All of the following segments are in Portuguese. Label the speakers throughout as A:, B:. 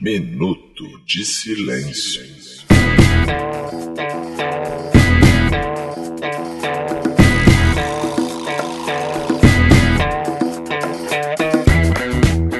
A: Minuto de Silêncio.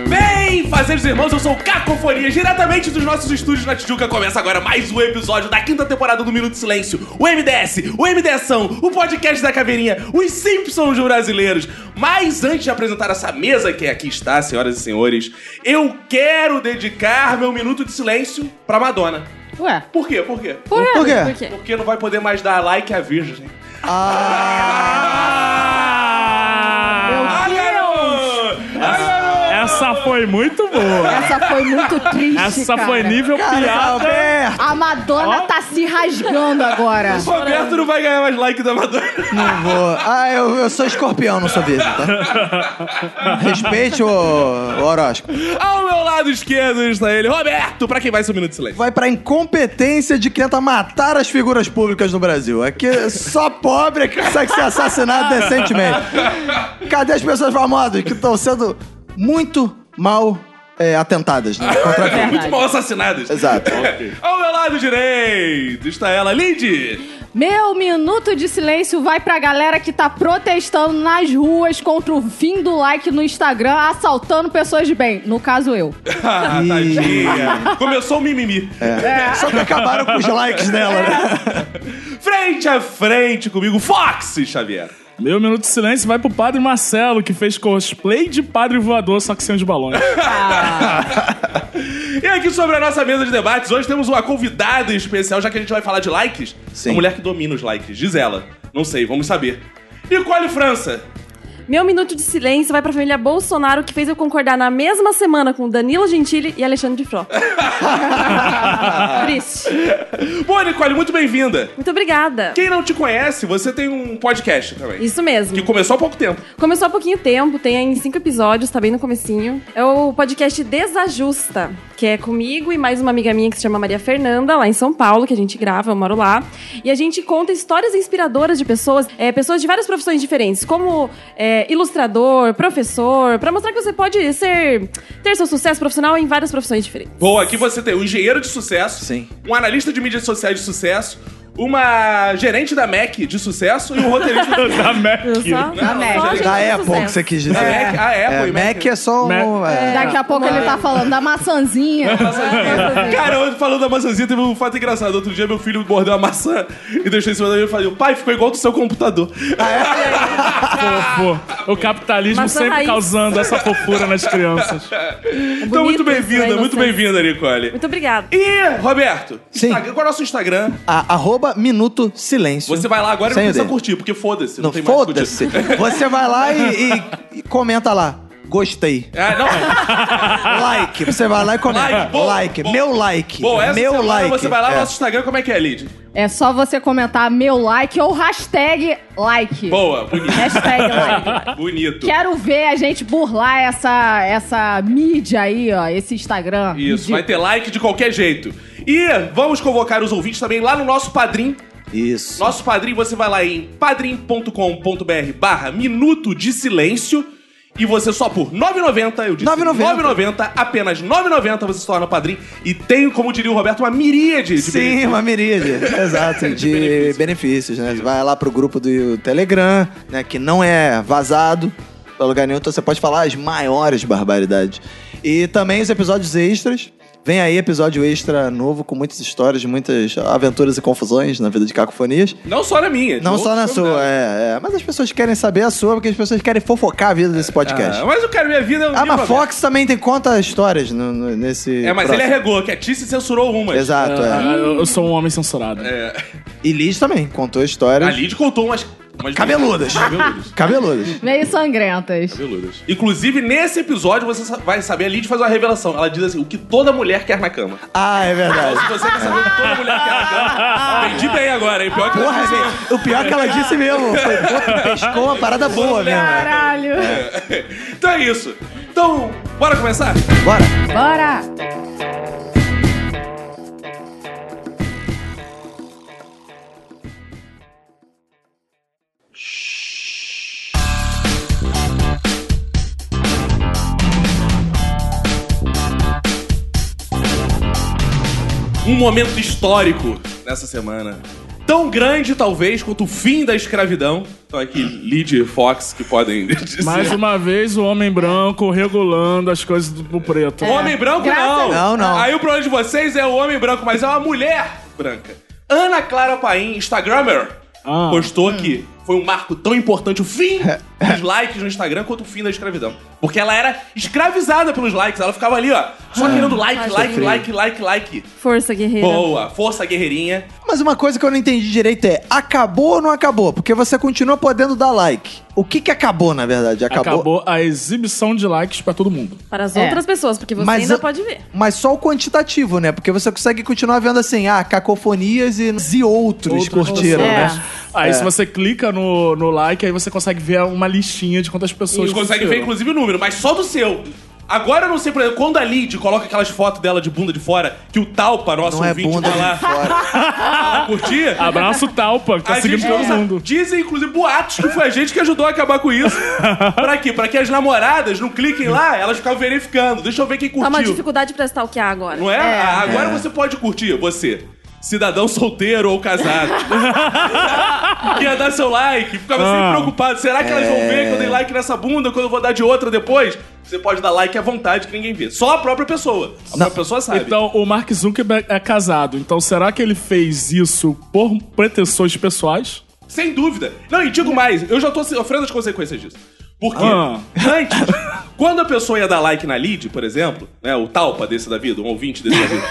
B: Bem, fazeiros irmãos, eu sou o Cacofonia, diretamente dos nossos estúdios na Tijuca. Começa agora mais um episódio da quinta temporada do Minuto de Silêncio, o MDS, o MDSão, o podcast da Caveirinha, os Simpsons brasileiros. Mas antes de apresentar essa mesa que aqui está, senhoras e senhores, eu quero dedicar meu Minuto de Silêncio pra Madonna.
C: Ué,
B: Por quê? Por quê?
C: por,
D: Por quê?
C: Por quê?
B: Porque não vai poder mais dar like à virgem. Ah!
C: Meu
B: garoto! Ah, garoto!
E: Essa foi muito boa.
C: Essa foi muito triste,
E: Essa
C: cara.
E: foi nível piada.
D: Alberto!
C: A Madonna tá se rasgando agora.
B: O Roberto não vai ganhar mais like da Madonna.
D: Não vou. Ah, eu, eu sou escorpião, não sou virgem, tá? Respeite o, o horóscopo.
B: Ao meu lado esquerdo está ele, Roberto, pra quem vai ser o Minuto de Silêncio.
D: Vai pra incompetência de quem tenta matar as figuras públicas no Brasil. Aqui só pobre é que consegue ser assassinado decentemente. Cadê as pessoas famosas que estão sendo muito mal é, atentadas, né? Contra a vida.
B: Muito mal assassinados.
D: Exato.
B: Ao meu lado direito está ela, Lindy.
C: Meu minuto de silêncio vai pra galera que tá protestando nas ruas contra o fim do like no Instagram, assaltando pessoas de bem. No caso, eu.
B: Ah, tadinha. Começou o mimimi.
D: É. Só que acabaram com os likes dela, né?
B: Frente a frente comigo, Fox Xavier.
E: Meu minuto de silêncio vai pro Padre Marcelo, que fez cosplay de Padre Voador, só que sem os balões.
B: E aqui sobre a nossa mesa de debates, hoje temos uma convidada especial, já que a gente vai falar de likes.
D: Sim.
B: A mulher que domina os likes, diz ela. Não sei, vamos saber. Nicole França.
F: Meu minuto de silêncio vai pra família Bolsonaro, que fez eu concordar na mesma semana com Danilo Gentili e Alexandre de Fró. Triste.
B: Boa, Nicole, muito bem-vinda.
F: Muito obrigada.
B: Quem não te conhece, você tem um podcast também.
F: Isso mesmo.
B: Que começou há pouco tempo.
F: Começou há pouquinho tempo, tem aí cinco episódios, tá bem no comecinho. É o podcast Desajusta, que é comigo e mais uma amiga minha que se chama Maria Fernanda, lá em São Paulo, que a gente grava, eu moro lá. E a gente conta histórias inspiradoras de pessoas, é, pessoas de várias profissões diferentes, como é, ilustrador, professor, pra mostrar que você pode ser ter seu sucesso profissional em várias profissões diferentes.
B: Boa, aqui você tem um engenheiro de sucesso,
D: Sim.
B: um analista de mídias sociais de sucesso, uma gerente da MAC de sucesso e um roteirista de
E: da Mac.
F: Só-
C: Da média.
F: só gente
D: Da
F: de
D: Apple, que
F: sucesso.
D: é, você quis dizer.
B: Da Mac, a Apple e
D: é,
B: Mac.
D: Mac é só um...
E: Mac-
D: é.
C: Daqui a pouco ele tá falando da maçãzinha.
B: Cara, eu falando da maçãzinha, teve um fato engraçado. Outro dia meu filho mordeu a maçã e deixou em cima da minha e falei, pai, ficou igual do seu computador.
D: É
E: Pô, o capitalismo
F: Maçã
E: sempre
F: raiz.
E: causando essa fofura nas crianças.
B: então, muito
F: bonito isso,
B: bem-vinda,
F: né,
B: muito
F: inocente.
B: bem-vinda, Nicole.
F: Muito obrigada.
B: E, Roberto,
D: É. Sim.
B: Instagram, qual é o nosso Instagram?
D: A- arroba Minuto Silêncio.
B: Você vai lá agora e não
D: Sem
B: precisa
D: o dedo.
B: curtir, porque foda-se, não,
D: Não,
B: tem mais o que curtir.
D: foda-se. Você vai lá e, e- e comenta lá. Gostei.
B: Ah, não.
D: Like. Você vai lá e comenta.
B: Like,
D: Like.
B: boa, boa.
D: Meu like.
B: Bom, essa
D: meu
B: semana
D: like.
B: você vai lá no
D: É.
B: nosso Instagram, como é que é, Lid?
C: É só você comentar meu like ou hashtag like.
B: Boa, bonito.
C: Hashtag like.
B: bonito.
C: Quero ver a gente burlar essa, essa mídia aí, ó, esse Instagram.
B: Isso,
C: De-
B: vai ter like de qualquer jeito. E vamos convocar os ouvintes também lá no nosso Padrim.
D: Isso.
B: Nosso Padrim, você vai lá em padrim.com.br barra Minuto de Silêncio. E você só por 9,90, eu disse
D: 9,90.
B: 9,90, apenas 9,90 você se torna Padrim. E tem, como diria o Roberto, uma miríade de
D: Sim, uma miríade. Exato. De benefícios. né? Você vai lá pro grupo do Telegram, né? Que não é vazado pra lugar nenhum. Então você pode falar as maiores barbaridades. E também os episódios extras. Vem aí episódio extra novo com muitas histórias, muitas aventuras e confusões na vida de cacofonias.
B: Não só na minha. de
D: Não
B: outros
D: só na sua,
B: convidados.
D: é, é. Mas as pessoas querem saber a sua, porque as pessoas querem fofocar a vida desse é, podcast.
B: Ah, mas eu quero minha vida. é um
D: Ah,
B: livro
D: mas
B: aberto.
D: Fox também tem conta histórias no- no- nesse.
B: É, mas
D: próximo.
B: ele arregou, que a Tice censurou uma.
D: Exato, é.
E: Ah, eu eu sou um homem censurado.
B: É,
D: E Liz também contou
B: a
D: histórias
B: Lid contou umas. umas
D: Cabeludas.
B: Cabeludas.
D: cabeludas.
C: Meio sangrentas.
B: Cabeludas. Inclusive, nesse episódio, você sa- vai saber, a Lid faz uma revelação. Ela diz assim, o que toda mulher quer na cama.
D: Ah, é verdade.
B: Se você quer saber o que toda mulher quer na cama, vendi bem agora, hein? Pior que
D: Porra, velho, o pior é que ela disse mesmo. Foi, pô, pescou uma parada boa mesmo. né?
C: Caralho.
E: É,
B: Então é isso. Então, bora começar?
D: Bora.
E: é.
C: Bora.
B: um momento histórico nessa semana. Tão grande, talvez, quanto o fim da escravidão. Então aqui, Lid e Fox, que podem dizer.
E: Mais uma vez, o homem branco regulando as coisas do, do preto.
B: Homem branco,
C: Graças
B: não.
C: a-
D: Não, não.
B: Aí o problema de vocês é o homem branco, mas é uma mulher branca. Ana Clara Paim, Instagrammer,
E: Ah.
B: postou que foi um marco tão importante, o fim
D: É.
B: dos likes no Instagram, quanto o fim da escravidão. Porque ela era escravizada pelos likes, ela ficava ali, ó, só querendo like, like,
D: sofrer.
B: like, like, like.
F: Força, guerreira.
B: Boa, força guerreirinha.
D: Mas uma coisa que eu não entendi direito é: acabou ou não acabou? Porque você continua podendo dar like. O que que acabou, na verdade? Acabou.
E: Acabou a exibição de likes pra todo mundo.
F: Para as
C: É.
F: outras pessoas, porque você
D: Mas
F: ainda
D: eu-
F: pode ver.
D: Mas só o quantitativo, né? Porque você consegue continuar vendo assim, ah, cacofonias e, e outros, curtiram,
C: É.
D: né?
E: Aí se você clica no, no like, aí você consegue ver uma listinha de quantas pessoas.
B: Vocês conseguem ver,
E: curtiram.
B: inclusive, o número, mas só do seu. Agora eu não sei, por exemplo, quando a Lid coloca aquelas fotos dela de bunda de fora, que o Talpa, nosso
D: Não é
B: ouvinte,
D: bunda
B: vai lá
D: de fora.
B: curtir,
E: Abraço Talpa,
B: A
E: conseguimos
B: gente
E: todo
B: usa-
E: mundo.
B: Dizem, inclusive, boatos que foi a gente que ajudou a acabar com isso. pra quê? Pra que as namoradas não cliquem lá, elas ficam verificando. Deixa eu ver quem
F: Tá uma
B: curtiu.
F: dificuldade pra stalkear agora.
B: Não é? Ah, Agora você pode curtir, você. Cidadão solteiro ou casado. que ia dar seu like, ficava sempre
E: Ah.
B: preocupado. Será que elas vão ver que eu dei like nessa bunda, quando eu vou dar de outra depois? Você pode dar like à vontade que ninguém vê. Só a própria pessoa. A própria pessoa sabe.
E: Então, o Mark Zuckerberg é casado. Então, será que ele fez isso por pretensões pessoais?
B: Sem dúvida. Não, e digo mais, eu já tô sofrendo as consequências disso. Porque
E: Ah.
B: antes, quando a pessoa ia dar like na lead, por exemplo, né, o talpa desse da vida, um ouvinte desse da vida,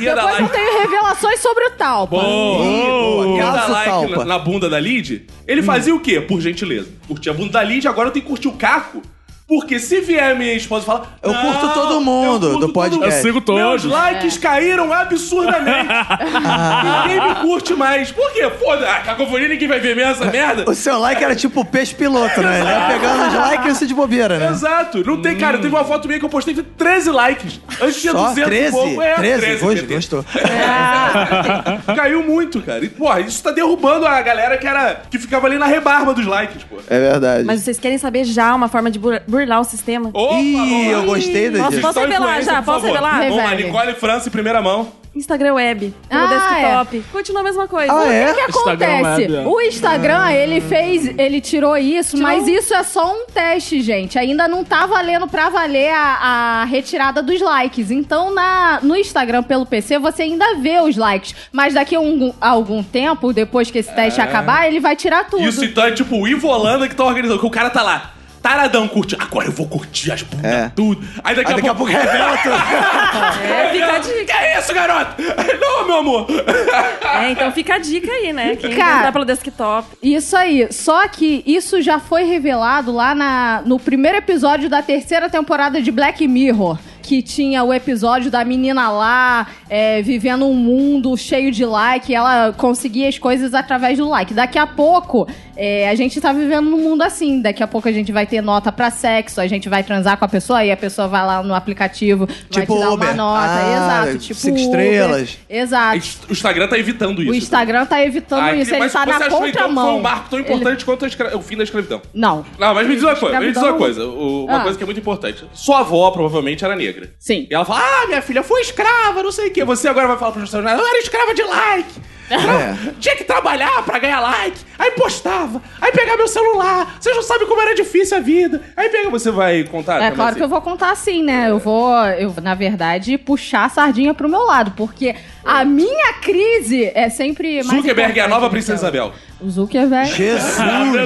B: ia dar
C: Depois eu
B: like...
C: tenho revelações sobre o tal.
B: Boa.
D: Ih, boa.
B: Ia dar
D: Calça
B: like
D: talpa. Hum.
B: na, na bunda da lead, ele fazia o quê, por gentileza? Curtia a bunda da lead, agora eu tenho que curtir o caco, porque se vier minha esposa falar...
D: Eu
B: "Não,
D: curto todo mundo
B: eu curto todo
D: do podcast."
E: Eu
B: mundo."
E: sigo
B: Meus
E: todos.
B: likes caíram absurdamente. Ninguém me curte mais. Por quê? Foda, a cacofonia ninguém vai ver mesmo essa merda.
D: O seu like era tipo o peixe piloto, né? Ele ia pegando os likes e isso de bobeira, né?
B: Exato. Não tem, cara, teve uma foto minha que eu postei de 13 likes. Antes tinha
D: Só
B: 200 e
D: 13?
B: pouco. É,
D: 13? Hoje,
B: PT.
D: gostou.
B: Caiu muito, cara. E, porra, isso tá derrubando a galera que era que ficava ali na rebarba dos likes, pô.
D: É verdade.
F: Mas vocês querem saber já uma forma de bur- burlar o sistema?
B: Opa,
D: Ih, eu gostei da
F: Nossa,
D: dica.
F: posso revelar já? Posso revelar?
B: Vamos lá,
C: Revele.
B: Nicole França em primeira mão.
F: Instagram web, no
C: Ah,
F: desktop. Continua a mesma coisa.
D: é. Ah,
C: O
D: é?
C: que
E: Instagram
C: acontece?
E: Web, é.
C: O Instagram, ele fez, ele tirou isso,
F: Tirou.
C: mas isso é só um teste, gente. Ainda não tá valendo pra valer a, a retirada dos likes. Então, na, no Instagram pelo PC, você ainda vê os likes. Mas daqui a um- a algum tempo, depois que esse
E: É.
C: teste acabar, ele vai tirar tudo.
B: Isso então é tipo o Ivo Holanda que tá organizando, que o cara tá lá. Taradão curte. Agora eu vou curtir as bundas,
D: É.
B: tudo. Aí daqui,
D: Aí daqui a pouco
B: é.
D: revela tudo.
F: É, fica a
B: Que
F: dica.
B: é isso, garoto? Não, meu amor.
F: É, então fica a dica aí, né? Quem
C: Cara.
F: entrar pelo desktop.
C: Isso aí. Só que isso já foi revelado lá na- no primeiro episódio da terceira temporada de Black Mirror. Que tinha o episódio da menina lá é, vivendo um mundo cheio de like. Ela conseguia as coisas através do like. Daqui a pouco, é, a gente tá vivendo num mundo assim. Daqui a pouco a gente vai ter nota pra sexo, a gente vai transar com a pessoa e a pessoa vai lá no aplicativo, vai
D: Tipo
C: te dar uma
D: Uber.
C: nota.
D: Ah,
C: Exato. Tipo
D: cinco
C: Uber.
D: estrelas.
C: Exato.
B: O Instagram tá evitando isso.
C: O Instagram tá evitando
B: Ah,
C: isso, ele
B: mas
C: tá
B: você
C: na
B: achou, então, que foi
C: contramão.
B: um marco tão importante quanto a escra- o fim da escravidão.
C: Não.
B: Não, mas me diz uma coisa, me diz uma
C: Escravidão-
B: coisa. o- Uma
C: Ah.
B: coisa que é muito importante. Sua avó provavelmente era negra.
C: Sim.
B: E ela fala: Ah, minha filha, foi escrava, não sei o quê. Você agora vai falar pro Juscelino, eu era escrava de like.
C: É.
B: Não, Tinha que trabalhar pra ganhar like. Aí postava, aí pegava meu celular. Vocês não sabem como era difícil a vida. Aí pega, você vai contar.
C: É
B: também
C: claro
B: assim?
C: que eu vou contar assim, né? Eu vou, eu, na verdade, puxar a sardinha pro meu lado, porque a minha crise é sempre mais.
B: Zuckerberg é a
C: importante,
B: nova
C: então.
B: Princesa Isabel.
C: O Zuckerberg.
D: Jesus.
E: Ah, meu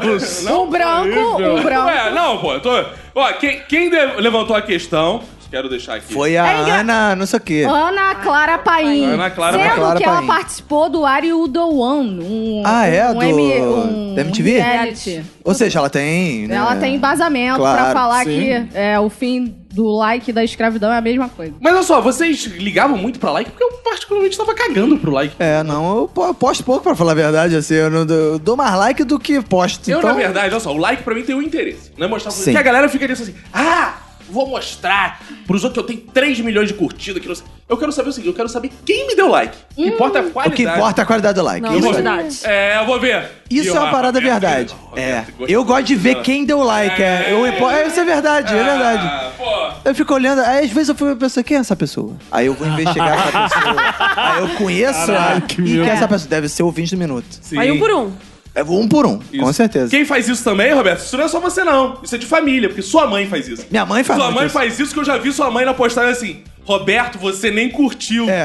E: Deus!
C: Um branco, um branco.
B: Ué, não, pô, eu tô. Ó, quem, quem de- levantou a questão, quero deixar aqui.
D: Foi a
C: É engra-
D: Ana, não sei o quê.
C: Ana Clara Paim.
B: Ana Clara
C: sendo
B: Paim.
D: Clara
C: que
D: Paim.
C: ela participou do Are You The One? Um,
D: Ah, é?
C: um
D: Do-
C: M- um
D: da MTV?
C: reality.
D: Ou seja, ela tem. né?
C: Ela tem embasamento pra
D: Claro,
C: falar
E: sim.
C: que é, o fim do like da escravidão é a mesma coisa.
B: Mas olha só, vocês ligavam muito pra like, porque eu particularmente tava cagando pro like.
D: É, não, eu po- posto pouco pra falar a verdade, assim. Eu, não, dou- eu dou mais like do que posto.
B: Eu,
D: então...
B: na verdade, olha só, o like pra mim tem um interesse. Não é mostrar pra
D: Sim.
B: você. Que a galera fica nisso assim, ah, vou mostrar pros outros que eu tenho 3 milhões de curtidas. Que não sei. Eu quero saber o seguinte, eu quero saber quem me deu like. O que importa é a
D: O
B: qualidade.
D: que importa é a qualidade do like.
F: Não,
B: Eu vou-
F: Quantidade.
B: É, eu vou ver. E
D: Isso é
B: eu,
D: uma
B: ah,
D: parada
B: Roberto,
D: verdade.
B: Roberto,
D: É.
B: Roberto, gostei.
D: Eu gosto de ver quem deu like. É. Eu, impo- é, isso é verdade, é verdade.
B: Ah, pô,
D: Eu fico olhando, aí às vezes eu fico pensando, quem é essa pessoa? Aí eu vou investigar essa pessoa. Aí eu conheço
E: Caralho,
D: ela.
E: que
D: e
E: meu.
D: quem é essa pessoa? Deve ser o 20 do minuto.
B: Sim.
F: Aí um por um.
D: É um por um, com certeza.
B: Quem faz isso também, Roberto? Isso não é só você, não. Isso é de família, porque sua mãe faz isso.
D: Minha mãe faz
B: Sua
D: muito
B: mãe
D: isso.
B: faz isso que eu já vi sua mãe na postagem assim. Roberto, você nem curtiu.
D: É, é.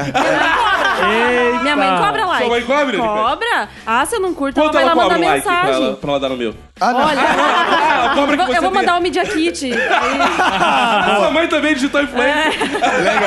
E: Eita.
F: Minha mãe cobra like.
B: Ah. mãe cobra, Nicole?
F: Cobra? Ah, se eu não curto,
B: Quanto
F: ela
B: ela
F: vai lá
B: cobra
F: mandar
B: um like pra
F: mensagem.
B: ela, pra ela dar no meu?
D: Ah, não.
F: Olha,
B: Ah, ela cobra que você
F: eu vou
B: tem.
F: mandar o Media Kit.
B: Ah, sua mãe também é digital influencer.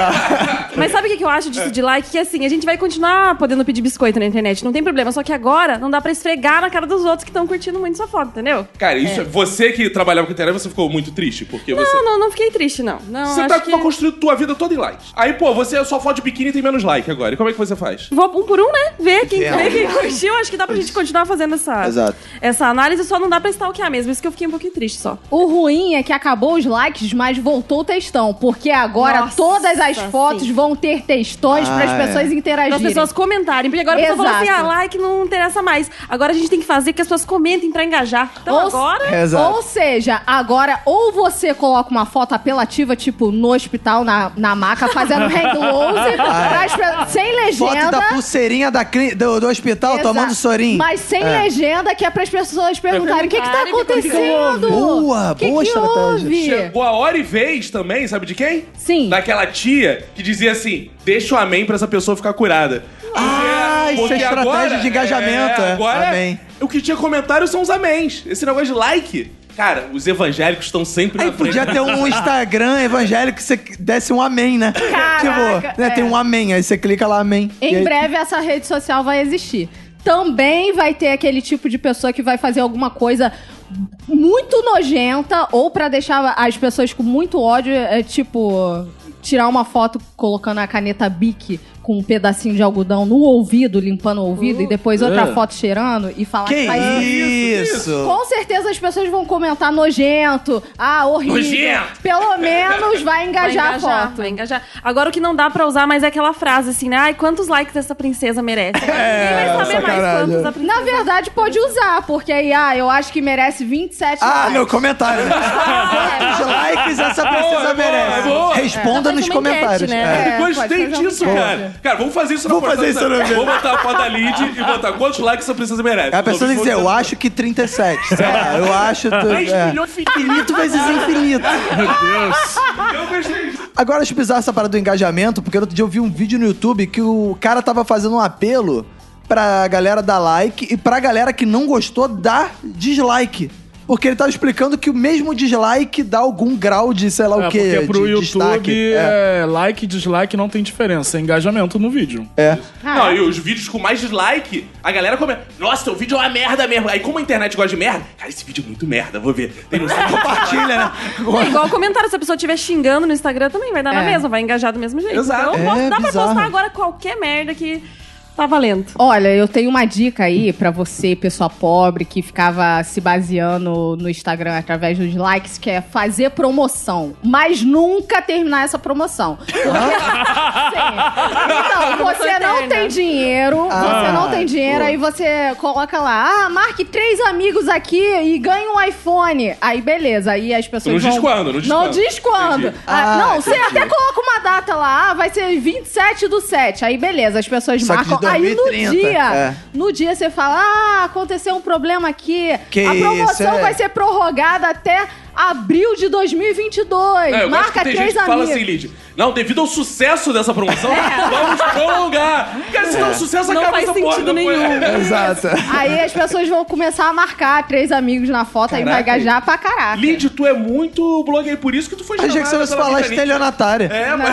F: Mas sabe o que que eu acho disso de like? Que assim, a gente vai continuar podendo pedir biscoito na internet, não tem problema. Só que agora não dá pra esfregar na cara dos outros que estão curtindo muito sua foto, entendeu?
B: Cara, isso é. você que trabalhava com internet, você ficou muito triste, porque você...
F: Não, não, não fiquei triste, não. não
B: Você
F: acho
B: tá
F: que...
B: construindo tua vida toda em likes. Aí, pô, você é só foto de biquíni e tem menos like agora. E como é que você faz?
F: Vou um por um, né? Ver quem,
D: Real.
F: ver quem curtiu. Acho que dá pra gente continuar fazendo essa,
D: é? Exato.
F: essa análise. Só não dá pra stalkear mesmo. Isso que eu fiquei um pouquinho triste só.
C: O ruim é que acabou os likes, mas voltou o textão. Porque agora
F: Nossa,
C: todas as
F: sim.
C: fotos vão ter textões
D: Ah,
C: para as pessoas
F: Para
C: interagirem.
F: as pessoas comentarem. Porque agora a pessoa fala assim, ah,
C: Exato.
F: like não interessa mais. Agora a gente tem que fazer que as pessoas comentem pra engajar. Então
C: Ou-
F: agora...
D: é, Exato.
C: Ou seja, agora ou você coloca uma foto apelativa, tipo, no hospital, na, na maca, fazendo hand close, pras pe- sem
D: Ah, é. Foto
C: legenda.
D: da pulseirinha da cli- do, do hospital
C: Exato.
D: tomando sorinho.
C: Mas sem legenda, que é pras pessoas perguntarem o que, que tá
F: Perguntarem, porque-
C: acontecendo.
D: Boa,
C: O que
D: boa
C: que
D: estratégia.
C: houve?
B: Chegou a hora e vez também, sabe de quem?
C: Sim.
B: Daquela tia que dizia assim: deixa o amém pra essa pessoa ficar curada.
D: Ah, isso é estratégia de engajamento, é.
B: Agora,
D: Amém.
B: o que tinha comentário são os améns. Esse negócio de like. Cara, os evangélicos estão sempre
D: Aí
B: na frente.
D: podia ter um Instagram evangélico que você desse um amém, né?
C: Caraca,
D: tipo, né, tem
C: é.
D: um amém, aí você clica lá amém. E
C: Em
D: aí-
C: breve essa rede social vai existir. Também vai ter aquele tipo de pessoa que vai fazer alguma coisa muito nojenta ou pra deixar as pessoas com muito ódio, é tipo tirar uma foto colocando a caneta Bic com um pedacinho de algodão no ouvido, limpando o ouvido e depois outra
E: Uh.
C: foto cheirando e falar
D: Oh, é. Que
C: que, faz
D: isso?
C: com certeza as pessoas vão comentar nojento, ah, horrível.
B: Nojento.
C: Pelo menos vai
F: Vai
C: engajar, a foto.
F: vai engajar. Agora o que não dá pra usar mais é aquela frase assim, né? Ai, quantos likes essa princesa merece? Ninguém vai saber mais
D: É, sacanagem.
F: quantos a princesa...
C: Na verdade, pode usar, porque aí, ah, eu acho que merece 27
D: Ah,
C: likes.
D: no comentário. né? Quantos likes essa
B: Boa, boa,
D: princesa merece?
B: boa.
D: Responda
F: É.
D: nos
F: Também tem uma
D: comentários.
F: enquete, né?
D: É.
C: É,
B: Gostei
C: pode fazer
B: disso,
C: uma
B: cara. Cara, vamos fazer isso na
D: Vamos fazer
B: postagem.
D: isso na
B: Vamos botar a foto da Lid e botar quantos likes essa princesa merece.
D: Aí A pessoa tem que dizer, eu acho que 37. sei lá, eu acho. tu-
B: 3
D: é.
B: milhões de
D: Infinito vezes infinito.
E: Meu Deus.
B: Eu gostei disso.
D: Agora acho bizarro essa parada do engajamento, porque outro dia eu vi um vídeo no YouTube que o cara tava fazendo um apelo pra galera dar like e pra galera que não gostou dar dislike. Porque ele tava explicando que o mesmo dislike dá algum grau de, sei lá
E: É,
D: o quê,
E: porque pro
D: de
E: YouTube,
D: destaque. É.
E: é, like e dislike não tem diferença. É engajamento no vídeo.
D: É.
B: Não, e os vídeos com mais dislike, a galera comenta. Nossa, teu vídeo é uma merda mesmo. Aí, como a internet gosta de merda, cara, esse vídeo é muito merda, vou ver. Tem não sei
D: Compartilha, né?
F: É igual comentário, se a pessoa estiver xingando no Instagram também vai dar na
C: É.
F: mesma, vai engajar do mesmo jeito.
B: Exato.
F: Então,
D: É,
F: posso- dá pra
D: bizarro.
F: postar agora qualquer merda que tá valendo.
C: Olha, eu tenho uma dica aí pra você, pessoa pobre, que ficava se baseando no Instagram através dos likes, que é fazer promoção. Mas nunca terminar essa promoção. Porque- Sim. Então, Ah. você não tem Ah, dinheiro, você não tem dinheiro, aí você coloca lá, ah, marque três amigos aqui e ganhe um iPhone. Aí, beleza, aí as pessoas
B: Não
C: vão...
B: diz quando, não diz
C: Não
B: quando.
C: diz quando.
B: Entendi.
C: Ah,
D: Ah,
C: não, você até coloca uma data lá, ah, vai ser 27 do 7. Aí, beleza, as pessoas
D: Só que de
C: marcam. Aí no
D: 2030,
C: dia,
D: é.
C: no dia você fala: Ah, aconteceu um problema aqui.
D: Que
C: a
D: isso,
C: promoção
D: é.
C: vai ser prorrogada até abril de 2022.
B: Não, É, eu gosto
C: Marca
B: que tem
C: três
B: gente que fala assim,
C: amigos.
B: Lid. Não, devido ao sucesso dessa promoção, vamos prolongar. Cara, se não é um sucesso,
F: Não
B: acaba
F: faz
B: essa porra.
F: sentido
B: não foi-
F: nenhum.
D: É. Exato.
C: Aí as pessoas vão começar a marcar três amigos na foto aí vai
B: Caraca.
C: engajar pra caraca.
B: Lid, tu é muito blogueiro, por isso que tu foi
D: Achei que você
B: chamada
D: fosse
B: pela
D: falar
B: Rita Lee.
D: estelionatária.
B: É, mas...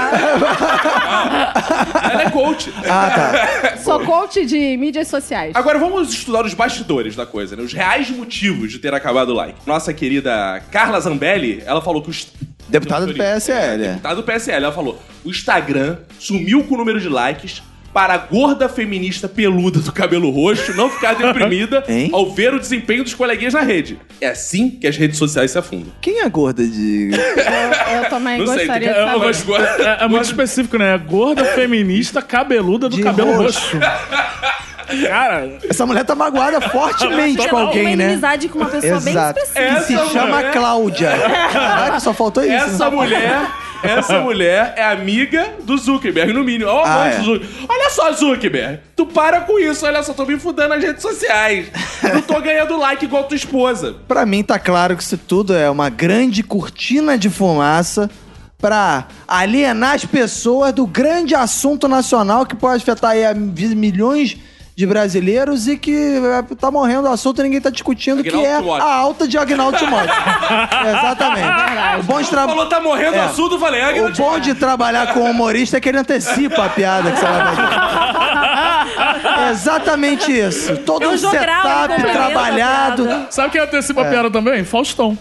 B: Não, Ela é coach.
D: Ah, tá.
C: Sou coach de mídias sociais.
B: Agora vamos estudar os bastidores da coisa, né? Os reais motivos de ter acabado o like. Nossa querida Carla Zambelli, ela falou que os.
D: Deputada do PSL, é.
B: Deputada Tá, do PSL, ela falou: o Instagram sumiu com o número de likes para a gorda feminista peluda do cabelo roxo não ficar deprimida
D: Hein?
B: ao ver o desempenho dos coleguinhas na rede. É assim que as redes sociais se afundam.
D: Quem é gorda de.
C: Eu, eu também
B: Não sei,
C: gostaria
B: tem
C: de
B: que-
E: Eu
C: saber.
E: gosto-
B: Mas-
E: é, é muito específico, né? Gorda feminista cabeluda do
D: De
E: cabelo
D: roxo.
E: roxo. Cara,
D: Essa mulher tá magoada fortemente com
F: Uma
D: alguém, né?
F: inimizade com uma pessoa
D: Exato.
F: bem específica.
D: Que se
B: Essa
D: chama
B: mulher-
D: Cláudia. Caraca, só faltou isso.
B: Essa
D: né?
B: mulher, essa mulher é amiga do Zuckerberg, no mínimo. Ó, o
D: Ah,
B: amante
D: é.
B: do Zuckerberg. Olha só, Zuckerberg, tu para com isso, olha só, tô me fudando nas redes sociais. Não tô ganhando like igual tua esposa.
D: Pra mim tá claro que isso tudo é uma grande cortina de fumaça pra alienar as pessoas do grande assunto nacional que pode afetar aí a vi- milhões de brasileiros e que é, tá morrendo o assunto e ninguém tá discutindo, que
B: Agnaldo
D: é
B: Timóteo. É
D: a alta de Agnaldo Timóteo. Exatamente. O bom de tra-
B: Falou, tá morrendo
D: É.
B: assunto, eu falei, ah,
D: o
B: Guilherme,
D: bom de trabalhar com humorista é que ele antecipa a piada que você vai fazer. É Exatamente isso. Todo
F: É um
D: um
F: jogral, ele
D: setup
F: complementa a
D: trabalhado.
F: piada.
E: sabe quem antecipa a piada também? Faustão.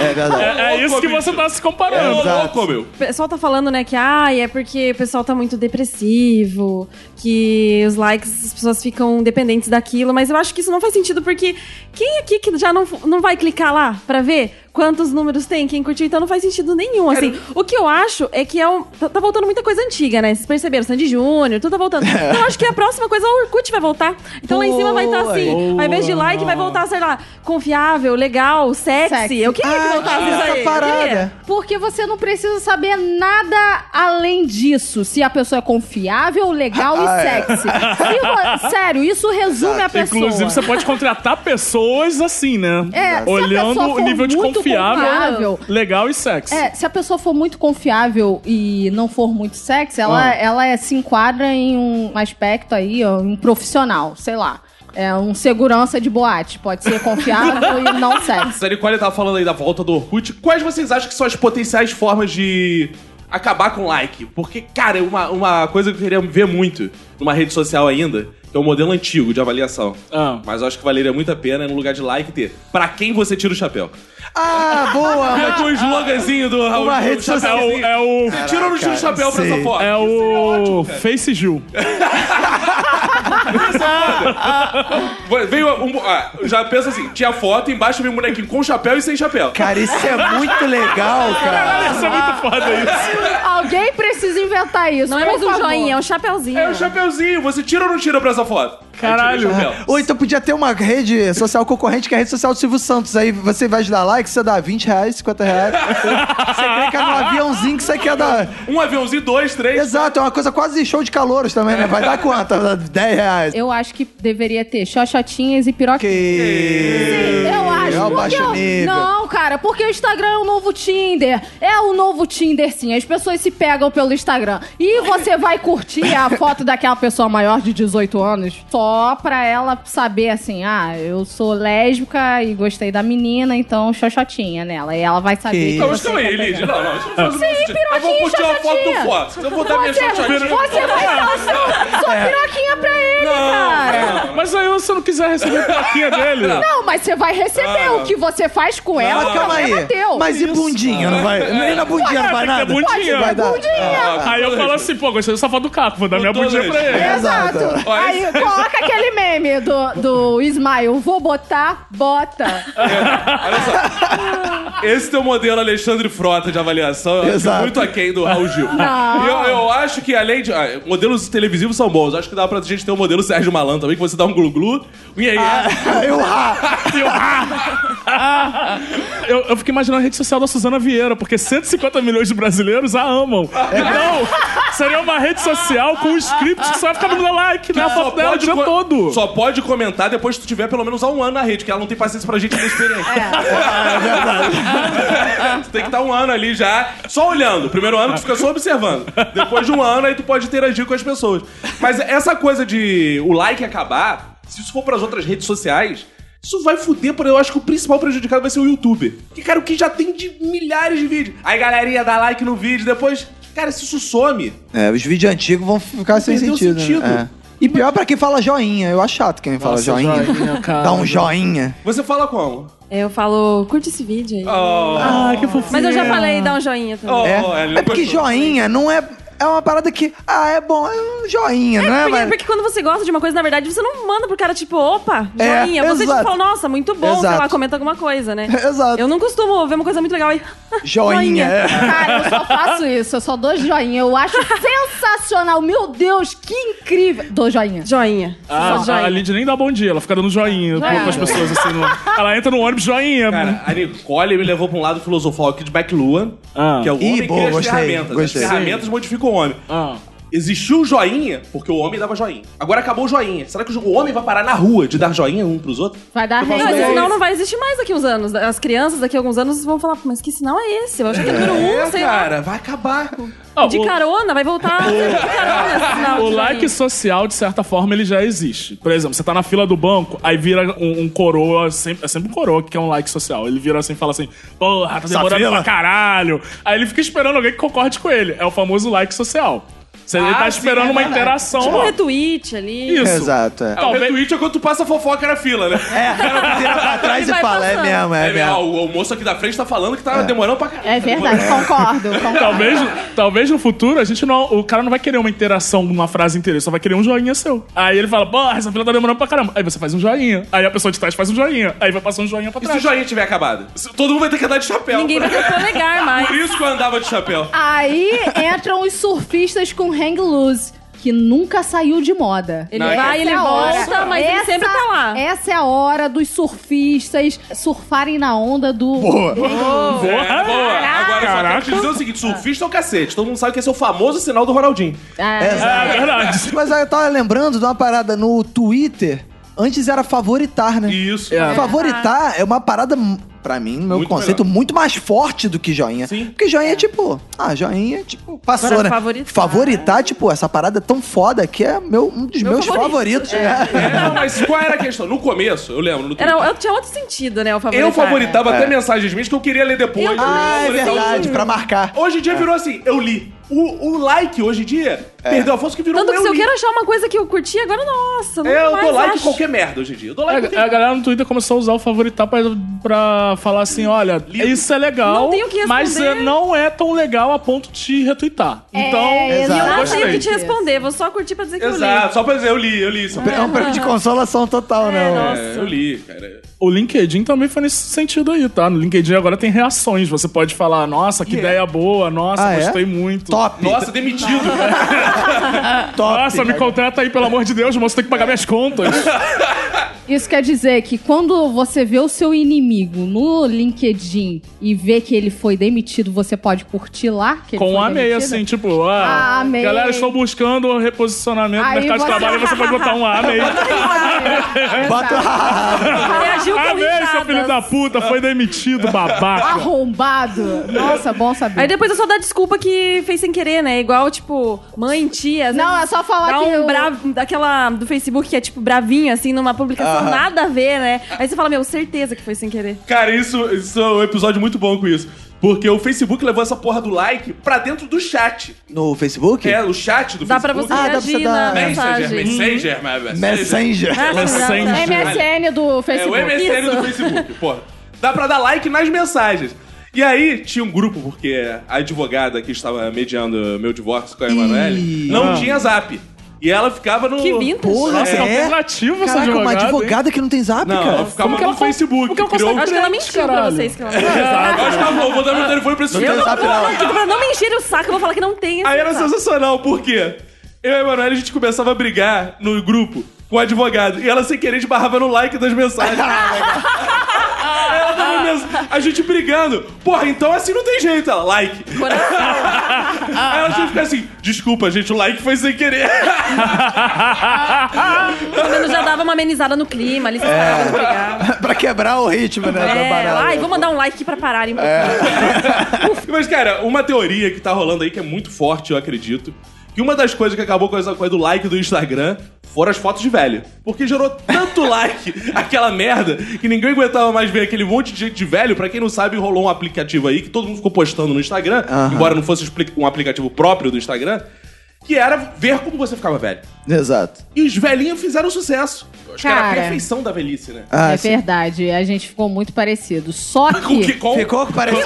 D: É verdade.
E: É, é isso que você tá se comparando.
B: Ô,
D: Exato.
B: louco, meu.
F: O pessoal tá falando, né, que ai, é porque o pessoal tá muito depressivo, que os likes, as pessoas ficam dependentes daquilo, mas eu acho que isso não faz sentido, porque quem aqui que já não, não vai clicar lá pra ver quantos números tem, quem curtiu, então não faz sentido nenhum, assim. O que eu acho é que é um, tá, tá voltando muita coisa antiga, né? Vocês perceberam, Sandy Júnior, tudo tá voltando. Então eu acho que a próxima coisa, o Orkut vai voltar. Então lá em cima vai estar tá assim, ao invés de like, vai voltar, sei lá, confiável, legal, sexy.
C: Sexy.
F: Eu queria que
D: Ah,
C: tá
F: voltasse
D: tinha
F: isso
D: essa
C: é?
F: aí. eu
D: parada.
F: queria.
C: Porque você não precisa saber nada além disso. Se a pessoa é confiável, legal
D: Ah,
C: e
D: é.
C: sexy. Se vo- Sério, isso resume a pessoa.
E: Inclusive, você pode contratar pessoas assim, né?
C: É, se a
E: Olhando
C: pessoa for
E: o nível de
C: muito
E: confiável,
C: confiável-
E: legal e sexy.
C: É, se a pessoa for muito confiável e não for muito sexy, ela, ela é- se enquadra em um aspecto aí, ó, um profissional, sei lá. É um segurança de boate. Pode ser confiável e não sexy.
B: Essa Nicole tava falando aí da volta do Orkut. Quais vocês acham que são as potenciais formas de acabar com like? Porque, cara, é uma, uma coisa que eu queria ver muito numa rede social ainda, que é o modelo antigo de avaliação.
E: Ah.
B: Mas eu acho que valeria muito a pena, é no lugar de like, ter pra quem você tira o chapéu.
D: Ah, boa!
B: É com o sloganzinho do Raul.
D: Uma rede
B: do
E: É
D: social. assim.
E: o,
B: chapéuzinho.
E: é o,
B: Você tira ou não tira o
D: Caraca,
B: chapéu pra essa
D: sim.
B: foto?
E: é o Face Gil.
B: Veio um- ah, já pensa assim, tinha foto, embaixo veio um bonequinho com chapéu e sem chapéu.
D: Cara, isso é muito legal, cara.
E: Isso é muito foda isso.
C: Alguém precisa inventar isso.
F: Não é
C: por
F: mais um
C: favor.
F: joinha, é um chapeuzinho.
B: É o chapeuzinho, você tira ou não tira pra essa foto? Aí
E: Caralho.
B: tira o chapéu.
D: Ou então podia ter uma rede social concorrente que é a rede social do Silvio Santos. Aí você vai dar like, você dá 20 reais, 50 reais. Você clica no aviãozinho que você quer dar.
B: Um aviãozinho, dois, três.
D: É. Exato, é uma coisa quase show de calouros também, né? Vai dar quanto? Dá 10 reais.
C: Eu acho que deveria ter xoxotinhas e piroquinhas.
D: Que...
C: Eu acho.
D: É o
C: porque
D: baixo
C: eu-
D: nível.
C: Não, cara, porque o Instagram é o novo Tinder. É o novo Tinder, sim. As pessoas se pegam pelo Instagram. E você vai curtir a foto daquela pessoa maior de 18 anos só pra ela saber assim: ah, eu sou lésbica e gostei da menina, então xoxotinha nela. E ela vai saber.
D: Que
C: Que
B: Não, mas
C: você
B: calma
C: tá
B: aí,
C: pegando.
B: Elidio. Não, não, isso não faz o
C: Sim,
B: menor sentido. Eu vou
C: piroquinha,
B: curtir uma foto do
C: chatinha.
B: Fox. Eu vou dar minha É.
C: Você,
B: chatinha.
C: você vai dar a sua, sua piroquinha pra ele, cara.
E: Mas aí você não quiser receber a plaquinha dele.
C: Não, mas você vai receber o que você faz com ela,
D: Mas Ah, calma aí.
C: é problema teu.
D: Mas e bundinha, não vai? Nem na bundinha não vai
E: Tem que ter
D: nada?
E: bundinha.
D: Vai dar.
C: Bundinha.
E: Aí eu falo assim, pô, gostei dessa foto do Caco, vou dar minha
B: tô
E: bundinha é
B: doido.
E: pra ele.
C: Exato.
D: Ah, Exato.
B: Ó,
C: Aí
B: esse-
C: coloca aquele meme do, do Ismael. Vou botar, bota.
B: Esse teu modelo Alexandre Frota de avaliação eu acho é
D: Exato.
B: muito aquém do Raul Gil. E Eu, eu acho que além de. ah, modelos televisivos são bons. Acho que dá pra gente ter um modelo Sérgio Malan também, que você dá um glu-glu. E aí.
D: Eu ah,
E: Eu, eu fiquei imaginando a rede social da Suzana Vieira, porque 150 milhões de brasileiros a amam. Então, seria uma rede social com um script que só fica dando like, né? A foto dela o dia
B: co-
E: todo.
B: só pode comentar depois que tu tiver pelo menos há um ano na rede, que ela não tem paciência pra gente inexperiente. tu tem que estar um ano ali já, só olhando. Primeiro ano tu fica só observando. Depois de um ano, aí tu pode interagir com as pessoas. Mas essa coisa de o like acabar, se isso for pras outras redes sociais. Isso vai fuder, por eu acho que o principal prejudicado vai ser o youtuber. Que, cara, o que já tem de milhares de vídeos. Aí, galerinha, dá like no vídeo, depois. Cara, se isso some,
D: É, os vídeos antigos vão ficar sem
B: Perdeu
D: sentido. né?
B: sentido.
D: É. E pior pra quem fala joinha. Eu acho chato quem fala
E: Nossa,
D: joinha.
E: joinha, cara.
D: Dá um joinha.
B: você fala como?
F: Eu falo, curte esse vídeo aí.
B: Oh.
E: Ah, que fofinho.
F: Mas eu já falei, dá um joinha também.
B: Oh,
D: É,
B: ela
D: é porque
B: gostou.
D: joinha não é. é uma parada que, ah, é bom, é um joinha,
F: É,
D: não é,
F: porque,
D: mano?
F: porque quando você gosta de uma coisa, na verdade, você não manda pro cara, tipo, opa,
D: É,
F: joinha. você
D: exato.
F: tipo fala, nossa, muito bom, sei lá,
D: Exato.
F: comenta alguma coisa, né?
D: Exato.
F: Eu não costumo ver uma coisa muito legal e.
D: Joinha. é.
C: Cara, eu só faço isso, eu só dou joinha. Eu acho sensacional. Meu Deus, que incrível. Dou joinha.
F: Joinha.
E: Ah,
F: Só
E: a Lid nem dá bom dia, ela fica dando joinha
C: Joinha.
E: para as pessoas assim. no- Ela entra no ônibus joinha.
B: Cara, a Nicole me levou pra um lado filosofal aqui de Backluan,
E: Ah.
B: que é o
D: Ih,
B: homem que
D: boa,
B: cria as
D: gostei,
B: ferramentas.
D: gostei.
B: As ferramentas modificam o homem.
E: Ah.
B: Existiu o joinha, porque o homem dava joinha. Agora acabou o joinha. Será que o homem vai parar na rua de dar joinha um pros outros?
C: Vai
D: Tá
C: dar
F: Não, esse
C: renda.
F: sinal não vai existir mais daqui uns anos. As crianças daqui a alguns anos vão falar, mas que sinal é esse? Eu acho que é número um, sei lá.
B: cara, É, vai acabar.
E: Ah,
F: De
E: o-
F: carona, vai voltar de carona esse sinal.
E: O
F: de
E: like
F: joinha.
E: social, de certa forma, ele já existe. Por exemplo, você tá na fila do banco, aí vira um, um coroa, sempre, é sempre um coroa que é um like social. Ele vira assim e fala assim, porra, tá demorando pra caralho. Aí ele fica esperando alguém que concorde com ele. É o famoso like social. Você ele
B: Ah,
E: tá
B: sim,
E: esperando
B: é
E: uma
B: verdade.
E: interação
F: Tipo um
E: lá.
F: retweet ali.
E: Isso.
D: Exato, é.
B: É, o retweet é quando tu passa fofoca na fila, né?
D: É, o cara vira pra trás e
F: vai
D: fala, é
F: passando.
D: mesmo, é
B: ó,
D: mesmo.
B: o, o moço aqui da frente tá falando que tá demorando pra caralho.
C: É verdade, concordo,
D: Tá
C: concordo.
E: Talvez, talvez no futuro a gente não. O cara não vai querer uma interação, uma frase inteira, ele só vai querer um joinha seu. Aí ele fala, porra, essa fila tá demorando pra caramba. Aí você faz um joinha. Aí a pessoa de trás faz um joinha. Aí vai passar um joinha pra
B: E se o
E: trás.
B: joinha tiver acabado? Se- Todo mundo vai ter que andar de chapéu.
F: Ninguém vai ter polegar mais.
B: Por isso que eu andava de chapéu.
C: Aí entram os surfistas com hang loose, que nunca saiu de moda.
F: Ele
B: Não, é-
F: vai,
C: Essa
F: ele
C: é a
F: volta,
C: hora-
F: mas ele
C: essa-
F: sempre tá lá.
C: Essa é a hora dos surfistas surfarem na onda do.
D: Boa.
E: Porra,
B: É, boa. Agora, só quero te
E: caraca.
B: dizer o seguinte, surfista é o cacete. Todo mundo sabe que esse é o famoso sinal do Ronaldinho.
C: Ah,
D: Exato.
E: É verdade.
D: Mas aí eu tava lembrando de uma parada no Twitter. Antes era favoritar, né?
B: Isso.
E: É.
D: Favoritar é uma parada, pra mim, no meu
B: Muito
D: conceito, muito mais forte do que joinha.
B: Sim.
D: Porque joinha é tipo, ah, joinha, tipo, passou,
F: Agora,
D: né?
F: favoritar.
D: Favoritar, tipo, essa parada é tão foda que é meu, um dos
F: Meu
D: meus
F: favorito.
D: favoritos. né?
B: É, não, mas qual era a questão? No começo, eu lembro, no
F: Era, É, eu tinha outro sentido, né? O favoritar.
B: Eu tá favoritava
D: É.
B: até mensagens minhas que eu queria ler depois.
F: Eu
D: Ah, é
B: Eu falei,
D: verdade, pra marcar.
B: "Hum". Hoje em dia virou assim, eu li. O, o like hoje em dia
D: É.
B: perdeu a força que virou um
F: Tanto que
B: eu
F: se eu
B: li.
F: quero achar uma coisa que eu curti, agora, nossa, não
B: É, eu
F: mais
B: dou like em
F: acho.
B: qualquer merda hoje em dia. Eu dou like em
E: A, a galera no Twitter começou a usar o favoritar pra, pra falar assim: olha, isso é legal,
F: Não tem o que
E: mas
F: responder.
E: é, não é tão legal a ponto de retweetar. então,
C: é,
D: Exato.
F: Eu não
C: exatamente.
F: Ah, tenho que te responder, vou só curtir pra dizer que
B: Exato, só pra dizer, eu li, eu li. Só pra...
D: É um prêmio de consolação total, né?
F: não.
D: mano?
B: É, eu li, cara.
E: o LinkedIn também foi nesse sentido aí, tá? No LinkedIn agora tem reações. Você pode falar: nossa, que ideia boa, nossa,
D: Ah, é?
E: gostei muito.
D: Top,
B: Nossa, demitido.
D: top. né?
E: Nossa, me contrata aí, pelo amor de Deus, moço, tem que pagar minhas contas.
C: Isso quer dizer que quando você vê o seu inimigo no LinkedIn e vê que ele foi demitido, você pode curtir lá? Que ele
E: Com
C: foi
E: a meia,
C: demitido?
E: assim, tipo, ah,
C: Ah, amei.
E: galera, estou buscando um reposicionamento no
C: Aí
E: mercado de
C: você-
E: trabalho, você pode botar um amei.
D: Bota...
F: eu li. Reagiu com
E: Amei, Ah, seu filho da
F: risadas.
E: puta, foi demitido,
D: Ah,
E: babaca.
C: Arrombado. Nossa, bom saber.
F: Aí depois eu só dar desculpa que fez sem querer, né? Igual, tipo, mãe, tia. às
C: Não,
F: vezes
C: é só falar
F: dá
C: que
F: um
C: eu-
F: bravo, daquela do Facebook que é, tipo, bravinho, assim, numa publicação nada a ver, né? Aí você fala, meu, certeza que foi sem querer.
B: Cara, isso, isso é um episódio muito bom com isso. Porque o Facebook levou essa porra do like pra dentro do chat.
D: No Facebook?
B: É, o chat do
F: Dá pra
B: Facebook.
F: você
D: Ah, dá pra
F: reagir
D: você dar-
F: na
B: Messenger,
F: mensagem. É,
B: Messenger, Messenger.
D: Messenger.
E: Messenger.
F: Messenger.
C: MSN do
B: É, o
C: Facebook.
B: MSN
F: Isso.
B: do Facebook, porra. Dá pra dar like nas mensagens. E aí, tinha um grupo, porque a advogada que estava mediando meu divórcio com a Emanuele não
D: Ah.
B: tinha zap. E ela ficava no.
F: Que vintage.
D: Porra,
E: Nossa,
D: é.
E: é
B: tá
E: alternativa essa
D: Caraca,
E: advogada.
D: uma
E: hein?
D: advogada que não tem zap,
B: Não,
D: cara.
B: ela ficava
E: Como que
B: no
E: ela con-
B: Facebook.
E: como que ela
B: criou...
E: consegue-
F: Acho que ela
E: Crentes,
F: mentiu pra
E: caralho.
F: vocês que ela
B: É. Eu acho que ela falou, vou dar meu telefone pra esse
D: Não tem
B: cara.
D: zap, não.
F: Aqui, pra não me encher o saco, eu vou falar que não tem. esse
B: Aí era
F: saco.
B: sensacional, porque eu e a Emanuele, a gente começava a brigar no grupo com o advogado. E ela, sem querer, esbarrava no like das mensagens. Aí ela dava mensagem, a gente brigando. Porra, então assim não tem jeito. Ela, like. Aí ela tinha que ficar assim, desculpa, gente, o like foi sem querer.
F: Pelo menos já dava uma amenizada no clima, ali vocês
B: É.
F: paravam de brigar.
D: pra quebrar o ritmo, né? da
F: É,
D: parada.
F: ai, vou mandar um like aqui pra pararem um
B: É.
F: pouquinho.
B: Mas, cara, uma teoria que tá rolando aí, que é muito forte, eu acredito, que uma das coisas que acabou com essa coisa do like do Instagram foram as fotos de velho. Porque gerou tanto like, aquela merda, que ninguém aguentava mais ver aquele monte de gente de velho. Pra quem não sabe, rolou um aplicativo aí que todo mundo ficou postando no Instagram,
D: Aham.
B: embora não fosse expli- um aplicativo próprio do Instagram, que era ver como você ficava velho.
D: Exato.
B: E os velhinhos fizeram sucesso. Eu Acho que
C: Cara.
B: era a perfeição da velhice, né?
D: Ah,
C: é
D: sim.
C: verdade, a gente ficou muito parecido. Só
B: Com que
C: que.
B: com...
D: Ficou que pareceu?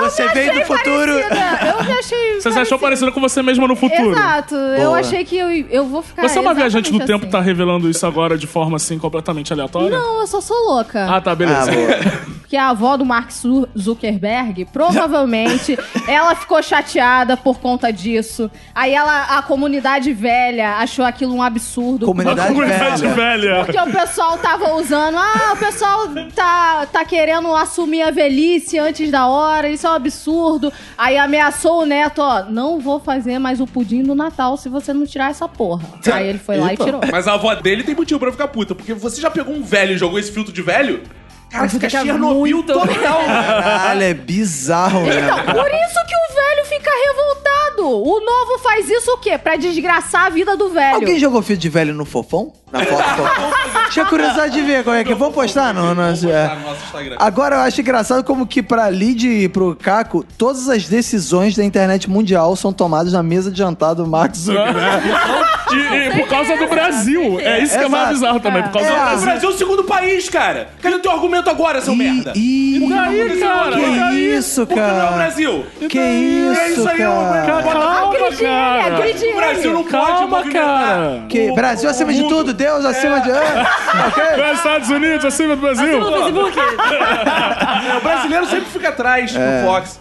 D: Você veio do futuro.
C: Parecida. Eu já achei bem
E: Você se achou
C: parecido.
E: parecida com você mesma no futuro.
C: Exato. Eu
D: Boa.
C: achei que eu, eu vou ficar.
E: Você é uma viajante do
C: exatamente
E: tempo que tá
C: assim.
E: revelando isso agora de forma assim completamente aleatória?
C: Não, eu só sou louca.
E: Ah, tá,
D: Ah,
E: beleza.
D: boa.
C: Porque a avó do Mark Zu- Zuckerberg, provavelmente, ela ficou chateada por conta disso. Aí ela, a comunidade velha achou aquilo um absurdo.
D: Comunidade
E: Comunidade
D: velha.
E: velha.
C: Porque o pessoal tava usando, ah, o pessoal tá, tá querendo assumir a velhice antes da hora, isso é um absurdo. Aí ameaçou o neto, ó, não vou fazer mais o pudim do Natal se você não tirar essa porra. Aí ele foi lá e
D: Eita.
C: tirou.
B: Mas a avó dele tem motivo pra eu ficar puta, porque você já pegou um velho e jogou esse filtro de velho? Cara,
F: Mas
B: fica
F: fica
B: Chernobyl
F: muito-
C: né?
B: total.
D: Caralho, é bizarro mesmo.
C: Então, Por isso que o velho fica revoltado. O novo faz isso o quê? Pra desgraçar a vida do velho.
D: Alguém jogou filtro de velho no fofão? Na foto do fofão? Tinha curiosidade de ver como é que. Vou postar no nosso.
B: Vou
D: é.
B: botar no nosso Instagram.
D: Agora eu acho engraçado como que pra Lid e pro Caco, todas as decisões da internet mundial são tomadas na mesa de jantar do Mark Zuckerberg.
E: E, e por causa do Brasil. É isso que é mais
D: Exato.
E: bizarro também. Por causa
D: É.
E: do
B: O
E: Brasil.
B: Brasil é o segundo país, cara. Cadê o teu argumento agora, seu merda? é
D: Ih, ih,
E: E daí, cara?
D: que
E: E daí?
D: isso,
B: Porque não é o
D: cara?
B: Brasil.
C: Então,
D: Que
B: É
D: isso,
B: isso aí, é um-
D: cara?
E: Calma,
C: Acredite
E: cara.
C: nele, acredite
B: O Brasil não
C: nele.
B: pode
E: Calma,
B: movimentar.
E: cara.
D: Que
B: o-
D: Brasil
B: o
D: acima de
B: mundo.
D: tudo, Deus acima de. Ah, ok?
E: Os Estados Unidos, acima do Brasil.
B: É, O brasileiro
D: Ah.
B: sempre fica atrás
D: É.
B: do Fox.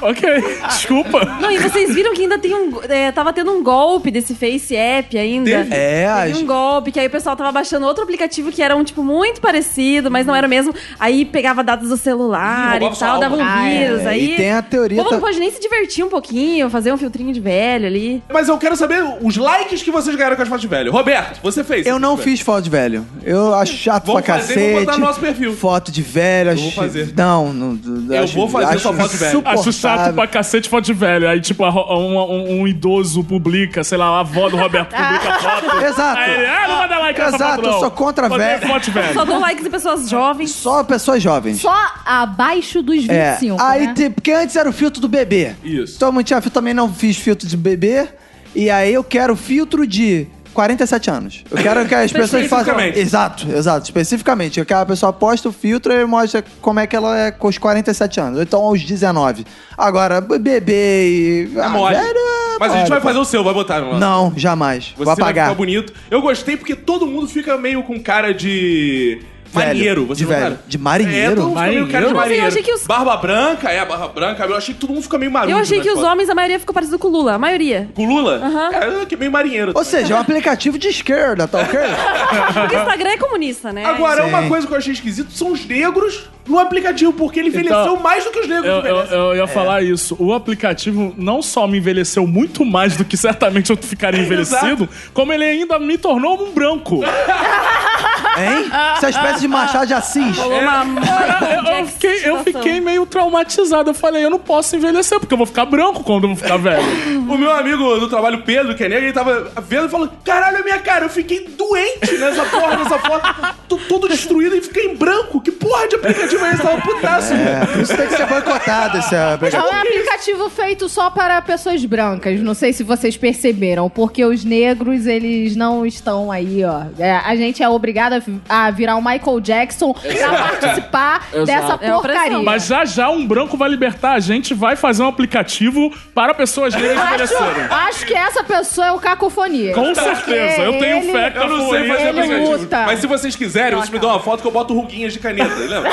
E: Ok, desculpa.
F: Não, e vocês viram que ainda tem um. é, tava tendo um golpe desse Face App ainda.
B: Teve?
D: É,
F: Teve
D: as-
F: um golpe, que aí o pessoal tava baixando outro aplicativo que era um, tipo, muito parecido, mas não era o mesmo. Aí pegava dados do
B: Ih,
F: celular
B: roubava
F: e tal,
B: sua
F: dava um
C: alma. Ah, é.
F: vírus. aí.
D: E tem a teoria
F: O povo não
D: ta-
F: pode nem se divertir um pouquinho, fazer um filtrinho de velho ali.
B: Mas eu quero saber os likes que vocês ganharam com as fotos de velho. Roberto, você fez.
D: Eu
B: você
D: não
B: fez.
D: fiz foto de velho. Eu acho chato
B: Vamos
D: pra
B: fazer,
D: cacete.
B: vamos botar no nosso perfil.
D: Foto de velho,
B: vou
D: acho-
B: fazer.
D: Não, não
B: Eu
D: acho-
B: vou fazer
D: acho
B: sua foto de velho.
E: Acho chato pra cacete foto de velho. Aí, tipo, a ro- um, um- um idoso publica, sei lá, a avó do Roberto publica a foto.
D: Exato.
E: Aí
B: É,
E: ele, ah, não vai dar like nessa
D: Exato,
E: foto, não.
D: eu sou contra
E: Odeio
D: velho.
E: foto de velho.
F: Só dou likes em pessoas jovens.
D: Só pessoas jovens.
C: Só abaixo dos
D: É.
C: 25,
D: Aí
C: né?
D: tem- porque antes era o filtro do bebê.
B: Isso.
D: Então, eu tinha, eu também não fiz filtro de bebê. E aí eu quero filtro de 47 anos. Eu quero que as pessoas façam.
B: Especificamente.
D: Exato, exato, especificamente. Eu quero que a pessoa posta o filtro e mostra como é que ela é com os 47 anos. Ou então aos 19. Agora, bebê e.
B: É
D: ah,
B: mole.
D: velho, é
B: Mas a gente
D: mole,
B: vai
D: pô.
B: fazer o seu, vai botar no nosso.
D: Não, jamais.
B: Você vai
D: Vou apagar.
B: ficar bonito. Eu gostei porque todo mundo fica meio com cara de.
D: Velho,
B: Marinheiro, você
D: de velho.
B: notaram?
D: De marinheiro?
B: É, todo mundo fica meio cara de
E: Marinheiro?
F: Mas eu
B: marinheiro.
F: achei que os-
B: Barba branca, é a barba branca. Eu achei que todo mundo fica meio maluco.
F: Eu achei que
B: nas
F: os
B: fotos.
F: homens, a maioria ficou parecido com o Lula. A maioria.
B: Com o Lula?
F: Aham.
B: É, que é meio marinheiro.
D: Ou seja, é um aplicativo de esquerda, tá ok?
E: Ah,
F: Porque
E: tá.
F: o Instagram é comunista, né?
B: Agora,
D: Sim.
B: uma coisa que eu achei esquisito são os negros no aplicativo, porque ele envelheceu
E: Então,
B: mais do que os negros
E: Eu, eu,
B: envelhecem.
E: eu ia
D: É.
E: falar isso. O aplicativo não só me envelheceu muito mais do que certamente eu ficaria envelhecido, como ele ainda me tornou um branco.
D: Hein? Isso é uma espécie de Machado de Assis.
F: Rolou uma Michael
E: É, Eu, eu
F: Jackson
E: fiquei, eu
F: situação.
E: fiquei meio traumatizado. Eu falei, eu não posso envelhecer, porque eu vou ficar branco quando eu vou ficar velho.
B: O meu amigo do trabalho, Pedro, que é negro, ele tava vendo e falou: Caralho, é minha cara, eu fiquei doente nessa porra, nessa foto. Tô todo destruído e fiquei em branco. Que porra de aplicativo é esse? Tava putaço.
D: É, isso tem que ser boicotado, esse
C: É
D: aplicativo.
C: um aplicativo feito só para pessoas brancas. Não sei se vocês perceberam, porque os negros, eles não estão aí, ó. É, a gente é obrigado a vi- a virar o Michael Jackson pra participar dessa
F: É opressão.
C: porcaria.
E: Mas já já um branco vai libertar a gente, vai fazer um aplicativo para pessoas negras envelhecerem.
C: acho, acho que essa pessoa é o Cacofonia.
E: Com certeza, eu tenho
C: ele-
E: fé que é
B: Eu não sei
E: Cafonia-
B: fazer
C: Ele
B: aplicativo.
C: luta.
B: Mas se vocês quiserem, vocês me dão uma foto que eu boto ruguinhas de caneta, lembra?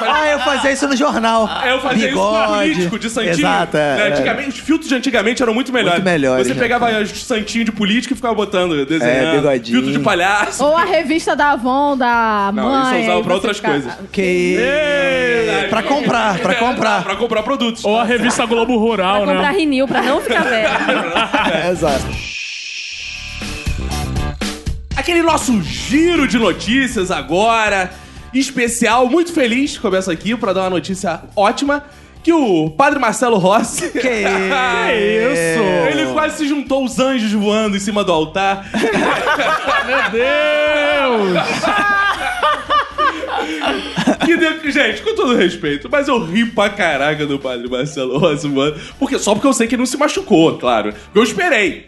D: Ah, eu fazia isso no jornal.
B: Ah, Eu fazia isso no
D: Bigode.
B: político de Santinho.
D: Exato, é,
B: né?
D: é.
B: Antigamente, os filtros de antigamente eram muito melhores.
D: Muito melhores,
B: Você
D: né, É,
B: pegava os Santinho de político e ficava botando, desenhando.
D: bigodinho.
B: Filtro de palhaço.
C: Ou a revista da Avon, da
B: Não,
C: mãe.
B: isso eu
C: aí
B: usava pra
C: você
B: outras
C: fica-
B: coisas.
D: Que... Pra comprar, pra comprar.
B: É, tá, pra comprar produtos.
E: Ou a revista Globo Rural,
F: Pra comprar
E: né?
F: Renew, pra não ficar velho.
D: Exato.
B: Aquele nosso giro de notícias agora, especial, muito feliz. Começo aqui pra dar uma notícia ótima que o Padre Marcelo Rossi.
D: Que isso?
B: Ele quase se juntou os anjos voando em cima do altar.
E: Meu Deus!
B: Que de- Gente, com todo respeito, mas eu ri pra caraca do padre Marcelo Rossi, mano. Porque, só porque eu sei que ele não se machucou, claro. Porque eu esperei.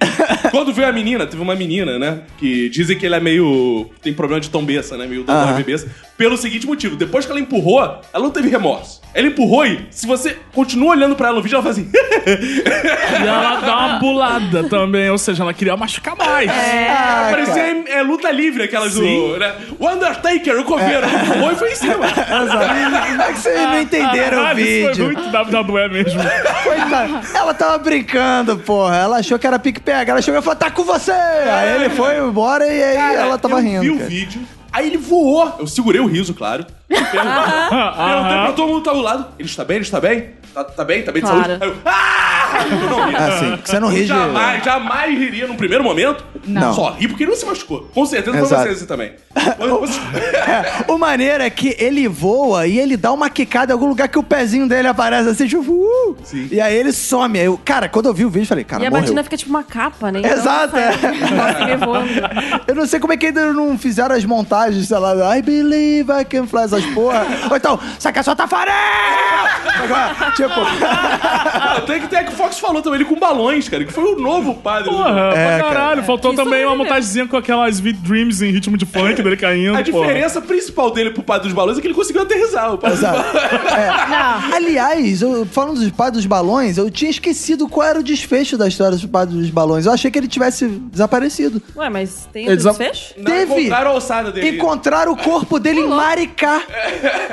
B: Quando veio a menina, teve uma menina, né? Que dizem que ele é meio. tem problema de tombeça, né? Meio dor de
D: Aham.
B: cabeça. Pelo seguinte motivo: depois que ela empurrou, ela não teve remorso. Ela empurrou e, se você continua olhando pra ela no vídeo, ela faz assim.
E: E ela dá uma bulada também, ou seja, ela queria machucar mais.
D: Ah,
B: Parecia
D: cara.
B: é, luta livre aquelas
E: Sim.
B: do. Né? O Undertaker, o coveiro, ele empurrou e foi em cima.
D: É que vocês
B: Ah,
D: não entenderam o
E: Caralho, Ah, isso foi
D: vídeo.
E: muito WWE mesmo.
D: Coitada. Ela tava brincando, porra. Ela achou que era pique-pega. Ela chegou e falou, tá com você! Aí ele foi embora e aí ela
B: É.
D: tava
B: eu
D: rindo.
B: vi o
D: cara.
B: vídeo, aí ele voou. Eu segurei o riso, claro. Perguntei pra todo mundo que tá do lado. Ele está bem, ele está bem? Tá, tá bem, tá bem de
F: Claro.
B: saúde? Aí eu, ah! Eu não ri.
D: Ah, sim. Porque você não ri de...
B: Jamais, jamais riria num primeiro momento.
D: Não.
B: Só ri porque ele não se machucou. Com certeza foi
D: Exato.
B: você assim também. Você-
D: É, o maneiro é que ele voa e ele dá uma quicada em algum lugar que o pezinho dele aparece assim, tipo, uh,
B: Sim.
D: e aí ele some. Aí eu, cara, quando eu vi o vídeo, eu falei, cara,
F: e a
D: morreu.
F: batina fica tipo uma capa, né?
D: Exato,
F: Então,
D: é.
F: sai- sai voando.
D: Eu não sei como é que ainda não fizeram as montagens, sei lá, I believe I can fly essas porra. Ou então, saca só Tafarel! Agora, tipo,
B: Ah, tem que ter é que o Fox falou também, ele com balões, cara, que foi o novo padre.
E: Porra,
D: É,
E: pra caralho. Faltou
F: Que
E: também uma
F: sobreviveu.
E: montagemzinha com aquelas Sweet Dreams em ritmo de funk dele caindo.
B: A
E: porra.
B: diferença principal dele pro padre dos balões é que ele conseguiu aterrissar. O padre dos
D: Exato.
B: balões.
D: É. aliás, eu, falando dos pais dos balões, eu tinha esquecido qual era o desfecho da história dos pais dos balões. Eu achei que ele tivesse desaparecido.
F: Ué, mas tem
E: Eles-
F: desfecho?
B: Não,
D: Teve.
B: Encontraram a alçada dele.
D: Encontraram o corpo dele em Maricá.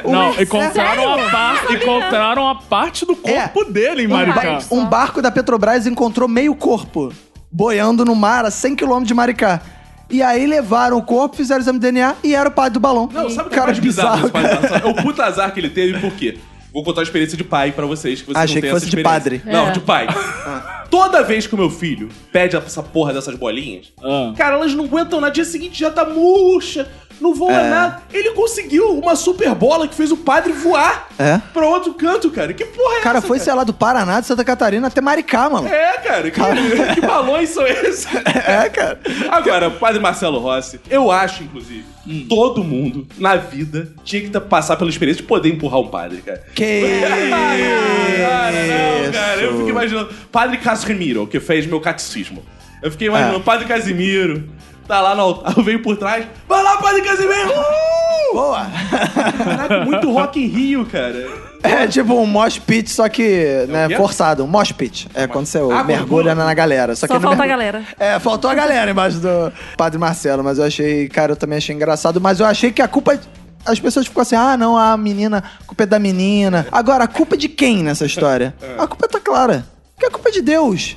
E: Não,
D: Um-
E: encontraram, a par... encontraram a parte
D: É.
E: do corpo dele em Maricá.
D: Um barco da Petrobras encontrou meio corpo boiando no mar a 100 km de Maricá. E aí levaram o corpo, fizeram o exame de DNA e era o pai do balão.
B: Não, sabe o que é mais bizarro? desse padre dos balões? É o puta azar que ele teve, por quê? Vou contar a experiência de pai pra vocês, que vocês
D: Ah, Achei
B: não
D: que
B: têm
D: fosse
B: essa
D: de
B: experiência.
D: padre. Ah.
B: Não,
F: É.
B: de pai. Toda vez que o meu filho pede essa porra dessas bolinhas,
E: Ah.
B: cara, elas não aguentam na dia seguinte, já tá murcha, não voa
D: É.
B: nada. Ele conseguiu uma super bola que fez o padre voar
D: É?
B: pra outro canto, cara. Que porra é
D: O cara
B: essa?
D: foi, sei lá, do Paraná, de Santa Catarina até Maricá, mano.
B: É, cara, que, que balões são esses?
D: É, cara.
B: Agora, Padre Marcelo Rossi, eu acho, inclusive,
D: Hum.
B: que todo mundo na vida tinha que passar pela experiência de poder empurrar um padre, cara.
D: Que
B: Cara, não, cara, eu
D: isso.
B: fico imaginando. Padre Casimiro, que fez meu catecismo. Eu fiquei imaginando,
D: É.
B: Padre Casimiro, tá lá no altar, veio por trás, vai lá, Padre Casimiro! Uh!
D: Boa!
B: Caraca, muito rock em Rio, cara.
D: É tipo um mosh pit, só
E: É
D: que,
B: o
D: né,
B: quê?
D: forçado. Um mosh pit. É quando
E: Ah,
D: você
B: quando
D: mergulha
B: pula.
D: na, na galera. Só,
F: Só
D: que não
F: falta a
D: mergulha-
F: galera.
D: É, faltou a galera embaixo do Padre Marcelo, mas eu achei, cara, eu também achei engraçado, mas eu achei que a culpa. As pessoas ficam assim, ah, não, a menina, a culpa é da menina. Agora, a culpa é de quem nessa história?
E: É.
D: A culpa tá clara. Que a culpa é de Deus.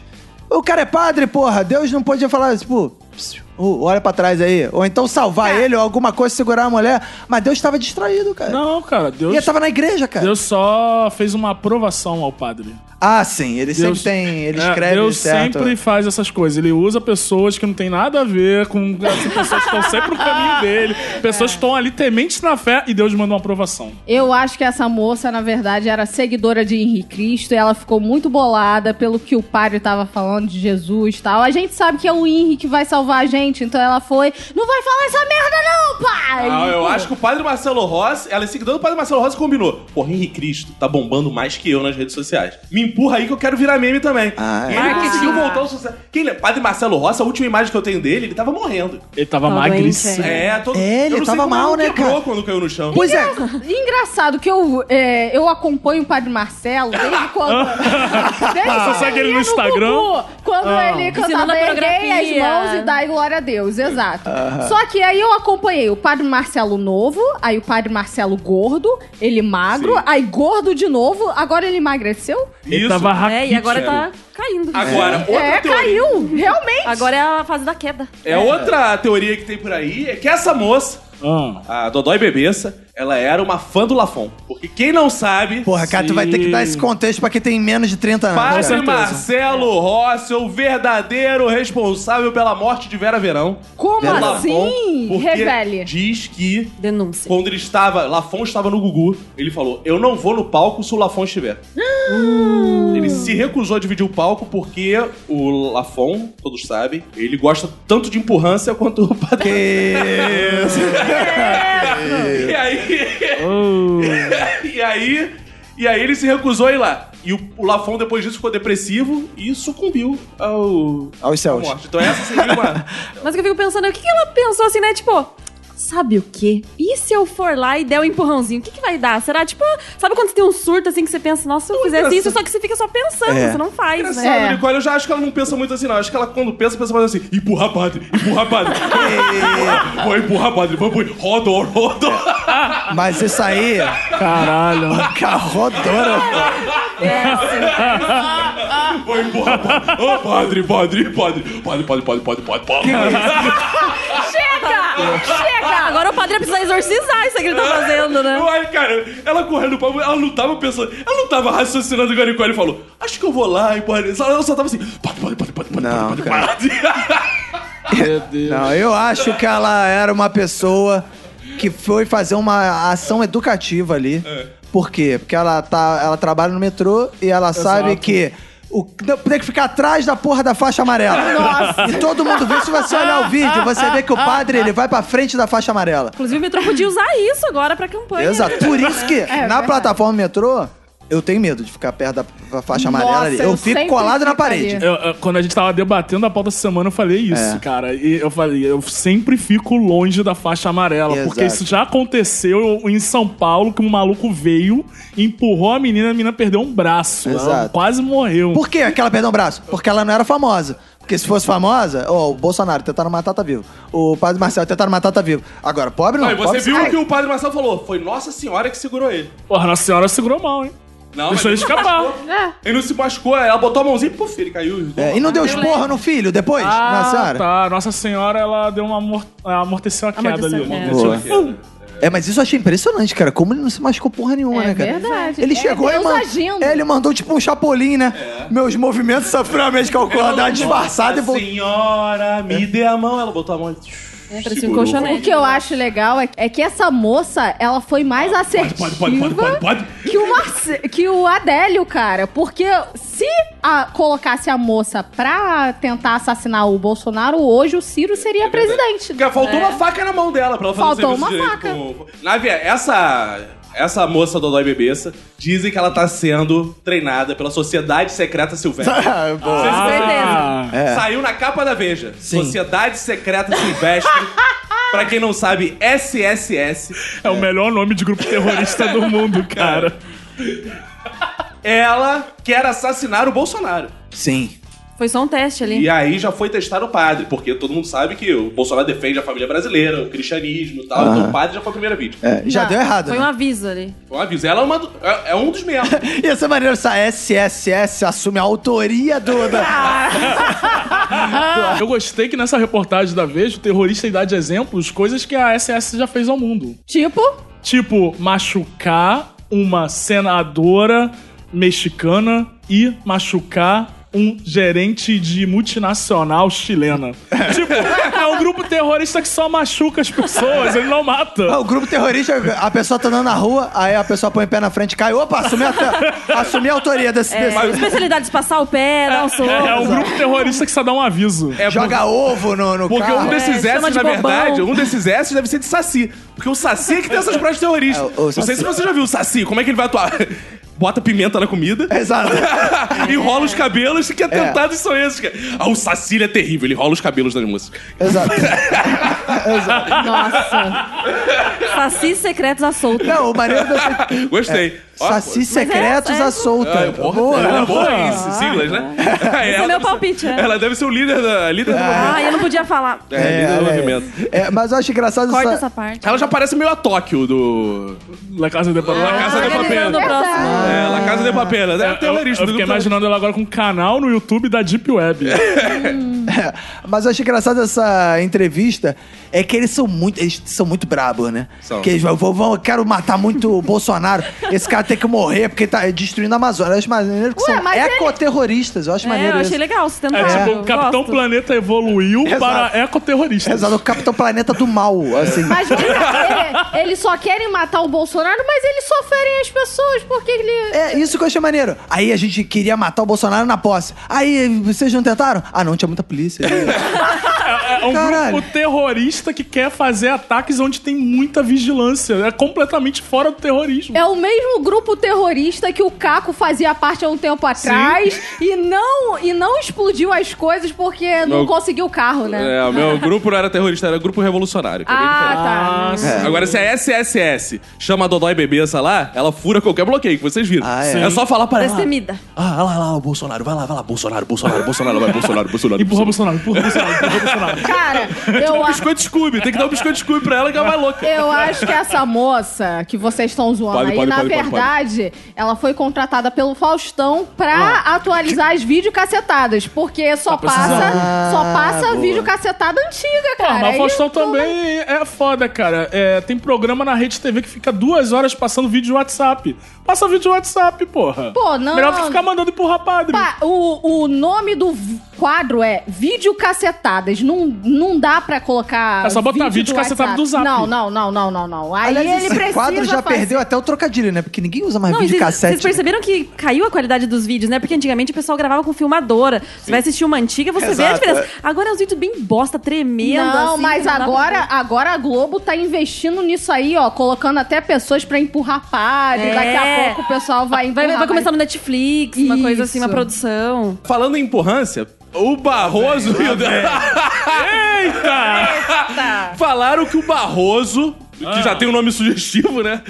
D: O cara é padre, porra. Deus não podia falar, tipo, "Psiu, ô, olha pra trás aí. Ou então salvar
F: É.
D: ele ou alguma coisa, segurar a mulher. Mas Deus tava distraído, cara.
E: Não, cara, Deus,
D: E ele tava na igreja, cara.
E: Deus só fez uma aprovação ao padre.
D: Ah, sim, ele
E: Deus-
D: sempre tem. Ele
E: É,
D: escreve
E: Deus
D: certo.
E: sempre faz essas coisas. Ele usa pessoas que não tem nada a ver com... assim, pessoas que estão sempre no caminho dele. Pessoas que estão ali tementes na fé e Deus manda uma aprovação.
C: Eu acho que essa moça, na verdade, era seguidora de Henrique Cristo e ela ficou muito bolada pelo que o padre estava falando de Jesus e tal. A gente sabe que é o Henrique que vai salvar a gente, então ela foi. Não vai falar essa merda, não, pai!
B: Ah, eu acho que o Padre Marcelo Rossi, ela em seguida do Padre Marcelo Rossi combinou. Porra, Henrique Cristo tá bombando mais que eu nas redes sociais. Me empurra aí que eu quero virar meme também.
D: Ah,
B: e
D: é.
B: ele conseguiu voltar ao sucesso. Quem lembra? Padre Marcelo Rossi, a última imagem que eu tenho dele, ele tava morrendo.
E: Ele tava
F: Tá doente,
E: magríssimo.
F: é.
B: É, todo
D: É, ele
B: eu não sei
D: tava
B: como
D: mal,
B: não
D: né,
B: quebrou
D: cara?
B: Quando caiu no chão.
D: Pois é.
C: E Engraçado que eu, é, eu acompanho o Padre Marcelo desde quando. desde
E: Você
C: quando
E: segue ele
C: ia
E: no Instagram?
C: Gugu, quando
E: Ah.
C: ele
F: Ensinando
C: cantava
F: a
C: Erguei as
F: coreografia.
C: mãos e dai glória a Deus, exato. Só que aí eu acompanhei o Padre Marcelo novo, aí o Padre Marcelo gordo, ele magro,
B: Sim.
C: aí gordo de novo, agora ele emagreceu?
E: Ele tava
F: É,
E: raquítico.
F: e agora tá caindo.
B: Agora, outra
C: é,
B: teoria.
C: caiu, realmente.
F: Agora é a fase da queda.
B: É outra teoria que tem por aí, é que essa moça,
E: Ah.
B: a Dodói Bebeça, ela era uma fã do Lafon. Porque quem não sabe,
D: Porra, cara, tu vai ter que dar esse contexto pra quem tem menos de 30
C: Ah,
D: anos.
B: Padre
D: cara.
B: Marcelo Rossi, o verdadeiro responsável pela morte de Vera Verão.
C: Como
B: Vera
C: assim?
B: porque
C: Revele.
B: Diz que
F: É. Denúncia.
B: quando ele estava, Lafon estava no Gugu, ele falou: Eu não vou no palco se o Lafon estiver.
C: Ah.
B: Ele se recusou a dividir o palco porque o Lafon, todos sabem, ele gosta tanto de empurrância quanto o Padre. e aí.
C: Oh.
B: e aí. E aí ele se recusou a ir lá. E o, o Lafon, depois disso, ficou depressivo e sucumbiu ao.
D: Aos
B: à
D: céus.
B: morte. Então essa seria uma.
F: Mas o que eu fico pensando é o que que ela pensou assim, né? Tipo, sabe o quê? E se eu for lá e der um empurrãozinho, o que, que vai dar? Será, tipo, sabe quando você tem um surto assim que você pensa, nossa, se eu fizesse isso, só que você fica só pensando,
D: É.
F: você não faz,
B: Engraçado,
F: né?
C: É.
B: Nicole, eu já acho que ela não pensa muito assim, não. Acho que ela, quando pensa, pensa mais assim: empurrar padre, empurrar padre. Vou empurrar padre, vou empurrar. Rodor, rodor.
D: Mas isso aí,
E: Caralho.
D: carrodona.
B: Vou empurrar padre. Ô, padre, padre, padre. Padre, padre, padre, padre, padre, padre.
F: Chega! Chega! Agora o padre precisa exorcizar isso que ele tá fazendo, né?
B: Ai, cara, ela correndo pra. Ela não tava pensando. Ela não tava raciocinando igual a Nicole falou. Acho que eu vou lá e padre. Ela só tava assim: padre, padre, padre, padre,
D: Não,
B: padre,
D: cara.
B: padre.
E: Meu Deus.
D: Não, eu acho que ela era uma pessoa que foi fazer uma ação educativa ali.
E: É.
D: Por quê? Porque ela, tá, ela trabalha no metrô e ela sabe que o, não, tem que ficar atrás da porra da faixa amarela. E todo mundo vê, se você olhar o vídeo, você vê que o padre ele vai pra frente da faixa amarela.
F: Inclusive o metrô podia usar isso agora pra campanha.
D: Exato. Por isso que na
C: É verdade.
D: plataforma metrô, eu tenho medo de ficar perto da da faixa amarela
C: Nossa,
D: ali.
C: eu
D: Eu fico
C: sempre
D: colado na
C: fico ali.
D: parede.
E: Eu, eu, quando a gente tava debatendo a pauta essa semana, eu falei isso,
D: É.
E: cara. E eu falei, eu sempre fico longe da faixa amarela. Porque
D: Exato.
E: isso já aconteceu em São Paulo, que um maluco veio, empurrou a menina, a menina perdeu um braço. Ela
D: Exato.
E: quase morreu.
D: Por que que ela perdeu o braço? Porque ela não era famosa. Porque se fosse famosa, ó, o Bolsonaro tentaram matar, tá vivo. O padre Marcelo tentaram matar, tá vivo. Agora, pobre não.
B: Aí você
D: pobre
B: viu
D: sai.
B: o que o padre Marcelo falou? Foi Nossa Senhora que segurou ele.
E: Porra, Nossa Senhora segurou mal, hein?
B: Não,
E: Deixou ele
B: mas
E: escapar.
B: ele não se machucou, ela botou a mãozinha e puf, ele caiu.
D: É, e não deu esporra no filho depois?
E: Ah,
D: na senhora?
E: tá. Nossa Senhora, ela deu uma amor... ela amorteceu a queda ali.
F: Amorteceu a queda.
E: Amorteceu a
D: Boa.
E: queda.
D: É, mas isso eu achei impressionante, cara. Como ele não se machucou porra nenhuma,
C: É
D: né, cara?
C: verdade.
D: Ele
C: É
D: chegou e
C: Deus
D: mandou.
C: agindo.
D: Ele mandou tipo um chapolim, né?
B: É.
D: Meus movimentos saframente calculados, disfarçado e
B: Nossa
D: voltou.
B: Senhora, me dê a mão. Ela botou a mão
F: É,
B: e.
F: parecia um
B: segurou.
F: colchonete.
C: O que eu acho legal é, é que essa moça, ela foi mais
B: Pode,
C: assertiva
B: pode, pode, pode, pode, pode.
C: que o, Marce... que o Adélio, cara. Porque se a- colocasse a moça pra tentar assassinar o Bolsonaro, hoje o Ciro seria presidente. É.
B: Cara, É Faltou uma faca na mão dela pra ela fazer
C: Faltou
B: o serviço
C: uma
B: direito
C: faca.
B: com- Nave, essa. Essa moça Dodói Bebeça dizem que ela tá sendo treinada pela Sociedade Secreta Silvestre.
D: Ah, boa.
B: Vocês têm
E: Ah,
D: É.
B: Saiu na capa da Veja. Sociedade Secreta Silvestre. pra quem não sabe, SSS.
E: é o melhor nome de grupo terrorista do mundo, cara.
B: Ela quer assassinar o Bolsonaro.
D: Sim.
F: Foi só um teste ali.
B: E aí já foi testar o padre, porque todo mundo sabe que o Bolsonaro defende a família brasileira, o cristianismo e tal. Então o padre já foi a primeira vítima.
D: É, já
F: Não,
D: deu errado.
F: Foi
D: né?
F: um aviso ali.
B: Foi um aviso. Ela é, uma do- é- é um dos membros.
D: E essa maneira, essa SSS assume a autoria do. Da...
B: Ah.
E: Eu gostei que nessa reportagem da Veja, o terrorista dá de exemplos coisas que a SS já fez ao mundo.
C: Tipo,
E: Tipo, machucar uma senadora mexicana e machucar um gerente de multinacional chilena. tipo, é um grupo terrorista que só machuca as pessoas, ele não
D: Ah,
E: mata.
D: O grupo terrorista, a pessoa tá andando na rua, aí a pessoa põe o pé na frente, cai. Opa, assumi a, te- assumi a autoria desse.
F: É,
D: desse-
F: especialidade de passar o pé, dar um soco.
E: É um grupo terrorista que só dá um aviso.
B: É
D: Joga ovo no, no
B: Porque
D: carro.
B: um desses S,
F: É,
B: na
F: chama de bobão.
B: verdade, um desses S deve ser de Saci. Porque o Saci é que tem essas práticas terroristas.
D: É, o- o
B: Não sei
D: Saci.
B: se você já viu o Saci, como é que ele vai atuar? Bota pimenta na comida.
D: Exato. É.
B: Enrola os cabelos, que atentados são esses, cara. Ah, o Saci ele é terrível, ele rola os cabelos das músicas.
D: Exato.
C: nossa.
F: Sacis secretos à solta.
D: Não, o maneiro do.
B: Gostei. Ó,
D: É. Saci secretos
F: é-
D: à solta.
B: Ah, porra,
D: Boa. né? Ah.
B: ela é boa em siglas, né?
F: Esse é
B: Ela
F: meu
B: deve ser-
F: palpite, né?
B: Ela deve ser o líder, da, líder
D: É.
B: do movimento.
F: Ah, eu não podia falar.
B: É, líder do
D: ela
B: movimento.
D: é, mas eu acho engraçado
F: Corta
D: essa-
F: essa parte.
B: Ela já parece meio a Tóquio do.
E: Na casa de papel.
B: Casa de
F: Organizando o
B: Papel.
F: próximo.
B: É, La Casa de Papel. É, é,
E: Eu, eu
B: terrorista.
E: fiquei imaginando ela agora com um canal no YouTube da Deep Web.
D: Mas eu achei engraçado essa entrevista. É que eles são muito. Eles são muito brabos, né?
B: São.
D: Que eles vão, vão, vão- eu quero matar muito o Bolsonaro. Esse cara tem que morrer, porque tá destruindo a Amazônia. Eu acho maneiro que
C: Ué,
D: são
C: mas ele-
D: ecoterroristas. Eu acho
F: É,
D: maneiro
F: eu
D: isso.
F: achei legal se tentar.
E: É tipo, o
F: eu
E: Capitão
F: gosto.
E: Planeta evoluiu
D: Exato.
E: para ecoterrorista.
D: Exato, o Capitão Planeta do Mal,
B: É.
D: assim.
C: Mas vem cá, ele- eles só querem matar o Bolsonaro, mas eles só ferem as pessoas, porque ele.
D: É isso que eu achei maneiro. Aí a gente queria matar o Bolsonaro na posse. Aí, vocês não tentaram? Ah, não, tinha muita polícia.
E: É, é um
D: Caralho.
E: grupo terrorista que quer fazer ataques onde tem muita vigilância. É completamente fora do terrorismo.
C: É o mesmo grupo terrorista que o Caco fazia parte há um tempo atrás e não, e não explodiu as coisas porque não
B: Não.
C: conseguiu o carro, né?
B: É, o meu grupo não era terrorista, era grupo revolucionário. que é bem diferente.
C: Ah, tá.
E: sim.
B: Agora, se é a SSS chama a Dodói Bebeça lá, ela fura qualquer bloqueio, que vocês viram.
D: Ah, é.
B: é. só falar para ela.
F: Destemida.
B: Ah, lá, lá, o Bolsonaro, vai lá, vai lá, Bolsonaro, Bolsonaro, Bolsonaro, vai, Bolsonaro, Bolsonaro.
E: Empurra Bolsonaro, empurra Bolsonaro, empurra Bolsonaro.
C: Cara, eu,
B: Um
C: a-
B: biscoito Scooby, tem que dar um biscoito Scooby pra ela que ela vai louca.
C: eu acho que essa moça que vocês estão zoando
B: Pode,
C: aí,
B: pode,
C: na
B: pode, pode,
C: verdade, ela foi contratada pelo Faustão
D: Ah,
C: pra atualizar as vídeo cacetadas, porque só
E: precisando.
C: passa, só passa
D: Tá Ah, boa.
C: vídeo cacetada antiga,
E: Pô,
C: cara.
E: Ah, mas
C: Aí
E: o Faustão
C: não vai-
E: também é foda, cara. É, tem programa na rede TV que fica duas horas passando vídeo de WhatsApp. Passa vídeo de WhatsApp, porra.
C: Pô, não.
E: Melhor do que ficar mandando empurrar padre.
C: Pa- o, o nome do v- quadro é Vídeo Cacetadas. Não, não dá pra colocar.
E: É só botar vídeo
C: do
E: cacetado
C: WhatsApp.
E: do Zap.
C: Não, não, não, não, não, não. Aí
D: Aliás,
C: ele
D: esse
C: precisa.
D: quadro já
C: fazer-
D: perdeu até o trocadilho, né? Porque ninguém usa mais né?
F: Não, e
D: vídeo
F: vocês,
D: cassete.
F: vocês perceberam que caiu a qualidade dos vídeos, né? Porque antigamente o pessoal gravava com filmadora. Você vai assistir uma antiga, você vê a
D: Exato,
F: diferença. Agora é uns vídeos bem bosta, tremendo.
C: Não,
F: assim,
C: mas
F: que não dá
C: agora,
F: pra ver.
C: agora a Globo tá investindo nisso aí, ó, colocando até pessoas pra empurrar padre.
F: É.
C: Daqui a pouco o pessoal vai
F: Vai,
C: empurrar.
F: vai começar no Netflix, uma coisa assim, uma
C: Isso.
F: produção.
B: Falando em empurrância, o Barroso e o... Eita! Falaram que o Barroso, que já tem um nome sugestivo, né?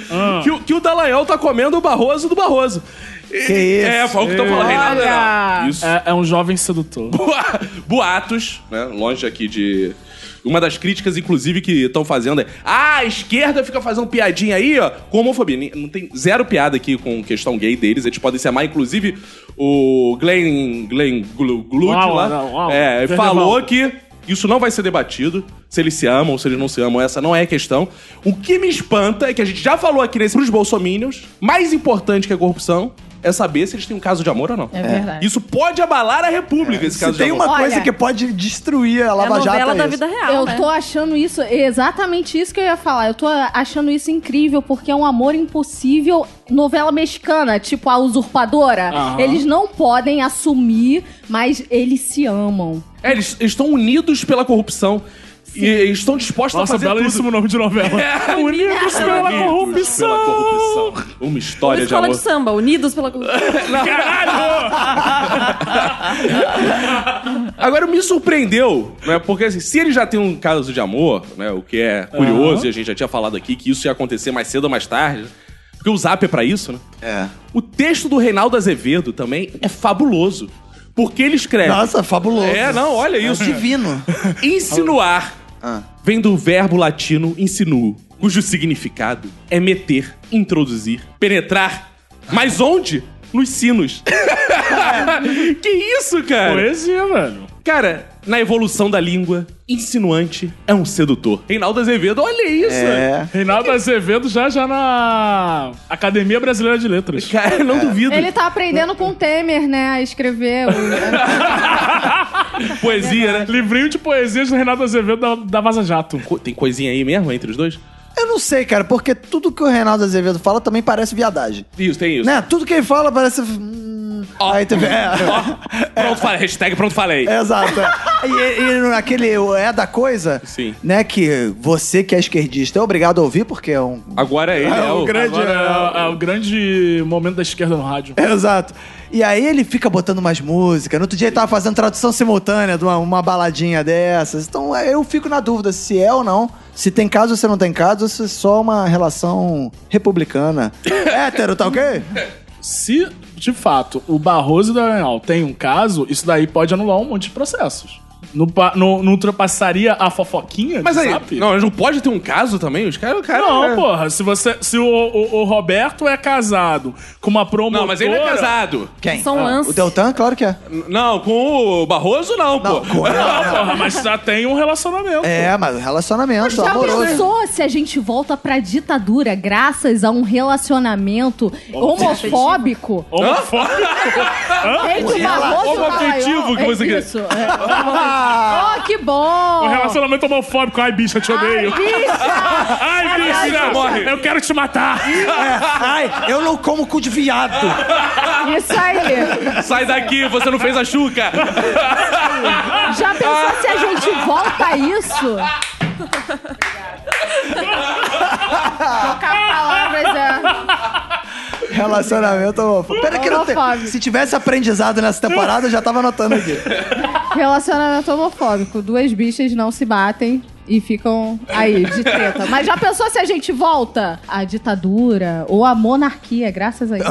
B: Que, o- que o Dallagnol tá comendo o Barroso do Barroso.
D: Que isso?
B: É, foi o que estão falando. Reinaldo,
C: Olha!
B: não. Isso.
E: É, é um jovem sedutor.
B: Boa- boatos, né? Longe aqui de. Uma das críticas, inclusive, que estão fazendo é. Ah, a esquerda fica fazendo piadinha aí, ó, com homofobia. Nem- Não tem zero piada aqui com questão gay deles. Eles podem se amar, inclusive, o Glenn. Glenn Glu- Glut
E: Uau,
B: lá.
E: não, uau.
B: é,
E: Fernando.
B: falou que. Isso não vai ser debatido, se eles se amam ou se eles não se amam, essa não é a questão. O que me espanta é que a gente já falou aqui nesse pros bolsominions, mais importante que a corrupção é saber se eles têm um caso de amor ou não.
C: É verdade.
B: Isso pode abalar a república, esse caso
D: É, Se tem
B: de
D: uma
B: amor.
C: Olha,
D: coisa que pode destruir a
F: É a
D: Lava Jato.
F: novela
D: é
F: da
D: isso.
F: vida real.
C: Eu
F: né?
C: tô achando isso, exatamente isso que eu ia falar. Eu tô achando isso incrível, porque é um amor impossível. Novela mexicana, tipo a usurpadora.
E: Aham.
C: Eles não podem assumir, mas eles se amam.
B: É, eles eles estão unidos pela corrupção. E eles estão
D: Tá
B: dispostos
E: Nossa,
B: a fazer tudo.
E: belíssimo nome de novela.
B: É.
E: Unidos pela
B: Unidos
E: corrupção.
B: pela corrupção. Uma
F: Uma
B: história de
F: escola
B: amor.
F: de samba, unidos pela.
B: Agora me surpreendeu, né? Porque assim, se ele já tem um caso de amor, né? O que é curioso, e a gente já tinha falado aqui que isso ia acontecer mais cedo ou mais tarde. Porque o zap é pra isso, né?
D: É.
B: O texto do Reinaldo Azevedo também é fabuloso. Porque ele escreve.
D: Nossa, fabuloso.
B: É, não, olha isso.
D: Divino.
B: Insinuar
D: Ah.
B: vem do verbo latino insinuo, cujo significado é meter, introduzir, penetrar. Mas onde? Nos sinos. que isso,
D: É.
B: cara?
E: Poesia, velho.
B: Cara, na evolução da língua, insinuante é um sedutor. Reinaldo Azevedo, olha isso.
D: É.
E: Reinaldo tá Azevedo já já na Academia Brasileira de Letras.
B: Cara,
D: É.
B: não duvido.
C: Ele tá aprendendo com o Temer, né, a escrever.
B: Poesia, né?
E: Livrinho de poesias do Reinaldo Azevedo da, da Vaza Jato.
B: Co- Tem coisinha aí mesmo entre os dois?
D: Eu não sei, cara, porque tudo que o Reinaldo Azevedo fala também parece viadagem.
B: Isso, tem isso.
D: Né? Tudo que ele fala parece. hum,
B: Ó.
D: Aí teve. É,
B: Pronto, falei. Hashtag pronto, falei.
D: é, exato. é. E, e no- aquele o é da coisa,
B: Sim.
D: né? Que você que é esquerdista é obrigado a ouvir, porque é um.
B: Agora ele é,
D: É o
B: o...
D: grande-
E: Agora é, é o grande momento da esquerda no rádio.
D: É, Exato. E aí ele fica botando umas músicas. No outro dia ele tava fazendo tradução simultânea de uma, uma baladinha dessas. Então é, eu fico na dúvida se é ou não. Se tem caso ou se não tem caso, ou se é só uma relação republicana. Hétero, tá ok?
E: Se, de fato, o Barroso e o Dallagnol tem um caso, isso daí pode anular um monte de processos. Não, pa- não, não ultrapassaria a fofoquinha
B: Mas
E: do
B: aí,
E: Zap?
B: não, não pode ter um caso também? Os caras, o cara...
E: Não,
B: é-
E: porra, se você. Se o, o- o Roberto é casado com uma promotora.
B: Não, mas ele é casado.
D: Quem? Ah,
F: São Lance.
D: O Deltan, claro que é.
B: N- Não, com o Barroso não, pô.
D: Não, com-
E: Não, porra, mas já tem um relacionamento.
D: É, mas relacionamento,
C: Já
D: amoroso.
C: pensou se a gente volta pra ditadura graças a um relacionamento homofóbico?
E: Homofóbico.
C: Entre o Barroso e o
B: Homoafetivo
C: Dallagnol?
B: que você
C: é
B: quer.
C: isso. É. oh, que bom!
E: Um relacionamento homofóbico. Ai, bicha, te odeio.
C: Bicha!
E: Ai,
B: Ai, bicha,
E: bicha,
B: morre.
E: eu quero te matar.
D: É, Ai, eu não como cu de viado.
C: Isso aí!
B: Sai daqui, você não fez a chuca.
C: Já pensou se a gente volta a isso. Trocar palavras é.
D: Relacionamento homofóbico. Pena que não tem.
C: Homofóbico.
D: Se tivesse aprendizado nessa temporada, eu já tava anotando aqui.
C: Relacionamento homofóbico. Duas bichas não se batem e ficam aí, de treta. Mas já pensou se a gente volta à ditadura ou à monarquia, graças a isso?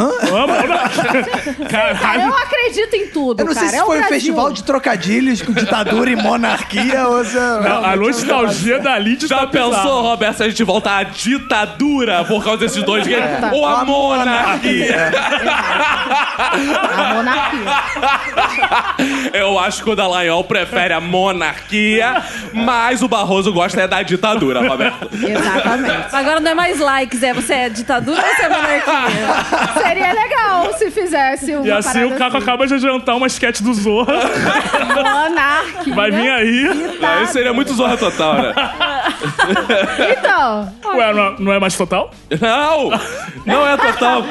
C: Cara, eu
E: Caralho.
C: acredito em tudo,
D: Eu não sei
C: cara.
D: se
C: É o
D: foi um
C: Brasil.
D: festival de trocadilhos com ditadura e monarquia ou se... é um-
E: A nostalgia da Lid
B: Já pensou, Roberto, se a gente voltar à ditadura por causa desses dois games? Ou a
D: A
B: monarquia?
C: A monarquia.
B: Eu acho que o Dallagnol prefere a monarquia, mas o Barroso gosta é da ditadura, Roberto.
C: Exatamente.
F: Agora não é mais likes, é você é ditadura ou você é monarquia?
C: Seria legal se fizesse uma
E: E assim o Caco acaba de adiantar uma sketch do Zorra.
C: acaba... Monarquia.
E: Vai vir aí.
B: Aí seria muito zorra total, né?
C: Então,
E: Ué, não é, não é mais total?
B: Não! Não é total.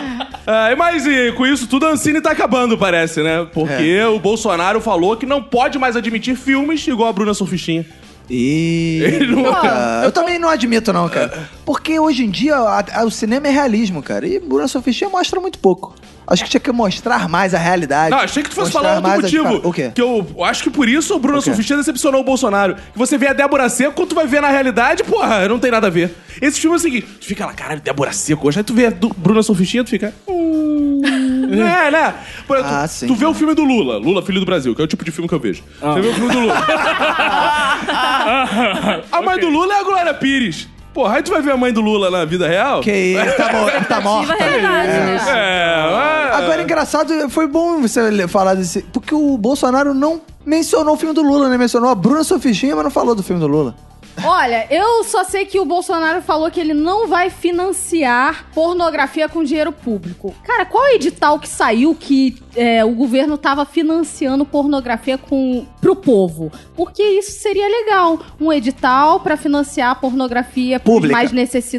B: É, mas e, com isso tudo, a Ancine tá acabando, parece, né? Porque o Bolsonaro falou que não pode mais admitir filmes igual a Bruna Surfistinha.
D: E...
B: Ele nunca.
D: eu também não admito, não, cara. Porque hoje em dia a- a- o cinema é realismo, cara. E Bruna Sofia mostra muito pouco. Acho que tinha que mostrar mais a realidade.
B: Não, achei que tu fosse
D: Mostrar
B: falar outro
D: mais as
B: motivo.
D: par- O quê?
B: Que eu eu acho que por isso o Bruno
D: O quê?
B: Surfista decepcionou o Bolsonaro. Que você vê a Débora Seco, quando tu vai ver na realidade, porra, não tem nada a ver. Esse filme é o seguinte: tu fica lá, caralho, Débora Seco hoje. Aí tu vê a do- Bruna Surfistinha, tu fica. hum, é, né? Por exemplo,
D: Ah,
B: tu,
D: sim.
B: tu vê o filme do Lula, Lula, Filho do Brasil, que é o tipo de filme que eu vejo. Você vê o filme do Lula. a mãe do Lula é a Glória Pires. Porra, aí tu vai ver a mãe do Lula na vida real?
D: Que isso, tá, bom, ele tá
F: Viva a
D: morta.
F: realidade, né?
B: É, é.
D: Agora, engraçado, foi bom você le- falar desse. Porque o Bolsonaro não mencionou o filme do Lula, né? Mencionou a Bruna Sofistinha, mas não falou do filme do Lula.
C: olha, eu só sei que o Bolsonaro falou que ele não vai financiar pornografia com dinheiro público. Cara, qual é edital que saiu que é, o governo tava financiando pornografia com, pro povo? Porque isso seria legal. Um edital pra financiar pornografia pros
D: Pública.
C: mais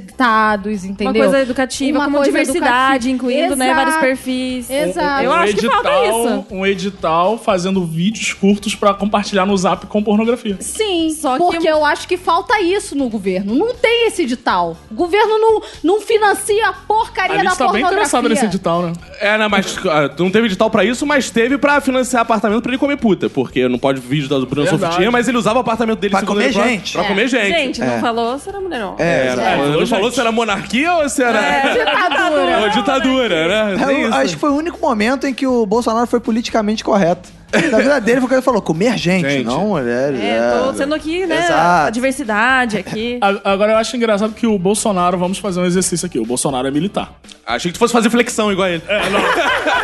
C: necessitados, entendeu?
F: Uma coisa educativa,
C: Uma
F: como
C: coisa
F: diversidade,
C: educativa.
F: incluindo né,
C: Exato.
F: vários perfis.
C: Exato.
F: Eu acho que falta isso.
E: Um edital fazendo vídeos curtos pra compartilhar no zap com pornografia.
C: Sim,
F: Só que- é
C: porque eu acho que falta isso no governo. Não tem esse edital. O governo não, não financia a
E: A
C: porcaria da
E: Lid tá bem
C: pornografia.
E: interessada nesse edital, né?
B: É, não, mas ah, não teve edital pra isso, mas teve pra financiar apartamento pra ele comer puta. Porque não pode vídeo da Bruno
E: Verdade.
B: Sofitinha, mas ele usava o apartamento dele
D: Pra
B: segundo
D: comer
B: ele fala,
D: gente.
B: Pra
C: É.
B: comer gente.
F: Gente, não falou, será mulher não. É, tá
B: É,
D: É,
B: não, não falou se era monarquia ou se era.
C: É, Ditadura.
B: Ou ditadura, né?
D: É,
B: Tem
D: eu
B: isso.
D: acho que foi o único momento em que o Bolsonaro foi politicamente correto. Na vida dele foi quando ele falou: comer gente,
B: Gente.
D: não mulheres.
F: É, tô sendo aqui, né? A
D: Exato.
F: diversidade aqui.
E: A- Agora eu acho engraçado que o Bolsonaro, vamos fazer um exercício aqui. O Bolsonaro é militar.
B: Achei que tu fosse fazer flexão igual a ele.
E: É, não.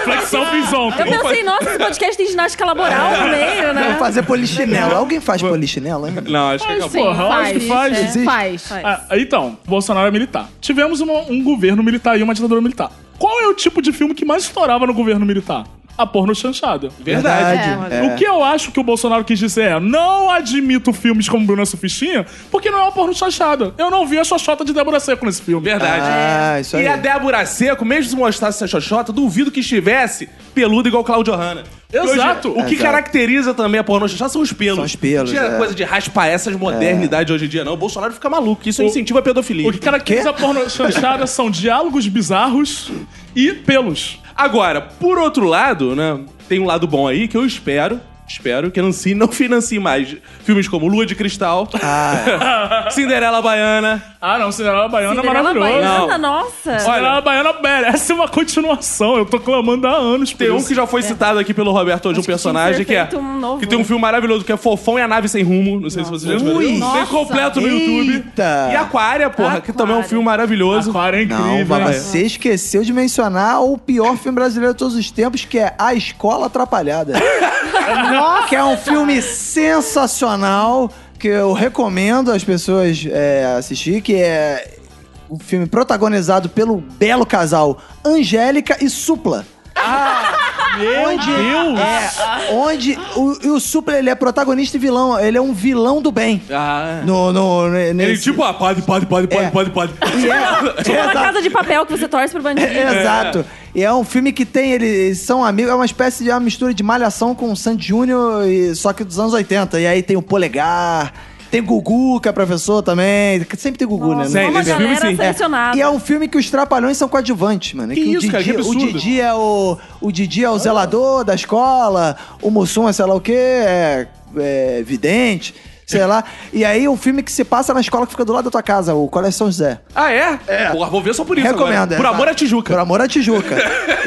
E: Flexão fiz
F: Eu
E: ontem.
F: pensei, nossa, esse podcast tem ginástica laboral no meio,
D: Vamos
F: né?
D: fazer polichinelo. Alguém faz polichinelo, hein?
B: Não, acho que acabou.
E: sim. Porra, acho que faz.
C: é,
D: Existe.
C: faz.
E: Ah, então, Bolsonaro é militar. Tivemos uma- um governo militar e uma ditadura militar. Qual é o tipo de filme que mais estourava no governo militar? A porno chanchada.
B: Verdade.
D: É.
E: O que eu acho que o Bolsonaro quis dizer é: não admito filmes como Bruna Sufistinha, porque não é uma porno chanchada. Eu não vi a xoxota de Débora Seco nesse filme.
B: Verdade.
D: Ah, isso aí.
B: E a Débora Seco, mesmo se mostrasse essa xoxota, duvido que estivesse peluda igual Claudio Hanna.
E: Exato.
B: Hoje, o que
D: Exato.
B: caracteriza também a pornô xoxota são os pelos.
D: São os pelos,
B: Não tinha
D: é.
B: coisa de raspar essas modernidade hoje em dia, não. O Bolsonaro fica maluco. Isso incentiva a pedofilia.
E: O que caracteriza a porno chanchada são diálogos bizarros e pelos.
B: Agora, por outro lado, né? Tem um lado bom aí que eu espero. Espero que a Nancy não financie mais filmes como Lua de Cristal,
D: Ah,
B: Cinderela Baiana.
E: Ah, não, Cinderela Baiana é
F: Cinderela
E: maravilhoso.
F: Baiana, tá, nossa.
E: Cinderela Baiana merece uma continuação. Eu tô clamando há anos por
B: Tem um
E: isso.
B: que já foi citado aqui pelo Roberto hoje, um
F: Acho que tinha que ser
B: personagem que, é.
F: feito um novo.
B: que tem um filme maravilhoso que é Fofão e a Nave Sem Rumo. Não sei se vocês já
D: Ui.
B: viram. Tem
C: Nossa.
B: completo no YouTube.
D: Eita.
B: E Aquária, porra, que também é um
F: Aquária.
B: filme maravilhoso.
E: Aquário é
D: Não,
E: incrível.
B: né?
D: mas você esqueceu de mencionar o pior filme brasileiro de todos os tempos, que é A Escola Atrapalhada. que é um filme sensacional, que eu recomendo às pessoas é, assistir, que é um
B: Ah,
D: filme protagonizado pelo belo casal Angélica e Supla. onde é, onde o, e o Supla ele é protagonista e vilão. Ele é um vilão do bem.
B: Ah.
D: No, no, ne- nesse...
B: Ele tipo, ah, pode, pode, pode, pode,
D: É.
B: pode, pode.
D: E é-
F: Tipo
D: é
F: na
D: da-
F: casa de papel que você torce pro bandido.
D: É, Exato. E é um filme que tem, eles são amigos, é uma espécie de uma mistura de malhação com o Sandy Júnior, e- só que dos anos 80. E aí tem o Polegar, tem o Gugu, que é professor também. que Sempre tem Gugu, né?
F: Nossa,
B: Sempre,
F: uma
B: esse filme,
F: galera
B: sim.
F: selecionada.
D: E é um filme que os trapalhões são coadjuvantes, mano.
B: Que
D: o
B: isso, cara, que
D: O
B: absurdo.
D: Didi é o, o, Didi é o zelador da escola, o Mussum é sei lá o quê, é, é vidente, sei lá. E aí o filme que se passa na escola que fica do lado da tua casa, o Colégio São José.
B: Ah, é? É. Porra, vou ver só por isso
D: Recomendo.
B: agora.
D: é,
B: Por amor
D: tá?
B: à Tijuca.
D: Por amor à Tijuca.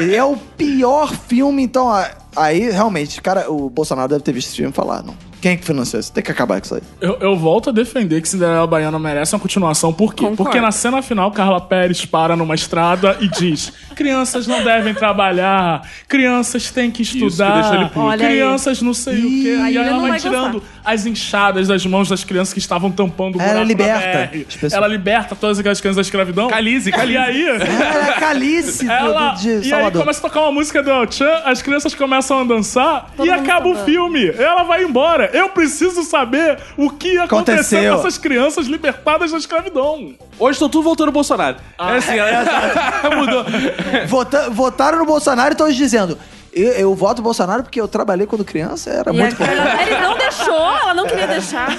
D: e é o pior filme, então. a- Aí, realmente, cara, o Bolsonaro deve ter visto esse filme e falar, não. Quem é que financiou isso? Tem que acabar com isso aí.
E: Eu, eu volto a defender que Cinderela Baiana merece uma continuação. Por quê?
F: Concordo.
E: Porque na cena final, Carla Pérez para numa estrada e diz: crianças não devem trabalhar, crianças têm que
B: que
E: estudar,
B: deixou ele puto.
F: Olha aí.
E: crianças não sei o quê.
F: Aí
E: E aí
F: ele
E: ela
F: não
E: vai
F: vai
E: tirando as enxadas das mãos das crianças que estavam tampando o
D: Ela
E: buraco na
D: liberta
E: BR.
D: as pessoas.
E: Ela liberta todas aquelas crianças da escravidão.
B: Calize,
E: E
B: calize.
E: aí.
D: Ela é Calice do-
E: Ela,
D: de
E: e aí
D: Salvador.
E: começa a tocar uma música do El-Chan, as crianças começam a dançar e
F: mundo
E: acaba o
F: dançando.
E: filme. Ela vai embora. Eu preciso saber o que aconteceu,
D: Aconteceu.
E: com essas crianças libertadas da escravidão.
B: Hoje estou tudo voltando ao Bolsonaro. é assim, ela... mudou. assim?
D: Vota- votaram no Bolsonaro e estão dizendo. Eu, eu voto Bolsonaro porque eu trabalhei quando criança, era
F: E a
D: muito bom. É.
F: Carla Pérez não deixou, ela não queria deixar.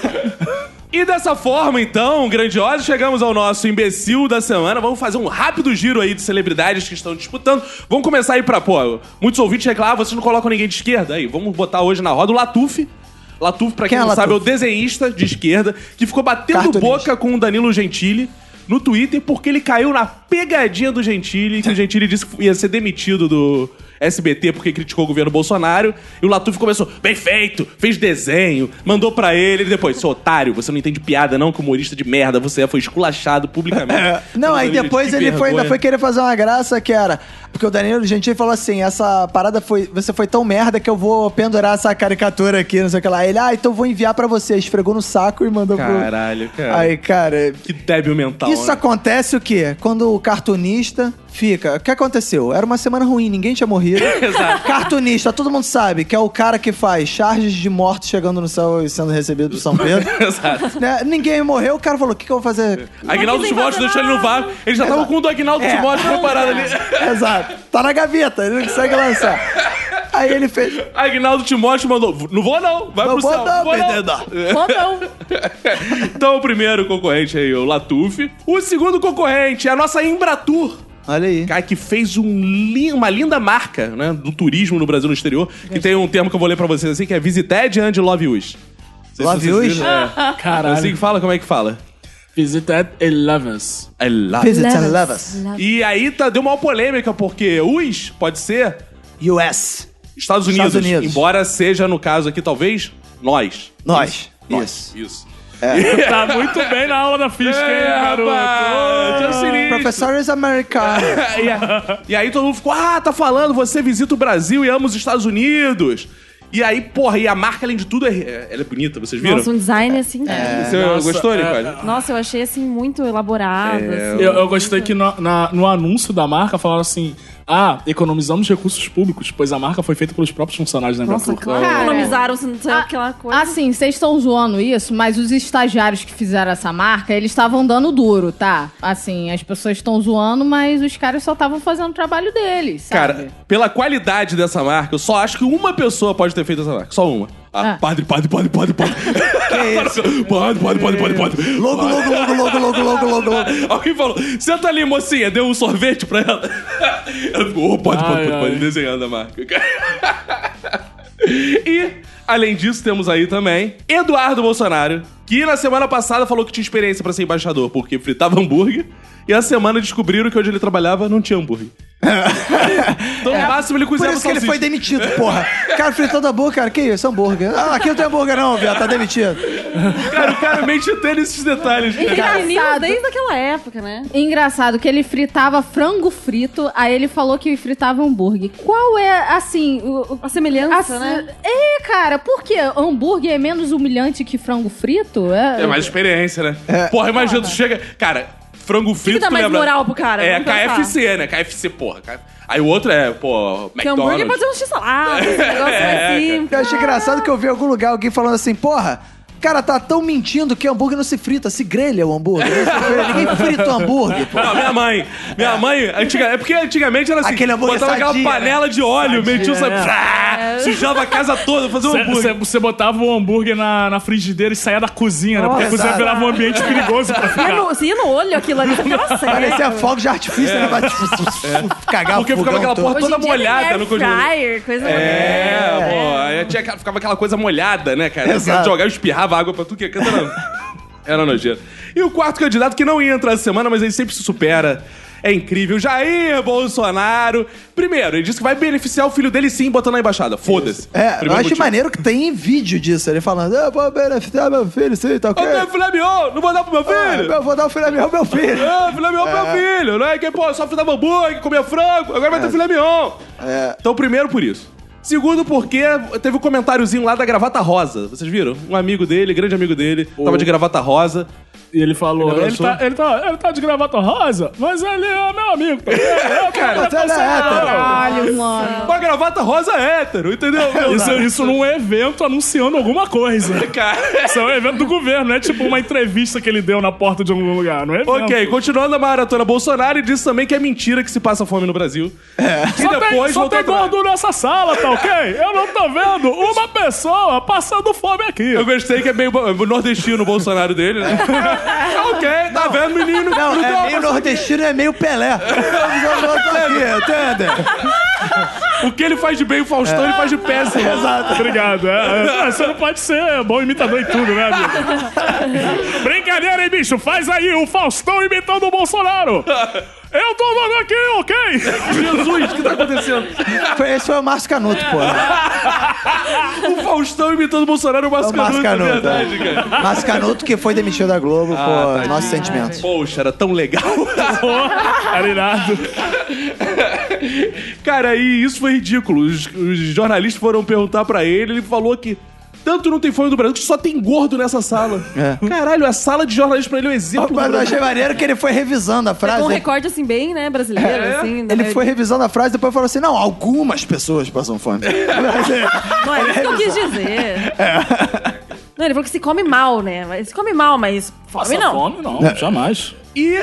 B: E dessa forma, então, grandiosa, chegamos ao nosso imbecil da semana. Vamos fazer um rápido giro aí de celebridades que estão disputando. Vamos começar aí pra, pô, muitos ouvintes reclamam, vocês não colocam ninguém de esquerda. Aí, vamos botar hoje na roda o Latuf. Latuf, pra quem,
D: Quem é
B: não
D: Latuf?
B: sabe, é o desenhista de esquerda que ficou batendo
D: Cartunista.
B: boca com o Danilo Gentili no Twitter porque ele caiu na pegadinha do Gentili, que o Gentili disse que ia ser demitido do SBT porque criticou o governo Bolsonaro. E o Latuf começou, bem feito, fez desenho, mandou pra ele. Ele depois, seu otário, você não entende piada não, que humorista de merda, você é, foi esculachado publicamente.
D: É. Não,
B: Pelo
D: aí
B: Danilo
D: depois
B: Gentili, que
D: ele foi, ainda
B: vergonha.
D: foi querer fazer uma graça que era. Porque o Danilo Gentili falou assim: essa parada foi. Você foi tão merda que eu vou pendurar essa caricatura aqui, não sei o que lá. Ele, ah, então vou enviar pra você. Esfregou no saco e mandou pro.
B: Caralho, cara.
D: Aí, cara.
B: Que débil mental.
D: Isso
B: né?
D: acontece o quê? Quando o cartunista fica. O que aconteceu? Era uma semana ruim, ninguém tinha morrido.
B: Exato.
D: Cartunista, todo mundo sabe que é o cara que faz charges de mortos chegando no céu e sendo recebido do São Pedro.
B: Exato.
D: Né? Ninguém morreu, o cara falou: o que, que eu vou fazer?
B: Aguinaldo
F: quis
B: Timóteo
F: fazer
B: deixou ele no
F: nada.
B: VAR. Ele já tava com o do Aguinaldo
D: É.
B: Timóteo preparado ali.
D: Exato. Tá na gaveta, ele não consegue lançar. Aí ele fez.
B: Agnaldo Timóteo mandou. Não vou não, vai
D: Não
B: pro
D: vou
B: céu.
D: não,
B: vou
D: perdedor.
F: Ou não.
B: Então o primeiro concorrente aí, é o Latuf. O segundo concorrente é a nossa Embratur.
D: Olha aí.
B: Cara, que fez um li- uma linda marca, né? Do turismo no Brasil e no exterior. Que tem um termo que eu vou ler pra vocês assim, que é Visited and Love Us. Não sei se
D: Love
B: vocês
D: Us?
B: viram, É. É assim que fala? Como é que fala?
E: Visited Elevens.
D: É
B: I love.
D: Visits and lovers.
B: E aí tá, deu uma polêmica, porque US pode ser
D: US.
B: Estados Unidos.
D: Estados Unidos.
B: Embora seja, no caso aqui, talvez, nós.
D: Nós.
B: Nós.
D: Isso.
B: Isso.
E: Tá muito bem na aula da física,
D: É,
E: hein, garoto?
B: É, rapaz, tinha um sinistro.
D: Professores americanos.
B: E a- e aí todo mundo ficou, ah, tá falando, você visita o Brasil e ama os Estados Unidos. E aí, porra, e a marca, além de tudo, é, é- ela é bonita, vocês viram?
F: Nossa, um design
D: É.
F: assim.
B: Você
E: Nossa,
B: gostou,
E: é-
B: Nicole?
F: Nossa, eu achei assim muito elaborado.
D: É,
F: assim.
E: Eu, eu gostei que no, na- no anúncio da marca falaram assim: ah, economizamos recursos públicos, pois a marca foi feita pelos próprios funcionários né, da
F: Nossa,
E: Embratur.
F: claro.
C: Cara.
F: Economizaram, se não sei
C: Ah,
F: aquela coisa.
C: Assim, vocês estão zoando isso, mas os estagiários que fizeram essa marca, eles estavam dando duro, tá? Assim, as pessoas estão zoando, mas os caras só estavam fazendo o trabalho deles, sabe?
B: Cara, pela qualidade dessa marca, eu só acho que uma pessoa pode ter feito essa marca. Só uma. Ah,
C: Ah.
B: Padre, padre, padre, padre, padre. Padre, padre, padre, padre, padre.
D: Logo, logo, logo, logo, logo, logo, logo, logo.
B: Alguém falou, senta ali, mocinha, deu um sorvete pra ela. Ela ficou, ô, pode, pode,
E: Ai,
B: pode, pode,
E: ai.
B: desenhando a marca. E, além disso, temos aí também Eduardo Bolsonaro, que na semana passada falou que tinha experiência pra ser embaixador, porque fritava hambúrguer, e a semana descobriram que onde ele trabalhava não tinha hambúrguer. então, no máximo, ele
D: É, Por
B: cozinhava
D: isso que ele
B: salsicha.
D: foi demitido, porra. Cara, fritando a boca, cara. Que isso? Hambúrguer. Ah, aqui não tem hambúrguer, não, viado. Tá demitido.
B: Cara, o cara mente até nesses detalhes. cara.
F: Ele
C: Engraçado.
F: uniu desde aquela época, né?
C: Engraçado que ele fritava frango frito, aí ele falou que fritava hambúrguer. Qual é, assim, o- o-
F: A semelhança,
C: a-
F: né?
C: É, cara, por quê? Hambúrguer é menos humilhante que frango frito? É,
B: É mais experiência, né?
F: É.
B: Porra, imagina, tu chega. Cara, frango frito.
F: dá
B: tu
F: mais
B: lembra?
F: moral pro cara?
B: É,
F: Vamos pensar.
B: KFC, né? KFC, porra. Cara. Aí o outro é, pô,
F: Que hambúrguer pode
B: McDonald's.
F: ser um x-salada, esse negócio
B: É,
F: mais simples.
D: Eu achei engraçado que eu vi em algum lugar alguém falando assim, porra, cara, tá tão mentindo que hambúrguer não se frita, se grelha o hambúrguer. Não se grelha, Ninguém frita o hambúrguer,
F: um-
D: pô.
B: Não, minha mãe. Minha mãe, antiga, é porque antigamente era assim,
D: Aquele hambúrguer
B: botava aquela
D: sadia,
F: né?
B: panela de óleo, metia o
F: é.
B: sangue,
E: né?
B: frá, sujava a casa toda, fazia um hambúrguer.
E: Você botava o hambúrguer na, na frigideira e saía da cozinha, né? Porque a
D: Nossa.
E: cozinha virava um ambiente perigoso pra
F: Ia
E: ficar.
F: no, se ia no olho aquilo ali, ficava sério.
D: Parecia fogo de artifício, né? Mas, Cagar o
B: Porque ficava
D: fogão
B: aquela
D: todo.
B: porra
F: Hoje em
B: toda
F: dia é tem
B: molhada no congelador.
F: air fryer, coisa um
B: É, pô, aí tinha, aquela- ficava aquela coisa molhada, né, cara?
D: Exato.
B: Jogava, espirrava água pra tudo que é canto, era, era nojeiro. E o quarto candidato que não ia entrar essa semana, mas ele sempre se supera. É incrível. Jair Bolsonaro. Primeiro, ele disse que vai beneficiar o filho dele sim, botando na embaixada. Foda-se.
D: É, eu
B: Primeiro
D: acho
B: motivo.
D: maneiro que tem vídeo disso. Ele falando, "Ah, eu vou beneficiar meu filho, sim, tá
B: Ô,
D: ok?
B: Ah, meu filé mignon, não vou dar pro meu filho?
D: Ah, eu vou dar o filé meu, meu filho.
B: É, filé mignon pro meu filho, né? Que, pô, só fritava hambúrguer, comia frango, agora vai ter filé mignon.
D: É.
B: Então, primeiro por isso. Segundo, porque teve um comentáriozinho lá da gravata rosa. Vocês viram? Um amigo dele, grande amigo dele, tava de gravata rosa.
E: E ele falou:
B: Ele
E: ele,
B: abraçou?
E: tá, ele, tá, ele tá de gravata rosa, mas ele é meu amigo. Tá? Eu
B: Cara,
E: tô
D: você não é
E: sensacional."
D: hétero.
C: Caralho, mano.
B: Uma gravata rosa é hétero, entendeu? Meu
E: Isso,
B: Deus.
E: isso num evento anunciando alguma coisa.
B: Cara.
E: Isso é um evento do governo, não é tipo uma entrevista que ele deu na porta de algum lugar, não é? evento.
B: Ok, continuando a maratona, Bolsonaro ele disse também que é mentira que se passa fome no Brasil. É. E
E: Só tem,
B: depois
E: só
B: voltou
E: tem
B: atrás.
E: gordo nessa sala, tá ok? Eu não tô vendo uma pessoa passando fome aqui.
B: Eu gostei que é meio bo- nordestino o Bolsonaro dele, né? ok, tá vendo, menino?
D: Não,
B: tem uma
D: é meio nordestino, é meio Pelé. Eu não tô aqui, entende?
B: O que ele faz de bem, o Faustão, ele faz de péssimo.
E: Exato. Obrigado. É, é, você não pode ser bom imitador em tudo, né, amigo? Brincadeira, hein, bicho? Faz aí o Faustão imitando o Bolsonaro. Eu tô dando aqui, ok?
B: Jesus, o que tá acontecendo?
D: Foi- Esse foi o Márcio Canuto, pô.
B: O Faustão imitando o Bolsonaro é o
D: É o
B: Márcio
D: Márcio
B: Canuto, é
D: Canuto.
B: verdade, cara.
D: é. Márcio Canuto que foi demitido da Globo, pô. Nossos sentimentos.
B: Poxa, era tão legal.
E: Pô, era irado.
B: cara, e isso foi ridículo. Os, os jornalistas foram perguntar pra ele, ele falou que tanto não tem fome do Brasil que só tem gordo nessa sala.
D: É.
B: Caralho, a sala de jornalismo pra ele é um exemplo.
D: Mas
B: do
D: eu
B: Brasil.
D: achei maneiro que ele foi revisando a
F: Com um
D: frase.
F: recorde assim bem, né, brasileiro, assim. da
D: Tá, Ele
F: maioria.
D: foi revisando a frase e depois falou assim: não, algumas pessoas passam fome.
F: Não, é isso que eu quis dizer. Não, ele falou que se come mal, né? Mas Se come mal, mas fome não.
E: Fome
B: É.
E: não, jamais.
B: E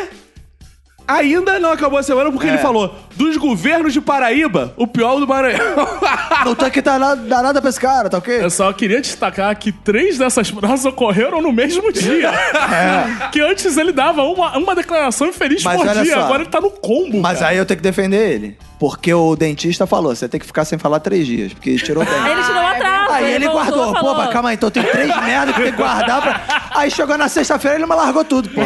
B: ainda não acabou a semana porque
D: É.
B: ele falou dos governos de Paraíba, o pior do Maranhão.
D: não tô aqui dar nada, dar nada pra esse cara, tá ok?
E: Eu só queria destacar que três dessas frases ocorreram no mesmo dia.
B: É.
E: Que antes ele dava uma, uma declaração infeliz
D: Mas
E: por
D: olha
E: dia,
D: só.
E: agora ele tá no combo.
D: Mas
E: cara.
D: aí eu tenho que defender ele. Porque o dentista falou: você tem que ficar sem falar três dias, porque tirou o
F: Aí
D: dente.
F: ele tirou um atraso.
D: Aí ele
F: voltou,
D: guardou, pô,
F: falou,
D: mas calma aí, então tem três merdas que tem que guardar pra. Aí chegou na sexta-feira ele me largou tudo, pô.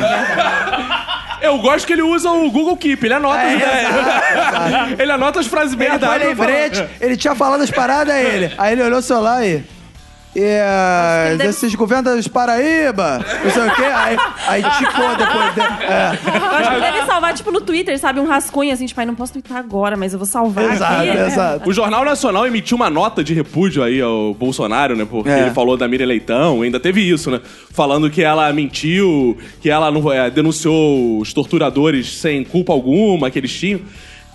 B: Eu gosto que ele usa o Google Keep, ele anota
D: É,
B: as ideias. Ele anota as frases
D: Ele
B: merda.
D: foi
B: abre e fala.
D: lembrete, ele tinha falado as paradas aí ele. Aí ele olhou o celular e. E eh,
F: deve-
D: esses governos de Paraíba, não sei o quê, aí, aí ticou depois dele. É,
F: Eu acho que deve salvar, tipo, no Twitter, sabe? Um rascunho assim, tipo, ai, não posso twittar agora, mas eu vou salvar
D: exato,
F: aqui.
D: exato.
B: O Jornal Nacional emitiu uma nota de repúdio aí ao Bolsonaro, né? Porque
D: É.
B: ele falou da Miriam Leitão, ainda teve isso, né? Falando que ela mentiu, que ela não, eh, denunciou os torturadores sem culpa alguma que eles tinham.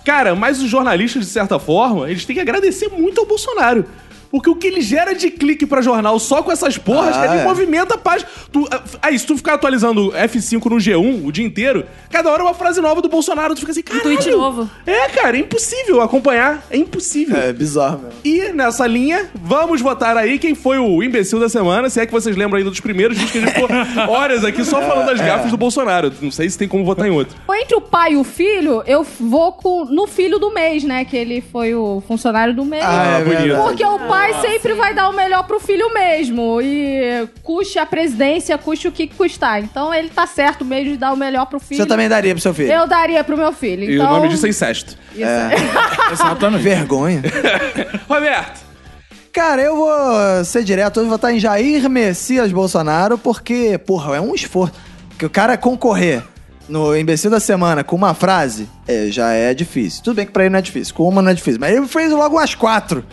B: Cara, mas os jornalistas, de certa forma, eles têm que agradecer muito ao Bolsonaro. Porque o que ele gera de clique pra jornal só com essas porras,
D: Ah,
B: ele
D: é.
B: movimenta a página. Tu, ah, aí, se tu ficar atualizando F5 no G1 o dia inteiro, cada hora é uma frase nova do Bolsonaro, tu fica assim, cara.
F: Um tweet novo.
B: É, cara, é impossível acompanhar. É impossível.
D: É bizarro mesmo.
B: E nessa linha, vamos votar aí quem foi o imbecil da semana. Se é que vocês lembram ainda dos primeiros, diz que a gente ficou horas aqui só falando das gafas do Bolsonaro. Não sei se tem como votar em outro.
C: Ou Entre o pai e o filho, eu vou com, no filho do mês, né? Que ele foi o funcionário do mês.
D: Ah, é
B: bonito.
D: verdade.
C: Porque o pai sempre vai dar o melhor pro filho mesmo. E custe a presidência, custe o que custar. Então ele tá certo mesmo de dar o melhor pro filho.
D: Você também é daria pro seu filho?
C: Eu daria pro meu filho.
B: E
C: então,
B: o nome disso é incesto.
C: isso.
D: Vergonha.
B: Roberto,
D: Cara, eu vou ser direto, hoje vou estar em Jair Messias Bolsonaro, porque, porra, é um esforço. Que o cara concorrer no imbecil da semana com uma frase, é, já é difícil. Tudo bem que pra ele não é difícil, com uma não é difícil, mas ele fez logo umas quatro.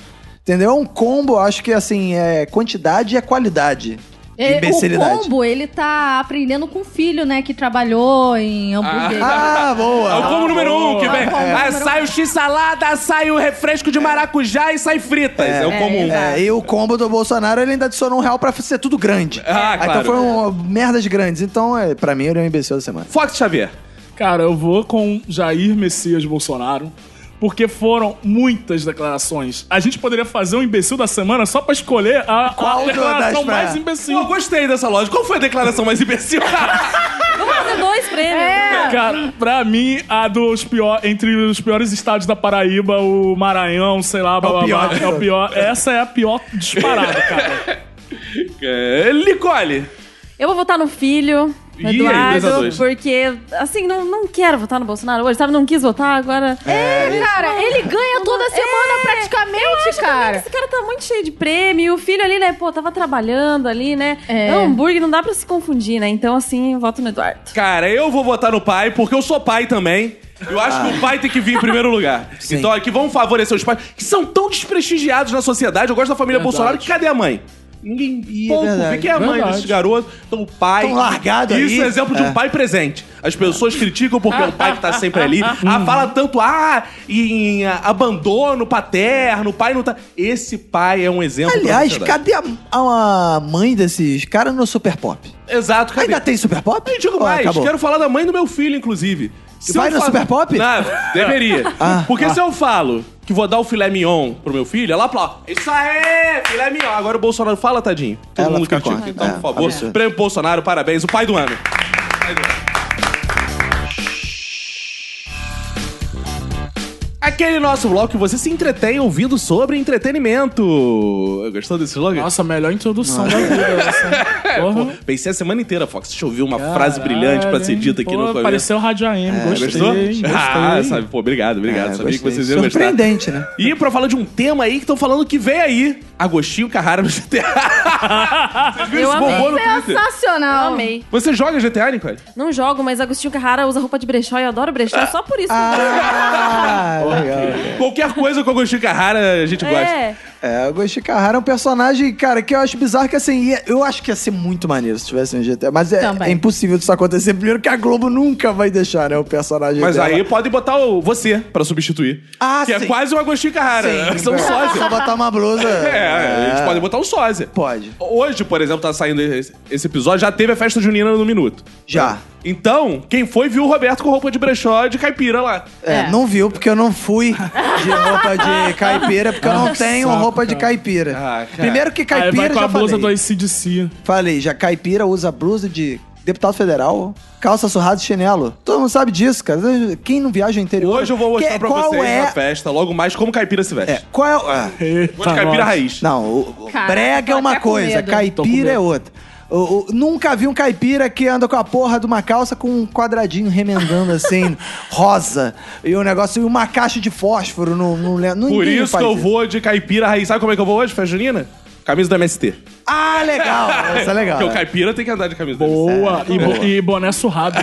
D: Entendeu? É um combo, acho que assim, é quantidade e é qualidade.
C: É,
D: imbecilidade.
C: O Pombo, ele tá aprendendo com o filho, né? Que trabalhou em hambúrguer.
D: Ah,
B: É o
D: boa!
B: combo número um, que
C: boa.
B: vem.
C: É o combo
B: Ah,
C: número
B: sai o x-salada, sai o refresco de maracujá e sai fritas. É, o combo um.
D: É, e o combo do Bolsonaro, ele ainda adicionou um real pra ser tudo grande.
B: Ah,
D: Aí,
B: claro.
D: Então foram merdas grandes. Então, é, pra mim, ele é um imbecil da semana.
B: Fox Xavier.
E: Cara, eu vou com Jair Messias Bolsonaro. Porque foram muitas declarações. A gente poderia fazer um imbecil da semana só pra escolher a,
D: Qual
E: a
D: das
E: declaração
D: pra-
E: mais imbecil.
B: Pô, gostei dessa loja. Qual foi a declaração mais imbecil?
F: Vamos fazer dois prêmios.
C: É.
E: Cara, pra mim, a dos pior, entre os piores estados da Paraíba, o Maranhão, sei lá, blá, blá,
D: pior
E: blá,
D: de
E: é o
D: todos.
E: pior. Essa é a pior disparada, cara.
B: É, Nicole.
F: Eu vou votar no filho. no
B: Ih, aí, dois a
F: Eduardo,
B: dois.
F: porque, assim, não, não quero votar no Bolsonaro hoje, sabe? Não quis votar, agora...
C: É, cara, ele ganha
F: ah. É,
C: toda semana praticamente,
F: Cara,
C: cara.
F: esse cara tá muito cheio de prêmio. E o filho ali, né? Pô, tava trabalhando ali, né?
C: É.
F: É um hambúrguer, não dá pra se confundir, né? Então, assim, eu voto no Eduardo.
B: Cara, eu vou votar no pai, porque eu sou pai também. Eu acho que o pai tem que vir em primeiro lugar. Então aqui vamos favorecer os pais, que são tão desprestigiados na sociedade. Eu gosto da família
E: Verdade.
B: Bolsonaro, que cadê a mãe? Ninguém pouco
D: verdade.
B: vê quem é a mãe
E: Verdade.
B: desses garotos. Então o pai...
D: Tão largado aí.
B: Isso é exemplo de um
D: É.
B: pai presente. As pessoas criticam porque é um pai que tá sempre ali. Ah, fala tanto, ah, em ah, abandono paterno, o pai não tá... Esse pai é um exemplo
D: Aliás,
B: cara...
D: cadê a, a mãe desses caras no Super Pop?
B: Exato, cadê?
D: Ainda tem Super Pop?
B: Eu digo
D: Ou
B: mais,
D: acabou?
B: quero falar da mãe do meu filho, inclusive.
D: Vai
B: eu
D: no Super Pop?
B: Não, deveria.
D: Ah,
B: Porque
D: ah.
B: se eu falo que vou dar o filé mignon pro meu filho, ela aplaude. Isso aí, filé mignon. Agora o Bolsonaro fala, tadinho. Todo
D: Ela
B: mundo
D: fica
B: critica.
D: contra.
B: Então,
D: É,
B: por favor,
D: absurdo.
B: prêmio Bolsonaro, parabéns, o pai do ano. Aquele nosso bloco que você se entretém ouvindo sobre entretenimento. Gostou desse slogan?
E: Nossa, a melhor introdução da vida. Essa. é Porra.
B: Pensei a semana inteira, Fox. Deixa eu ouvir uma frase brilhante pra ser dita aqui
E: Pô,
B: no começo.
E: Pareceu Rádio AM, gostei.
B: É, Gostou?
E: gostei.
B: Ah, sabe, pô, obrigado, obrigado.
D: É,
B: Sabia que
D: gostei.
B: vocês iam gostar.
D: Surpreendente, né?
B: E pra falar de um tema aí que estão falando que veio aí, Agostinho Carrara no GTA. Vocês viram
F: Eu
B: esse bombom no Twitter?
C: Sensacional.
F: Eu amei.
B: Você joga GTA, Nicole?
F: Não jogo, mas Agostinho Carrara usa roupa de brechó e eu adoro brechó, só por isso.
B: Ah.
D: Ah, legal.
B: Qualquer coisa com Agostinho Carrara a gente gosta.
F: é.
D: É, o Ghost Carrara é um personagem, cara, que eu acho bizarro que assim, ia- eu acho que ia ser muito maneiro se tivesse um GTA, mas é,
C: Também.
D: é impossível disso acontecer. Primeiro que a Globo nunca vai deixar, né, o personagem
B: Mas
D: dela.
B: aí podem botar o você pra substituir.
D: Ah,
B: que é
D: sim.
B: quase o Agostinho Carrara.
D: Sim,
B: São assim.
D: Só
B: sósia.
D: botar uma blusa.
B: É, a gente pode botar um sósia.
D: Pode.
B: Hoje, por exemplo, tá saindo esse esse episódio, já teve a festa junina no Minuto.
D: Já.
B: Então, quem foi viu o Roberto com roupa de brechó de caipira lá.
D: É,
C: É.
D: não viu porque eu não fui de roupa de caipira, porque eu não tenho
E: saco,
D: roupa de caipira.
B: Ah, cara.
D: Primeiro que
E: Aí
D: caipira
E: vai com
D: já
E: a blusa do
D: falei.
E: ICDC.
D: Falei, já caipira usa blusa de deputado federal, calça surrada e chinelo. Todo mundo sabe disso, cara. Quem não viaja ao interior...
B: Hoje eu vou mostrar
D: Que-
B: pra
D: qual
B: vocês na
D: é...
B: festa, logo mais, como caipira se veste.
D: É, qual é o... ah.
B: Vou
E: Tá,
B: de caipira raiz.
D: Não, o, o
C: Caraca,
D: brega é
C: tô
D: uma
C: até com
D: coisa,
C: medo.
E: Tô com medo.
D: caipira é outra. O- o- nunca vi um caipira que anda com a porra de uma calça com um quadradinho remendando assim, rosa, e um negócio, e uma caixa de fósforo no, no, le- no
B: Por
D: ninguém
B: isso que
D: faz
B: eu vou de caipira raiz. Sabe como é que eu vou hoje, festa junina? Camisa da MST.
D: Ah, legal! Isso é legal.
B: Porque o caipira tem que andar de camisa da MST.
E: Boa. E, bo- e boné surrado.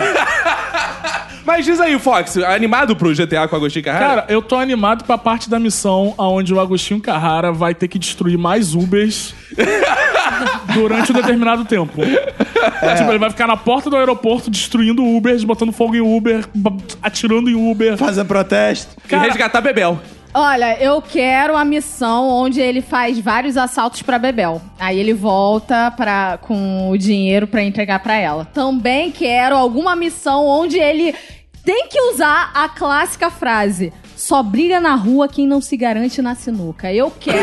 B: Mas diz aí, Fox, animado pro GTA com a Agostinho Carrara?
E: Cara, eu tô animado pra parte da missão onde o Agostinho Carrara vai ter que destruir mais Ubers durante um determinado tempo. Tipo, ele vai ficar na porta do aeroporto destruindo Ubers, botando fogo em Uber, b- atirando em Uber.
D: Fazendo protesto.
B: e
E: cara-
B: resgatar Bebel.
C: Olha, eu quero a missão onde ele faz vários assaltos pra Bebel. Aí ele volta pra, com o dinheiro pra entregar pra ela. Também quero alguma missão onde ele tem que usar a clássica frase: só briga na rua quem não se garante na sinuca. Eu quero.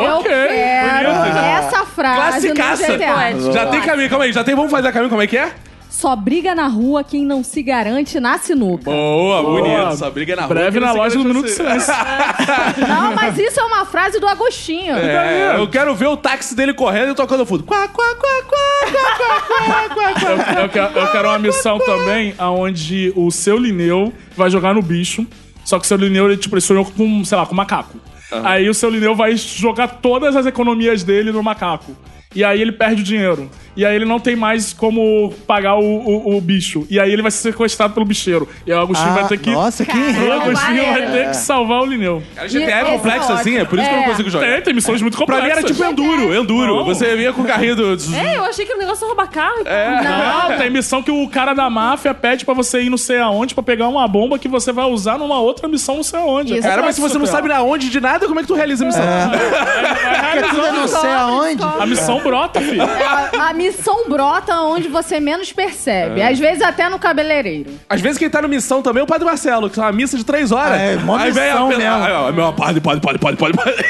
C: eu
E: Ok,
C: quero
E: bonito.
C: essa frase
B: Classicaça. é
C: no GTA.
B: Já tem caminho, calma aí, já tem. Vamos fazer a caminho, como é que é?
C: Só briga na rua quem não se garante na sinuca.
B: Boa, bonito. Essa briga é na rua.
E: Breve
B: que
E: na
B: você
E: loja do
B: garante
E: Minuto de
B: você.
E: Silêncio.
C: Não, mas isso é uma frase do Agostinho.
B: É, eu quero ver o táxi dele correndo e tocando fundo. Quá, quá, quá, quá, quá, quá, quá, quá, quá.
E: Eu, eu quero, eu quero uma missão também onde o seu Lineu vai jogar no bicho. Só que o seu Lineu, ele tipo, ele sonhou com, sei lá, com macaco. Aí o seu Lineu vai jogar todas as economias dele no macaco. E aí ele perde o dinheiro. E aí ele não tem mais como pagar o, o- o bicho. E aí ele vai ser sequestrado pelo bicheiro. E aí o Agostinho
D: Ah,
E: vai ter que.
D: Nossa, que É.
C: Caramba.
E: O
D: enredo.
E: Agostinho vai
C: Maneiro.
E: ter que salvar o Lineu.
B: Cara,
C: E
B: GTA é
C: esse
B: complexo
C: é
B: assim, é por isso que eu não
C: ótimo.
B: consigo jogar.
E: Tem, tem missões muito
B: Pra mim
E: complexas.
B: era tipo enduro, enduro.
E: Não.
B: Você vinha com o carrinho do... dos-
F: É, eu achei que o negócio é roubar carro. É.
E: Não, tem missão que o cara da máfia pede pra você ir não sei aonde pra pegar uma bomba que você vai usar numa outra missão não sei aonde.
C: Isso.
B: Cara, mas se você não
E: Super.
B: sabe na onde de nada, como é que tu realiza a missão?
E: É. Vai realizando.
D: Eu não sei é aonde.
E: A missão brota, filho.
C: A, a missão brota onde você menos percebe. Às vezes até no cabeleireiro.
B: Às vezes quem tá no missão também é o Padre Marcelo, que tá uma missa de três horas.
D: Ah, é, mó
B: Aí vem a
D: missão
B: pe-
D: mesmo.
B: Aí, ó, meu, padre, padre, padre, padre, padre, padre.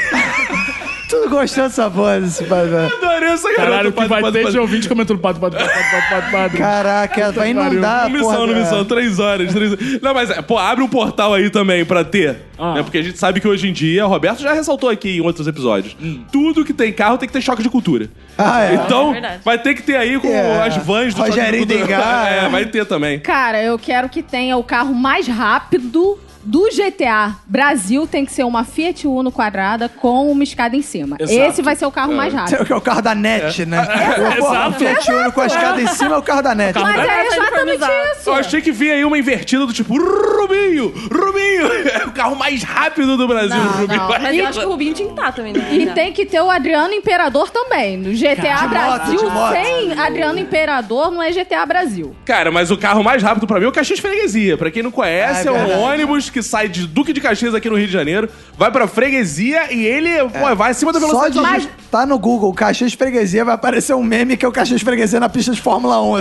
D: Tu gostou dessa voz desse bagulho?
B: Adorei essa garota,
E: Caralho, o que
B: padre,
E: vai
B: padre,
E: ter
B: padre.
E: de ouvinte comentando pato, pato, pato, pato, pato, pato.
D: Caraca, vai inundar. a
B: No missão,
D: Ah, porra é.
B: no
D: da-
B: missão, três horas, três horas. Não, mas, é, pô, abre um portal aí também pra ter.
E: Ah.
B: Né? Porque a gente sabe que hoje em dia, o Roberto já ressaltou aqui em outros episódios,
D: Hum.
B: tudo que tem carro tem que ter choque de cultura.
D: Ah, é.
B: então,
F: É verdade.
B: vai ter que ter aí com
D: É.
B: as vans do
D: Rogerinho
B: choque de cultura.
D: Dengar.
B: É, vai ter também.
C: Cara, eu quero que tenha o carro mais rápido do GTA Brasil tem que ser uma Fiat Uno quadrada com uma escada em cima.
E: Exato.
C: Esse vai ser o carro mais rápido.
D: Que é o carro da net, né? O
E: Exato.
D: Fiat Uno com a escada em cima é o carro da net.
E: carro
C: Mas
E: da
C: é
F: Tá
C: exatamente
F: uniformizado.
C: isso.
B: Eu achei que vinha aí uma invertida do tipo, Rubinho, Rubinho. É o carro mais rápido do Brasil,
C: Não,
B: Rubinho.
C: não.
B: Vai-
F: Mas eu acho que o Rubinho tinha que estar também, né?
C: E tem que ter o Adriano Imperador também. No GTA Brasil,
D: de moto.
C: sem Adriano Imperador, não é GTA Brasil.
B: Cara, mas o carro mais rápido pra mim é o Caxias Freguesia. Pra quem não conhece,
D: Ah,
B: é,
D: é
B: um
D: verdade.
B: ônibus que sai de Duque de Caxias aqui no Rio de Janeiro, vai pra Freguesia e ele pô, vai acima da
D: Só
B: velocidade
D: de
B: da luz.
D: tá no Google, Caxias Freguesia, vai aparecer um meme que é o Caxias Freguesia na pista de Fórmula 1.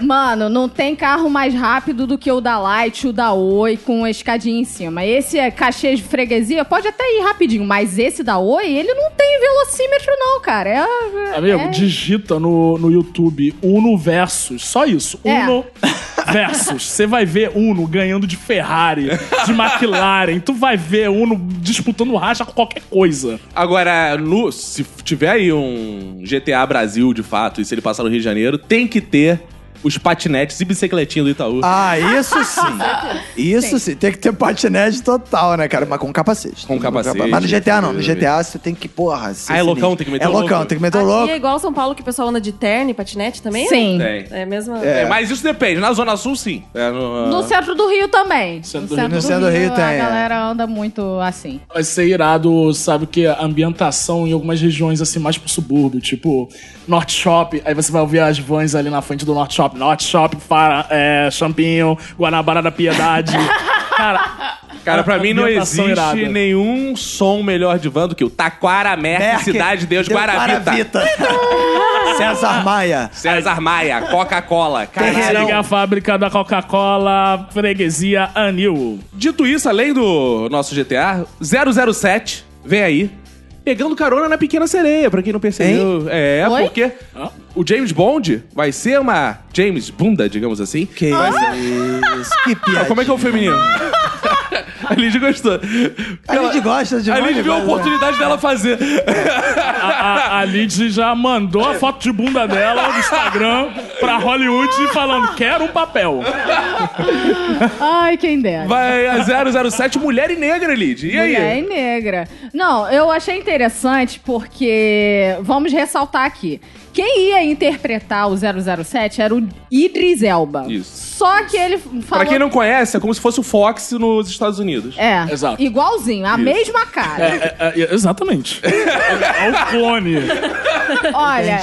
C: Mano, não tem carro mais rápido do que o da Light, o da Oi, com a escadinha em cima. Esse é cachê de freguesia, pode até ir rapidinho, mas esse da Oi, ele não tem velocímetro, não, cara. É,
E: Amigo,
C: é-
E: digita no, no YouTube Uno versus, só isso.
C: É.
E: Uno versus. Você vai ver Uno ganhando de Ferrari, de McLaren. Tu vai ver Uno disputando racha com qualquer coisa.
B: Agora, no- se tiver aí um GTA Brasil, de fato, e se ele passar no Rio de Janeiro, tem que ter os patinetes e bicicletinha do Itaú.
D: Ah, isso sim. Isso sim. Tem que ter patinete total, né, cara? Mas com capacete.
B: Com capacete.
D: Mas no GTA não. No
B: Exatamente.
D: GTA você tem que, porra... ser
B: Ah, é loucão,
D: sinistro.
B: tem que meter
D: É
B: o louco.
D: loucão, tem que meter o
F: Aqui é
D: louco.
F: igual São Paulo que o pessoal anda de terno e patinete também?
C: Sim.
B: Tem.
F: É mesmo.
B: É, mas isso depende. Na Zona Sul, sim. É, no-
C: No centro do Rio também.
E: Centro do
C: no
E: Rio.
D: No centro do Rio tem,
C: A
D: é.
C: galera anda muito assim.
E: Vai ser irado, sabe, que a ambientação em algumas regiões, assim, mais pro subúrbio, tipo North Shop, aí você vai ouvir as vans ali na frente do North Shop, North Shop, Fara, é, Champinho, Guanabara da Piedade. Cara,
B: Cara, pra
E: a-
B: mim não
E: ambientação
B: existe
E: irada.
B: nenhum som melhor de van do que o Taquara Merck, Cidade de Deus, Guaravita.
D: César Maia.
B: César Maia, Coca-Cola. Caralho.
E: Chega a fábrica da Coca-Cola, freguesia Anil.
B: Dito isso, além do nosso GTA, 007 vem aí. Pegando carona na Pequena Sereia, pra quem não percebeu. É,
C: Oi?
B: porque o James Bond vai ser uma James Bunda, digamos assim.
D: Que isso, que piada.
B: Como é que é o feminino? A Lidia gostou.
D: A Lidy gosta de é. né?
B: A Lidia
D: monte de
B: viu a
D: coisa.
B: oportunidade dela fazer.
E: A, a, a Lid já mandou a foto de bunda dela no Instagram pra Hollywood falando: quero um papel.
C: Ai, quem dera.
B: Vai a 007 Mulher e Negra, Lidia. E aí?
C: Mulher e negra. Não, eu achei interessante porque vamos ressaltar aqui. Quem ia interpretar o 007 era o Idris Elba.
B: Isso.
C: Só que ele falou
B: Pra quem não conhece, é como se fosse o Fox nos Estados Unidos.
C: É,
E: Exato.
C: igualzinho, a mesma cara.
B: É.
E: É, exatamente. É, o clone.
C: Olha,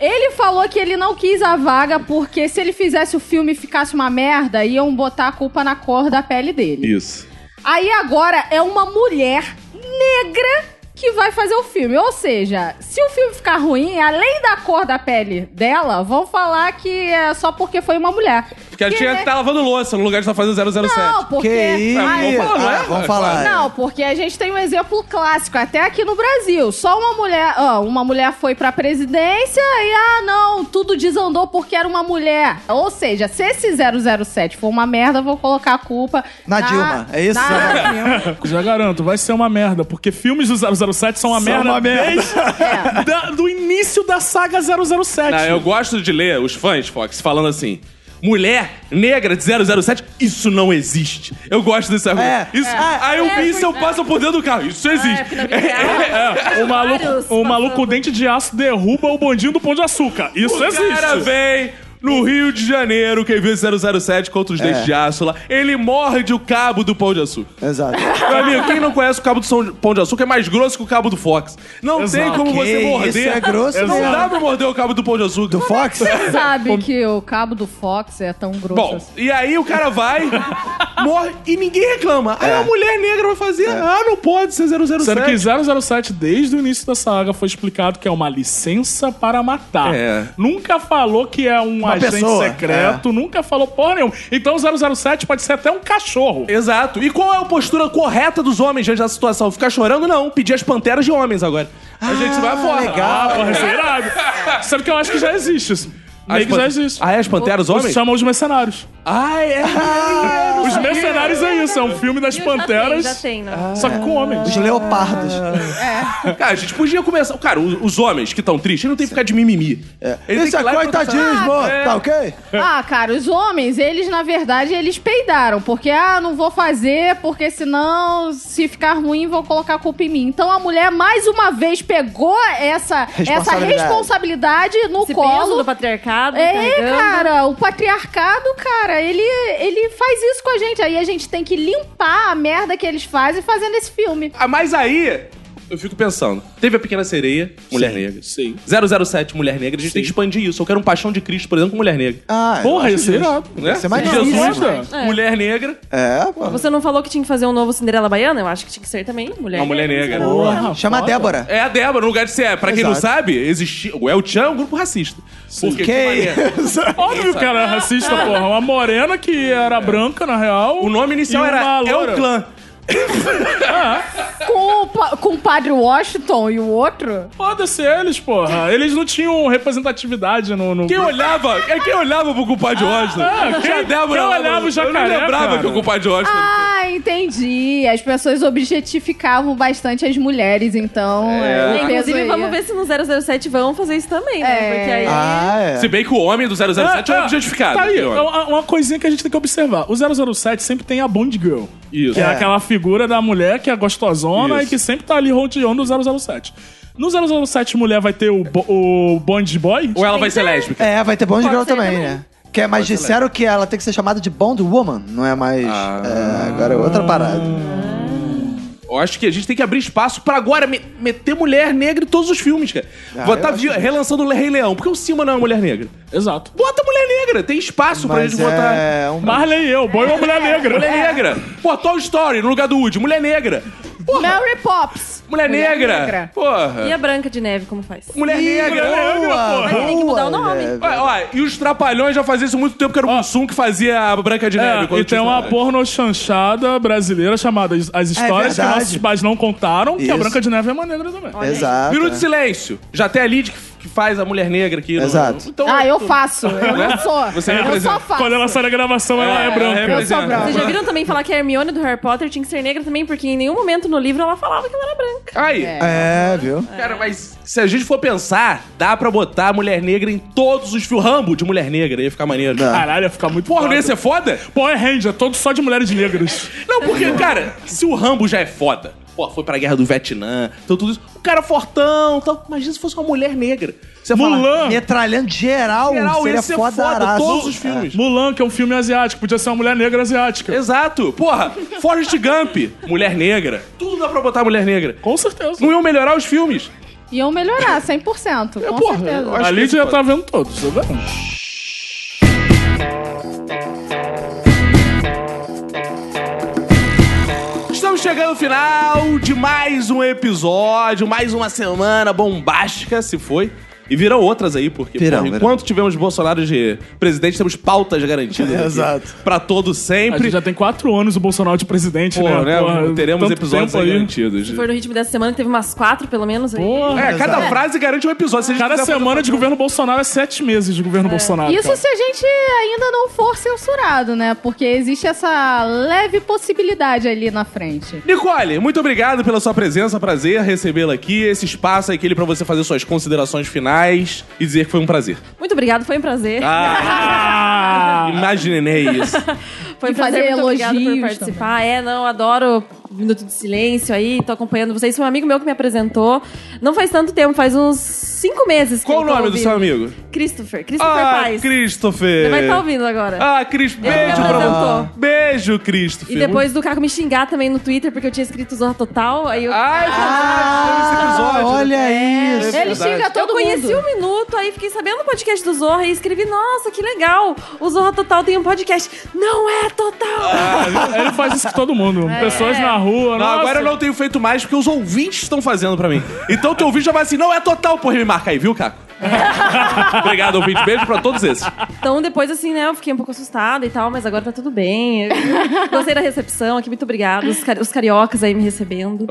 C: ele falou que ele não quis a vaga porque se ele fizesse o filme e ficasse uma merda, iam botar a culpa na cor da pele dele.
B: Isso.
C: Aí agora é uma mulher negra que vai fazer o filme. Ou seja, se o filme ficar ruim, além da cor da pele dela, vão falar que é só porque foi uma mulher.
B: Porque a gente
C: é-
B: tinha que estar lavando louça no lugar de estar fazendo 007.
C: Não, porque...
D: Que isso.
B: Ah, vamos falar,
C: né?
B: não é?
D: Ah, vamos falar.
C: Não, porque a gente tem um exemplo clássico, até aqui no Brasil. Só uma mulher, ó, uma mulher foi pra presidência e, ah, não, tudo desandou porque era uma mulher. Ou seja, se esse 007 for uma merda, eu vou colocar a culpa
D: Na Dilma, é isso?
C: na Dilma.
E: Já garanto, vai ser uma merda, porque filmes do 007 são
D: São
E: uma merda.
D: uma merda.
E: desde da- do início da saga 007. é
B: Não, eu gosto de ler os fãs, Fox, falando assim. mulher negra de 007, isso não existe. Eu gosto desse argumento.
D: É,
B: isso,
D: é.
B: aí eu
F: É,
B: vi isso, eu
F: pois é.
B: passo por dentro do carro. Isso existe.
F: porque não me engano.
E: É, o
F: Vários
E: maluco, o maluco
F: passando.
E: dente de aço derruba o bondinho do pão de açúcar. Isso
B: o
E: existe.
B: cara vem no Rio de Janeiro, quem viu 007 contra
D: É.
B: os dentes de aço lá, ele morde o cabo do pão de açúcar.
D: Exato.
B: Meu amigo, quem não conhece o cabo do som- pão de açúcar é mais grosso que o cabo do Fox. Não tem
E: Exato.
B: como você
D: Que
B: morder.
D: Isso é grosso
B: Não
D: mesmo.
B: dá pra morder o cabo do pão de açúcar.
D: Do Fox?
C: Você sabe que o cabo do Fox é tão grosso
B: Bom,
C: assim.
B: e aí o cara vai, morre e ninguém reclama. Aí a mulher negra vai fazer, ah, não pode ser 007.
E: Sendo que 007, desde o início da saga, foi explicado que é uma licença para matar.
B: É.
E: Nunca falou que é um
D: Uma
E: agente
D: pessoa,
E: secreto, nunca falou porra nenhuma. Então o 007 pode ser até um cachorro.
B: Exato. E qual é a postura correta dos homens diante da situação? Ficar chorando? Não. Pedir as panteras de homens agora. A gente vai fora.
E: Ah, porra, isso é irado. Sendo que eu acho que já existe isso.
B: As
E: Meio que
B: pan-
E: já existe.
B: Ah, é? As panteras
E: Os
B: homens?
E: chamam os mercenários.
B: Ah, é.
E: Os mercenários é isso, é um filme das
F: E o
E: panteras.
F: Já tem, já tem,
C: Ah.
F: né?
E: Só que com homens.
D: Os leopardos.
B: Cara, a gente podia começar. Cara, os, os homens que estão tristes, eles não tem que ficar de mimimi.
D: É.
B: Ele tem
D: Isso é
B: que ir lá e
D: coitadismo, tá ok?
C: Ah, cara, os homens, eles na verdade, eles peidaram, porque ah, não vou fazer, porque senão se ficar ruim vão colocar a culpa em mim. Então a mulher mais uma vez pegou essa essa
D: Responsabilidade.
C: responsabilidade no
F: Esse peso
C: colo.
F: do patriarcado.
C: É,
F: carregando.
C: cara, o patriarcado, cara, ele, ele faz isso com a gente. Aí a gente tem que limpar a merda que eles fazem fazendo esse filme.
B: Ah, mas aí, eu fico pensando. Teve a Pequena Sereia, Mulher Negra.
E: Sim.
B: 007, Mulher Negra. A gente tem que expandir isso. Eu quero um Paixão de Cristo, por exemplo, com Mulher Negra.
D: Ah, eu
E: Porra,
D: acho
E: isso é
D: justo.
E: irado.
B: Né?
D: Isso é mais
B: Jesus,
E: difícil,
B: né?
F: né?
B: Mulher Negra.
D: É, pô.
F: Você não falou que tinha que fazer um novo Cinderela Baiana? Eu acho que tinha que ser também mulher.
B: Uma mulher negra.
E: Porra,
D: Chama a
E: foda.
D: Débora.
B: É a Débora, no lugar de ser. é. Pra quem não
D: Exato.
B: sabe, existia. O El Chan é um grupo racista. Porque que
D: Que
B: maneiro.
D: isso?
E: Óbvio que era racista, porra. Uma morena que era branca, na real.
B: É. O nome inicial
E: e
B: era
E: uma loura.
B: El Clã.
C: Com o, pa- com o padre Washington e o outro.
E: Foda-se eles, porra. Eles não tinham representatividade no. Ah, no...
B: Quem olhava, é quem olhava pro compadre Washington?
E: ah,
B: Já
E: quem-
B: a Débora
E: quem
B: lá
E: olhava
B: no-
E: o jacaré,
B: Eu não lembrava
E: cara.
B: que o compadre Washington.
C: Ah, entendi. As pessoas objetificavam bastante as mulheres, então. É.
F: É,
C: o peso
F: Inclusive,
C: aí.
F: vamos ver se no 007 vão fazer isso também, né?
C: É.
F: Porque aí...
D: Ah, é.
B: Se bem que o homem do 007 é,
E: Ah, ah,
B: objetificado.
E: Tá aí,
B: né, homem?
E: uma, uma coisinha que a gente tem que observar. O 007 sempre tem a Bond Girl.
B: Isso.
E: Que é,
D: É.
E: aquela figura da mulher que é gostosona
B: Isso.
E: e que sempre tá ali rodeando o 007. No 007, mulher vai ter o, bo- o Bond Boy?
B: Ou ela vai ser lésbica?
D: É, vai ter Bond
F: Pode
D: Girl
F: ser
D: também,
F: também.
D: né? Que é, mas disseram que ela tem que ser chamada de Bond Woman, não é mais. É, agora é outra parada.
B: Eu acho que a gente tem que abrir espaço pra agora me- meter mulher negra em todos os filmes, cara.
D: Ah,
B: Vou
D: eu
B: tá
D: acho
B: vi- relançando o Rei Leão. Por que o Simba não é uma mulher negra?
E: Exato.
B: Bota mulher negra, tem espaço pra
D: Mas
B: gente botar.
D: é um...
E: Marley e eu, boy ou mulher negra.
B: É, Mulher negra. Pô, Toy Story no lugar do Woody. Mulher negra.
C: Mary Pops.
B: Mulher, negra.
F: E
B: Porra.
F: a é Branca de Neve, como faz?
B: Mulher negra.
D: Boa,
E: porra.
F: Mas tem que mudar o nome.
D: Débora.
B: Ó, ó, e os Trapalhões já faziam isso há muito tempo, que era o Mussum que fazia a Branca de Neve.
E: É,
B: quando
E: e tem
B: tinha
E: uma
B: história.
E: porno chanchada brasileira chamada As- As Histórias que
D: verdade.
E: Nossos Pais Não Contaram, que a
D: Isso.
E: Branca de Neve é uma negra também.
F: aí.
D: Exato.
B: Minuto de silêncio. Já tem a Lid que, que faz a mulher negra aqui. no-
D: Exato.
B: Então,
C: Ah, eu faço. Eu não sou.
B: Você
C: eu
B: representa.
C: só faço.
E: Quando ela sai da gravação, ela é branca.
C: Eu sou branca.
F: Vocês já viram também falar que a Hermione do Harry Potter tinha que ser negra também? Porque em nenhum momento no livro ela falava que ela era branca.
B: Aí.
D: É, viu?
B: Cara, mas se a gente for pensar, dá pra botar a mulher negra em todos os filmes. Rambo de mulher negra, ia ficar maneiro.
D: Dá.
E: Caralho, ia ficar muito
B: Porra, não ia ser
E: foda.
B: foda?
E: Power Ranger, todo só de mulheres negras.
B: Não, porque, cara, se o Rambo já é foda, pô, foi pra guerra do Vietnã, então tudo isso. O cara fortão, tal. Imagina se fosse uma mulher negra. Você fala,
E: Mulan,
D: Metralhando geral,
B: Geral,
D: seria
B: esse é foda,
D: fodaraço.
B: todos os filmes.
E: Mulan, que é um filme asiático, podia ser uma mulher negra asiática.
B: Exato. Porra, Forrest Gump, mulher negra. Tudo dá pra botar mulher negra.
E: Com certeza.
B: Não iam melhorar os filmes.
C: Iam melhorar, 100%. Com
B: porra, eu
C: certeza.
B: acho-
E: A
B: que
E: Lidia
B: isso
E: já tá vendo todos, tá vendo?
B: Estamos chegando ao final de mais um episódio, mais uma semana bombástica, se foi. E virão outras aí, porque
D: Virão,
B: porra,
D: virão.
B: enquanto tivermos Bolsonaro de presidente, temos pautas garantidas. aqui
D: Exato.
B: Pra todo
E: A gente
B: sempre.
E: já tem quatro anos o Bolsonaro de presidente,
B: Porra,
E: né?
B: né?
E: Porra,
B: teremos
E: tanto
B: episódios
E: tempo
B: aí
E: aí.
B: garantidos.
F: Se for no ritmo dessa semana, teve umas quatro, pelo menos, aí.
E: Porra.
B: É, cada
D: Exato.
B: frase garante um episódio. Se a gente
E: Cada
B: quiser fazer-
E: semana de governo Bolsonaro é sete meses de governo Bolsonaro.
C: Isso é
E: cara.
C: se a gente ainda não for censurado, né? Porque existe essa leve possibilidade ali na frente.
B: Nicole, muito obrigado pela sua presença, prazer recebê-la aqui. Esse espaço é aquele pra você fazer suas considerações demais e dizer que foi um prazer.
F: Muito obrigado, foi um prazer.
B: Ah! Imaginei isso.
F: Foi um
C: E fazer
F: prazer, muito obrigado por
C: elogios
F: participar. É, não, adoro Minuto de Silêncio aí, tô acompanhando vocês. Foi um amigo meu que me apresentou. Não faz tanto tempo, faz uns cinco meses que
B: Qual o
F: eu tô
B: nome do
F: ouvindo.
B: seu amigo?
F: Christopher, Christopher
B: Ah,
F: Paz. Ele
B: Christopher!
F: vai estar ouvindo agora.
B: Ah, Cris, beijo
F: me
B: pra
F: apresentou.
B: você. Beijo, Christopher.
F: E depois do Caco me xingar também no Twitter, porque eu tinha escrito Zorra Total, aí eu...
B: Ai, ah, esse episódio.
D: olha isso.
B: É
C: Ele
B: verdade.
C: xinga todo
F: eu conheci
C: mundo.
F: um minuto, aí fiquei sabendo o podcast do Zorra e escrevi, nossa, que legal! O Zorra Total tem um podcast. Não é total!
E: Ele faz isso com todo mundo. Pessoas na rua.
B: Não,
E: nossa.
B: agora eu não tenho feito mais porque os ouvintes estão fazendo pra mim. Então teu ouvinte já vai assim, não é total, porra, me marca aí, viu, Caco? Obrigado, ouvinte. Beijo pra todos esses.
F: Então depois, assim, né, eu fiquei um pouco assustada e tal, mas agora tá tudo bem. Eu Gostei da recepção aqui, muito obrigada. Os, cari- os cariocas aí me recebendo.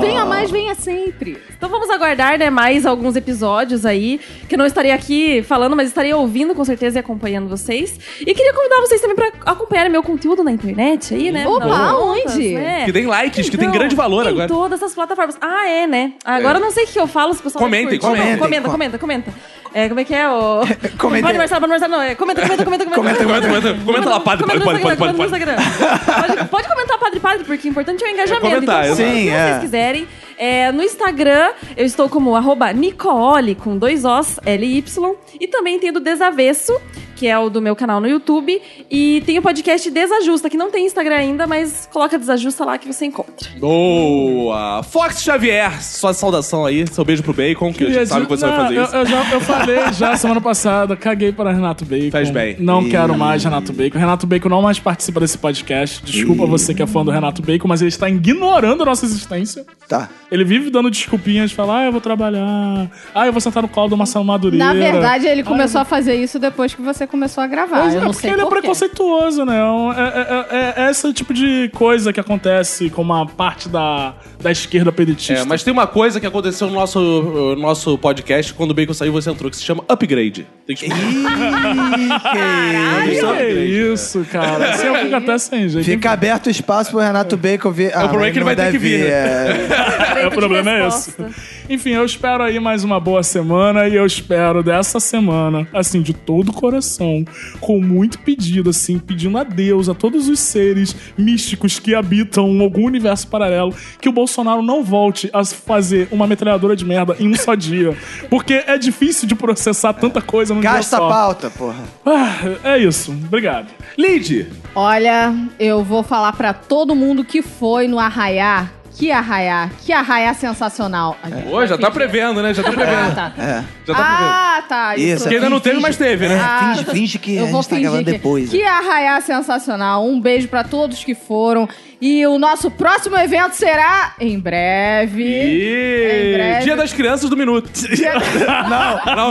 C: Venha mais, venha sempre.
F: Então vamos aguardar, né, mais alguns episódios aí, que eu não estarei aqui falando, mas estarei ouvindo com certeza e acompanhando vocês. E queria convidar vocês também pra acompanharem meu conteúdo na internet aí, né?
C: Opa,
F: afinal de contas,
C: onde?
F: né?
B: Que tem likes, que tem
F: Então,
B: grande valor
F: em
B: agora.
F: todas essas plataformas. Ah, é, né? Agora
B: É.
F: eu não sei o que eu falo, se o pessoal...
B: Comentem,
F: vai curtir.
B: comentem.
F: Comenta, comenta, comenta. É, como é que é o...
D: Comentem.
F: Pode, Marcelo, pode, Marcelo, não. É, comenta, comenta, comenta, comenta.
B: Comenta, comenta, comenta. Comenta lá, padre,
F: Comenta
B: padre, padre,
F: no Instagram,
B: padre,
F: comenta no Instagram. Pode, pode comentar, padre, padre, porque o importante é o engajamento.
B: comentar,
F: então,
B: exato.
F: se
D: Sim, é.
F: vocês quiserem. é, no Instagram, eu estou como arroba Nicoole, com dois Os, L-Y. E também tem do Desavesso, que é o do meu canal no YouTube. E tem o podcast Desajusta, que não tem Instagram ainda, mas coloca Desajusta lá que você encontra.
B: Boa! Fox Xavier, sua saudação aí, seu beijo pro Bacon, que a gente sabe que você
E: é Não,
B: vai fazer
E: eu,
B: isso.
E: Eu, já, eu falei já semana passada, caguei para Renato Bacon.
B: Faz bem.
E: Não
D: Ih.
E: quero mais Renato Bacon. Renato Bacon não mais participa desse podcast. Desculpa você que é fã do Renato Bacon, mas ele está ignorando a nossa existência.
D: Tá.
E: Ele vive dando desculpinhas, fala, ah, eu vou trabalhar, ah, eu vou sentar no colo do Marcelo Madureira.
C: Na verdade, ele começou a fazer isso depois que você começou a gravar.
E: Mas
C: eu
E: é
C: não
E: porque
C: sei
E: ele é
C: por quê.
E: preconceituoso, né? É um- É, é, é- é esse tipo de coisa que acontece com uma parte da, da esquerda pedetista.
B: É, mas tem uma coisa que aconteceu no nosso, no nosso podcast, quando o Bacon saiu, você entrou, que se chama Upgrade. Tem que explicar.
E: Que
D: Ih, que-
B: é um
E: isso,
B: né?
E: cara. Isso é o que acontece, hein, gente?
D: Fica aberto o espaço pro Renato Bacon vir. Ah,
B: o problema é que ele
D: não
B: vai ter
D: deve
B: que vir,
D: é.
E: É, o problema é esse.
F: Resposta.
E: Enfim, eu espero aí mais uma boa semana e eu espero dessa semana, assim, de todo o coração, com muito pedido, assim, pedindo a Deus, a todos os seres místicos que habitam algum universo paralelo, que o Bolsonaro não volte a fazer uma metralhadora de merda em um só dia. Porque é difícil de processar tanta coisa num
D: Gasta a
E: dia só.
D: pauta, porra.
E: Ah, é isso. Obrigado.
B: Lid!
C: Olha, eu vou falar pra todo mundo que foi no Arraiá. Que Arraiá, que Arraiá sensacional. A gente
B: Ô, já tá
C: ficar-
B: prevendo, né? Já tá prevendo.
C: Ah, tá.
D: É.
B: Já tá prevendo.
C: Ah, tá.
D: Isso,
C: Isso.
B: Porque ainda não teve,
D: Finge- É,
B: mas teve, né?
C: Ah,
D: finge, finge que
C: Eu
D: a
C: vou
D: gente tá
C: fingir
D: gravando
C: que,
D: depois.
C: que arraiá é sensacional. Um beijo pra todos que foram. E o nosso próximo evento será em breve. Em
B: E...
C: breve.
B: Dia das Crianças do Minuto.
D: Não,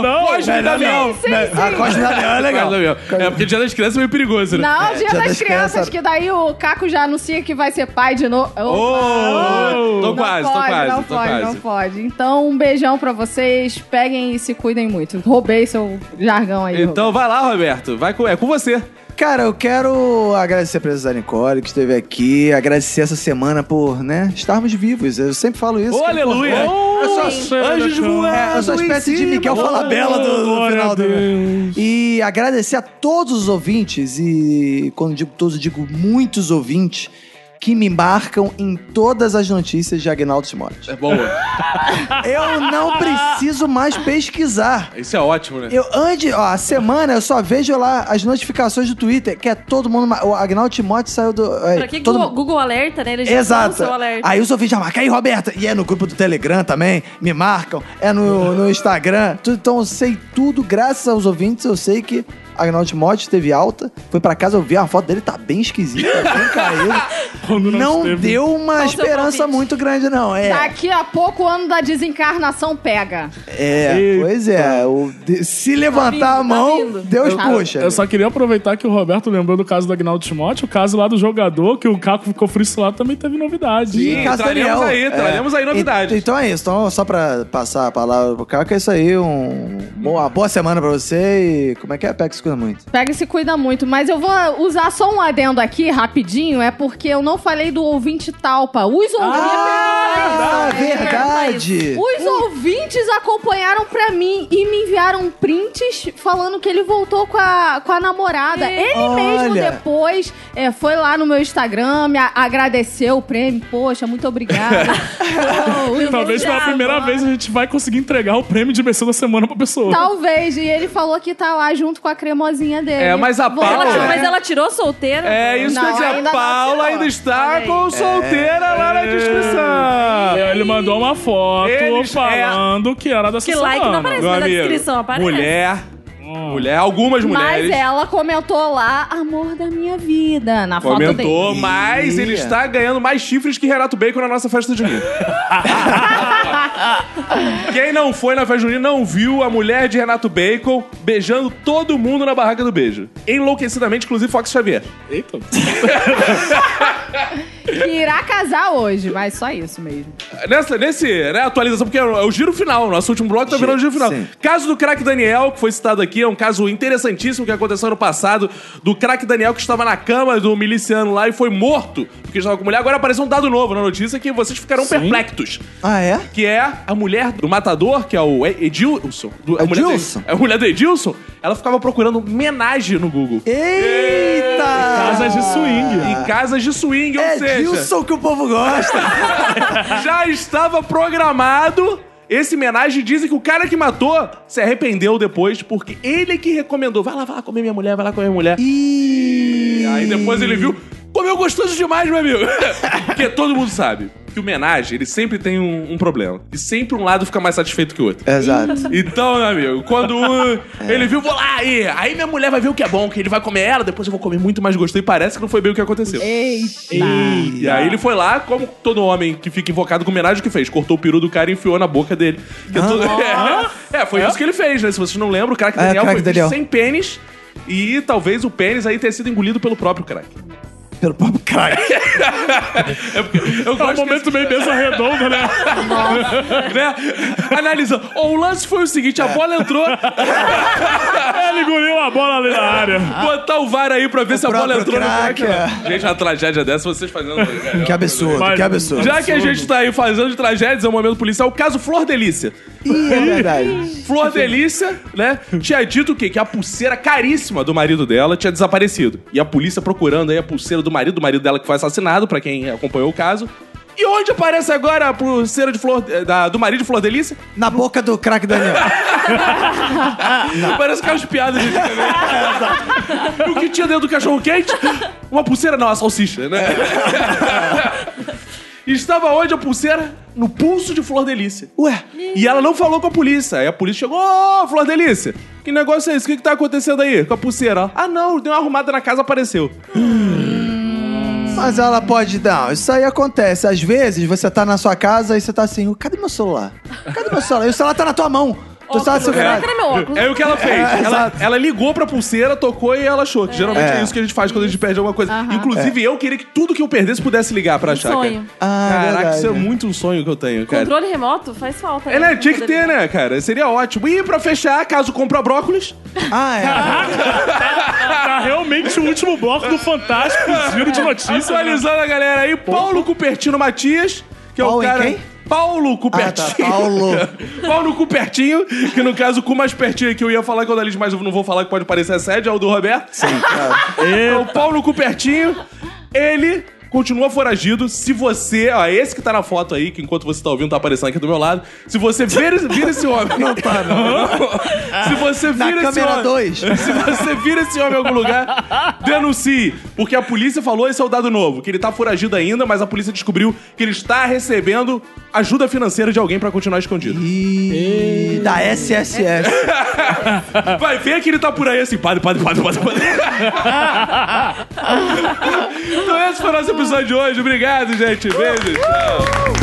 B: Não,
E: Não,
B: Cosme
D: não,
B: da Leão.
D: não. A Costa da Leão é legal.
B: Cosme Damião. É porque Dia das Crianças é meio perigoso, né?
C: Não, dia,
D: Dia
C: das,
D: das
C: crianças,
D: Crianças.
C: que daí o Caco já anuncia que vai ser pai de novo. Opa!
B: Oh, tô
C: Não
B: quase,
C: pode,
B: tô quase,
C: Não
B: tô
C: pode,
B: quase.
C: não pode. Então, um beijão pra vocês. Peguem e se cuidem muito. Roubei seu jargão aí. Roberto.
B: Então vai lá, Roberto. Vai com... É com você.
D: Cara, eu quero agradecer a presença da Nicole, que esteve aqui, agradecer essa semana por, né, estarmos vivos. Eu sempre falo isso.
B: Ô,
D: que é
B: aleluia!
D: importante.
B: Ô, Anjos voando!
D: É, eu sou uma espécie
B: em
D: de
B: cima.
D: Miguel Falabella do, do
E: Glória a
D: final do.
E: Deus.
D: E agradecer a todos os ouvintes, e quando digo todos, eu digo muitos ouvintes, que me marcam em todas as notícias de Agnaldo Timóteo.
B: É boa.
D: Eu não preciso mais pesquisar.
B: Isso é ótimo, né?
D: Eu ande, ó, a semana eu só vejo lá as notificações do Twitter, que é todo mundo. ma- O Agnaldo Timóteo saiu do. É,
F: Pra que
D: todo
F: Google,
D: mundo-
F: Google Alerta, né? Ele já
D: Exato.
F: lança o alerta.
D: Aí os ouvintes já marcam. Aí, Roberta. E é no grupo do Telegram também. Me marcam. É no, no Instagram. Tudo, então eu sei tudo. Graças aos ouvintes, eu sei que Agnaldo Timóteo teve alta. Foi pra casa, eu vi a foto dele, tá bem esquisita. Bem caído.
E: Quando
D: Não
E: esteve-
D: deu uma
F: Qual o seu
D: esperança
F: palpite? Tá.
D: muito grande, não. É,
C: Daqui a pouco o ano da desencarnação pega.
D: é
E: Eita.
D: pois é. o- de- se levantar a
F: vindo, tá
D: mão,
F: vindo.
D: Deus puxa.
E: Eu só queria aproveitar que o Roberto lembrou do caso do Agnaldo Timóteo, o caso lá do jogador, que o Caco ficou frissulado, também teve novidade.
B: Sim.
E: né?
D: Caso
B: traremos
D: Daniel.
B: aí, traremos aí novidades.
D: E- Então é isso. Então, só pra passar a palavra pro Caco, é isso aí. Um, boa, boa semana pra você e como é que é? Pega e se cuida muito.
C: Pega e se cuida muito. Mas eu vou usar só um adendo aqui,
B: Ah!
C: rapidinho. É porque eu não falei do ouvinte talpa. Os ouvintes...
D: Ah, verdade. verdade!
C: Os
B: Hum.
C: ouvintes acompanharam pra mim e me enviaram prints falando que ele voltou com a, com a namorada. Ele mesmo
D: Olha.
C: depois é, foi lá no meu Instagram, me a- agradeceu o prêmio. Poxa, muito obrigada. Pô, o
E: Talvez pela
C: Ivan
E: primeira
C: Diabo.
E: vez a gente vai conseguir entregar o prêmio de versão da semana pra pessoa.
F: Tá
C: Talvez. E ele falou que tá lá junto com a cremosinha dele.
B: É, mas a
C: Vou
B: Paula-
C: lá.
E: né?
F: Ela- mas ela tirou solteira?
B: É isso
C: Não,
B: que eu ia dizer,
C: ainda
B: a
C: não
B: Paula
C: assinou.
B: ainda está
C: Olha aí.
B: com solteira lá
E: É.
B: na descrição.
E: Ele mandou uma foto
B: Eles-
E: falando que era dessa
F: é Que
E: semana.
F: like não aparece,
B: Meu
F: mas na
B: amigo,
F: descrição aparece.
B: Mulher, mulher, algumas mulheres.
C: Mas é, ela comentou lá, amor da minha vida, na foto dele.
B: Comentou, mas ele está ganhando mais chifres que Renato Bacon na nossa festa junina. Quem não foi na festa junina não viu a mulher de Renato Bacon beijando todo mundo na barraca do beijo. Enlouquecidamente, inclusive Fox Xavier.
E: Eita.
C: Que irá casar hoje, mas só isso mesmo.
B: Nessa, nesse, né, atualização, porque é o é o giro final, nosso último bloco tá virando o giro final.
D: Sim.
B: Caso do craque Daniel, que foi citado aqui, é um caso interessantíssimo que aconteceu no passado, do craque Daniel que estava na cama do miliciano lá e foi morto, porque estava com mulher. Agora apareceu um dado novo na notícia que vocês ficarão
E: Sim.
B: perplexos.
D: Ah, é?
B: que é a mulher do matador, que é o E- Edilson. Do, a, mulher
D: Edilson?
B: do, a mulher do Edilson, ela ficava procurando homenagem no Google.
D: Eita!
E: Casas de swing.
B: Em casas de swing, ou
D: É
B: seja,
D: Dilson que o povo gosta.
B: já estava programado. Esse homenagem dizem que o cara que matou se arrependeu depois, porque ele que recomendou. Vai lá, vai lá comer minha mulher, vai lá comer minha mulher.
D: Ih!
B: Aí depois ele viu, comeu gostoso demais, meu amigo. Porque todo mundo sabe que homenagem, ele sempre tem um, um problema. E sempre um lado fica mais satisfeito que o outro.
D: Exato.
B: Então, meu amigo, quando
D: É.
B: um, ele viu, vou lá, aí, aí minha mulher vai ver o que é bom, que ele vai comer ela, depois eu vou comer muito mais gostoso, e parece que não foi bem o que aconteceu.
C: Eita.
B: E aí ele foi lá, como todo homem que fica invocado com homenagem, o que fez? Cortou o peru do cara e enfiou na boca dele. Que todo- é, é, foi isso que ele fez, né? Se vocês não lembram, o craque
D: É,
B: Daniel
D: craque
B: foi visto
D: Daniel.
B: sem pênis. E talvez o pênis aí tenha sido engolido pelo próprio craque.
D: Pelo próprio craque.
B: É porque eu
E: É um
B: gosto
E: momento meio mesa redonda, né?
B: que, né? Analisando. Ó, o lance foi o seguinte,
D: É.
B: a bola entrou,
E: Ele engoliu a bola ali na área.
B: Botar o VAR aí pra ver se a bola
D: Ah. próprio
B: entrou
D: craque, é.
B: no craque. Gente, uma tragédia dessa, vocês fazendo.
D: Que absurdo,
E: Mas-
D: que absurdo.
B: Já que a gente tá aí fazendo de tragédias, é um momento policial. O caso Flor Delícia.
D: Ih, é verdade.
B: Flor Delícia, né? Tinha dito o quê? Que a pulseira caríssima do marido dela tinha desaparecido. E a polícia procurando aí a pulseira do marido, do marido dela que foi assassinado, pra quem acompanhou o caso. E onde aparece agora a pulseira de flor, eh, da- do marido de Flor Delícia?
D: Na boca do craque Daniel.
B: Parece que é umas piadas gente também. o que tinha dentro do cachorro quente? Uma pulseira, não, uma salsicha, né? Estava onde a pulseira? No pulso de Flor Delícia.
D: Ué,
B: E ela não falou com a polícia. Aí a polícia chegou, ô, Flor Delícia, que negócio é esse? O que, que tá acontecendo aí com a pulseira? Ela, Ah, não, deu uma arrumada na casa, apareceu.
D: mas ela pode dar. Isso aí acontece. Às vezes você tá na sua casa e você tá assim, cadê meu celular? Cadê meu celular? E o celular tá na tua mão. Tu tá
F: Será
D: segurado.
F: que era meu óculos? né?
B: É o que ela fez. ela, ela ligou pra pulseira, tocou e ela achou. Que geralmente é.
D: É.
B: isso que a gente faz quando a gente perde alguma coisa. Inclusive, eu queria que tudo que eu perdesse pudesse ligar pra achar. cara.
F: sonho.
D: Ah,
B: Caraca,
D: verdade,
B: isso é
D: né?
B: muito um sonho que eu tenho, cara.
F: Controle remoto faz falta.
B: É, né? Tinha que ter, né, cara? Seria ótimo. E pra fechar, caso compra brócolis,
D: Ah, é.
E: Tá realmente o último bloco do Fantástico Giro de Notícias. né?
B: atualizando a galera aí, Paulo Cupertino Matias, que é o
D: Paulo em
B: cara.
D: quem?
B: Paulo
D: Ah, tá.
B: Cupertino.
D: Paulo.
B: Paulo Cupertinho, que no caso, o cu mais pertinho que eu ia falar que é o da Liz, mas eu não vou falar que pode parecer assédio, é o do Roberto. Sim, É o Paulo Cupertinho, ele continua foragido. Se você. Ó, esse que tá na foto aí, que enquanto você tá ouvindo, tá aparecendo aqui do meu lado. Se você ver, vira esse homem. Não tá, não. Se você
D: Na
B: vira esse
D: câmera
B: homem.
D: 2.
B: Se você vira esse homem em algum lugar, denuncie. Porque a polícia falou, esse é o dado novo, que ele tá foragido ainda, mas a polícia descobriu que ele está recebendo ajuda financeira de alguém pra continuar escondido.
D: Ih, da SSS.
B: Vai ver que ele tá por aí assim, padre, padre, padre, padre, padre. então esse foi o nosso episódio de hoje. Obrigado, gente. Beijo. Tchau.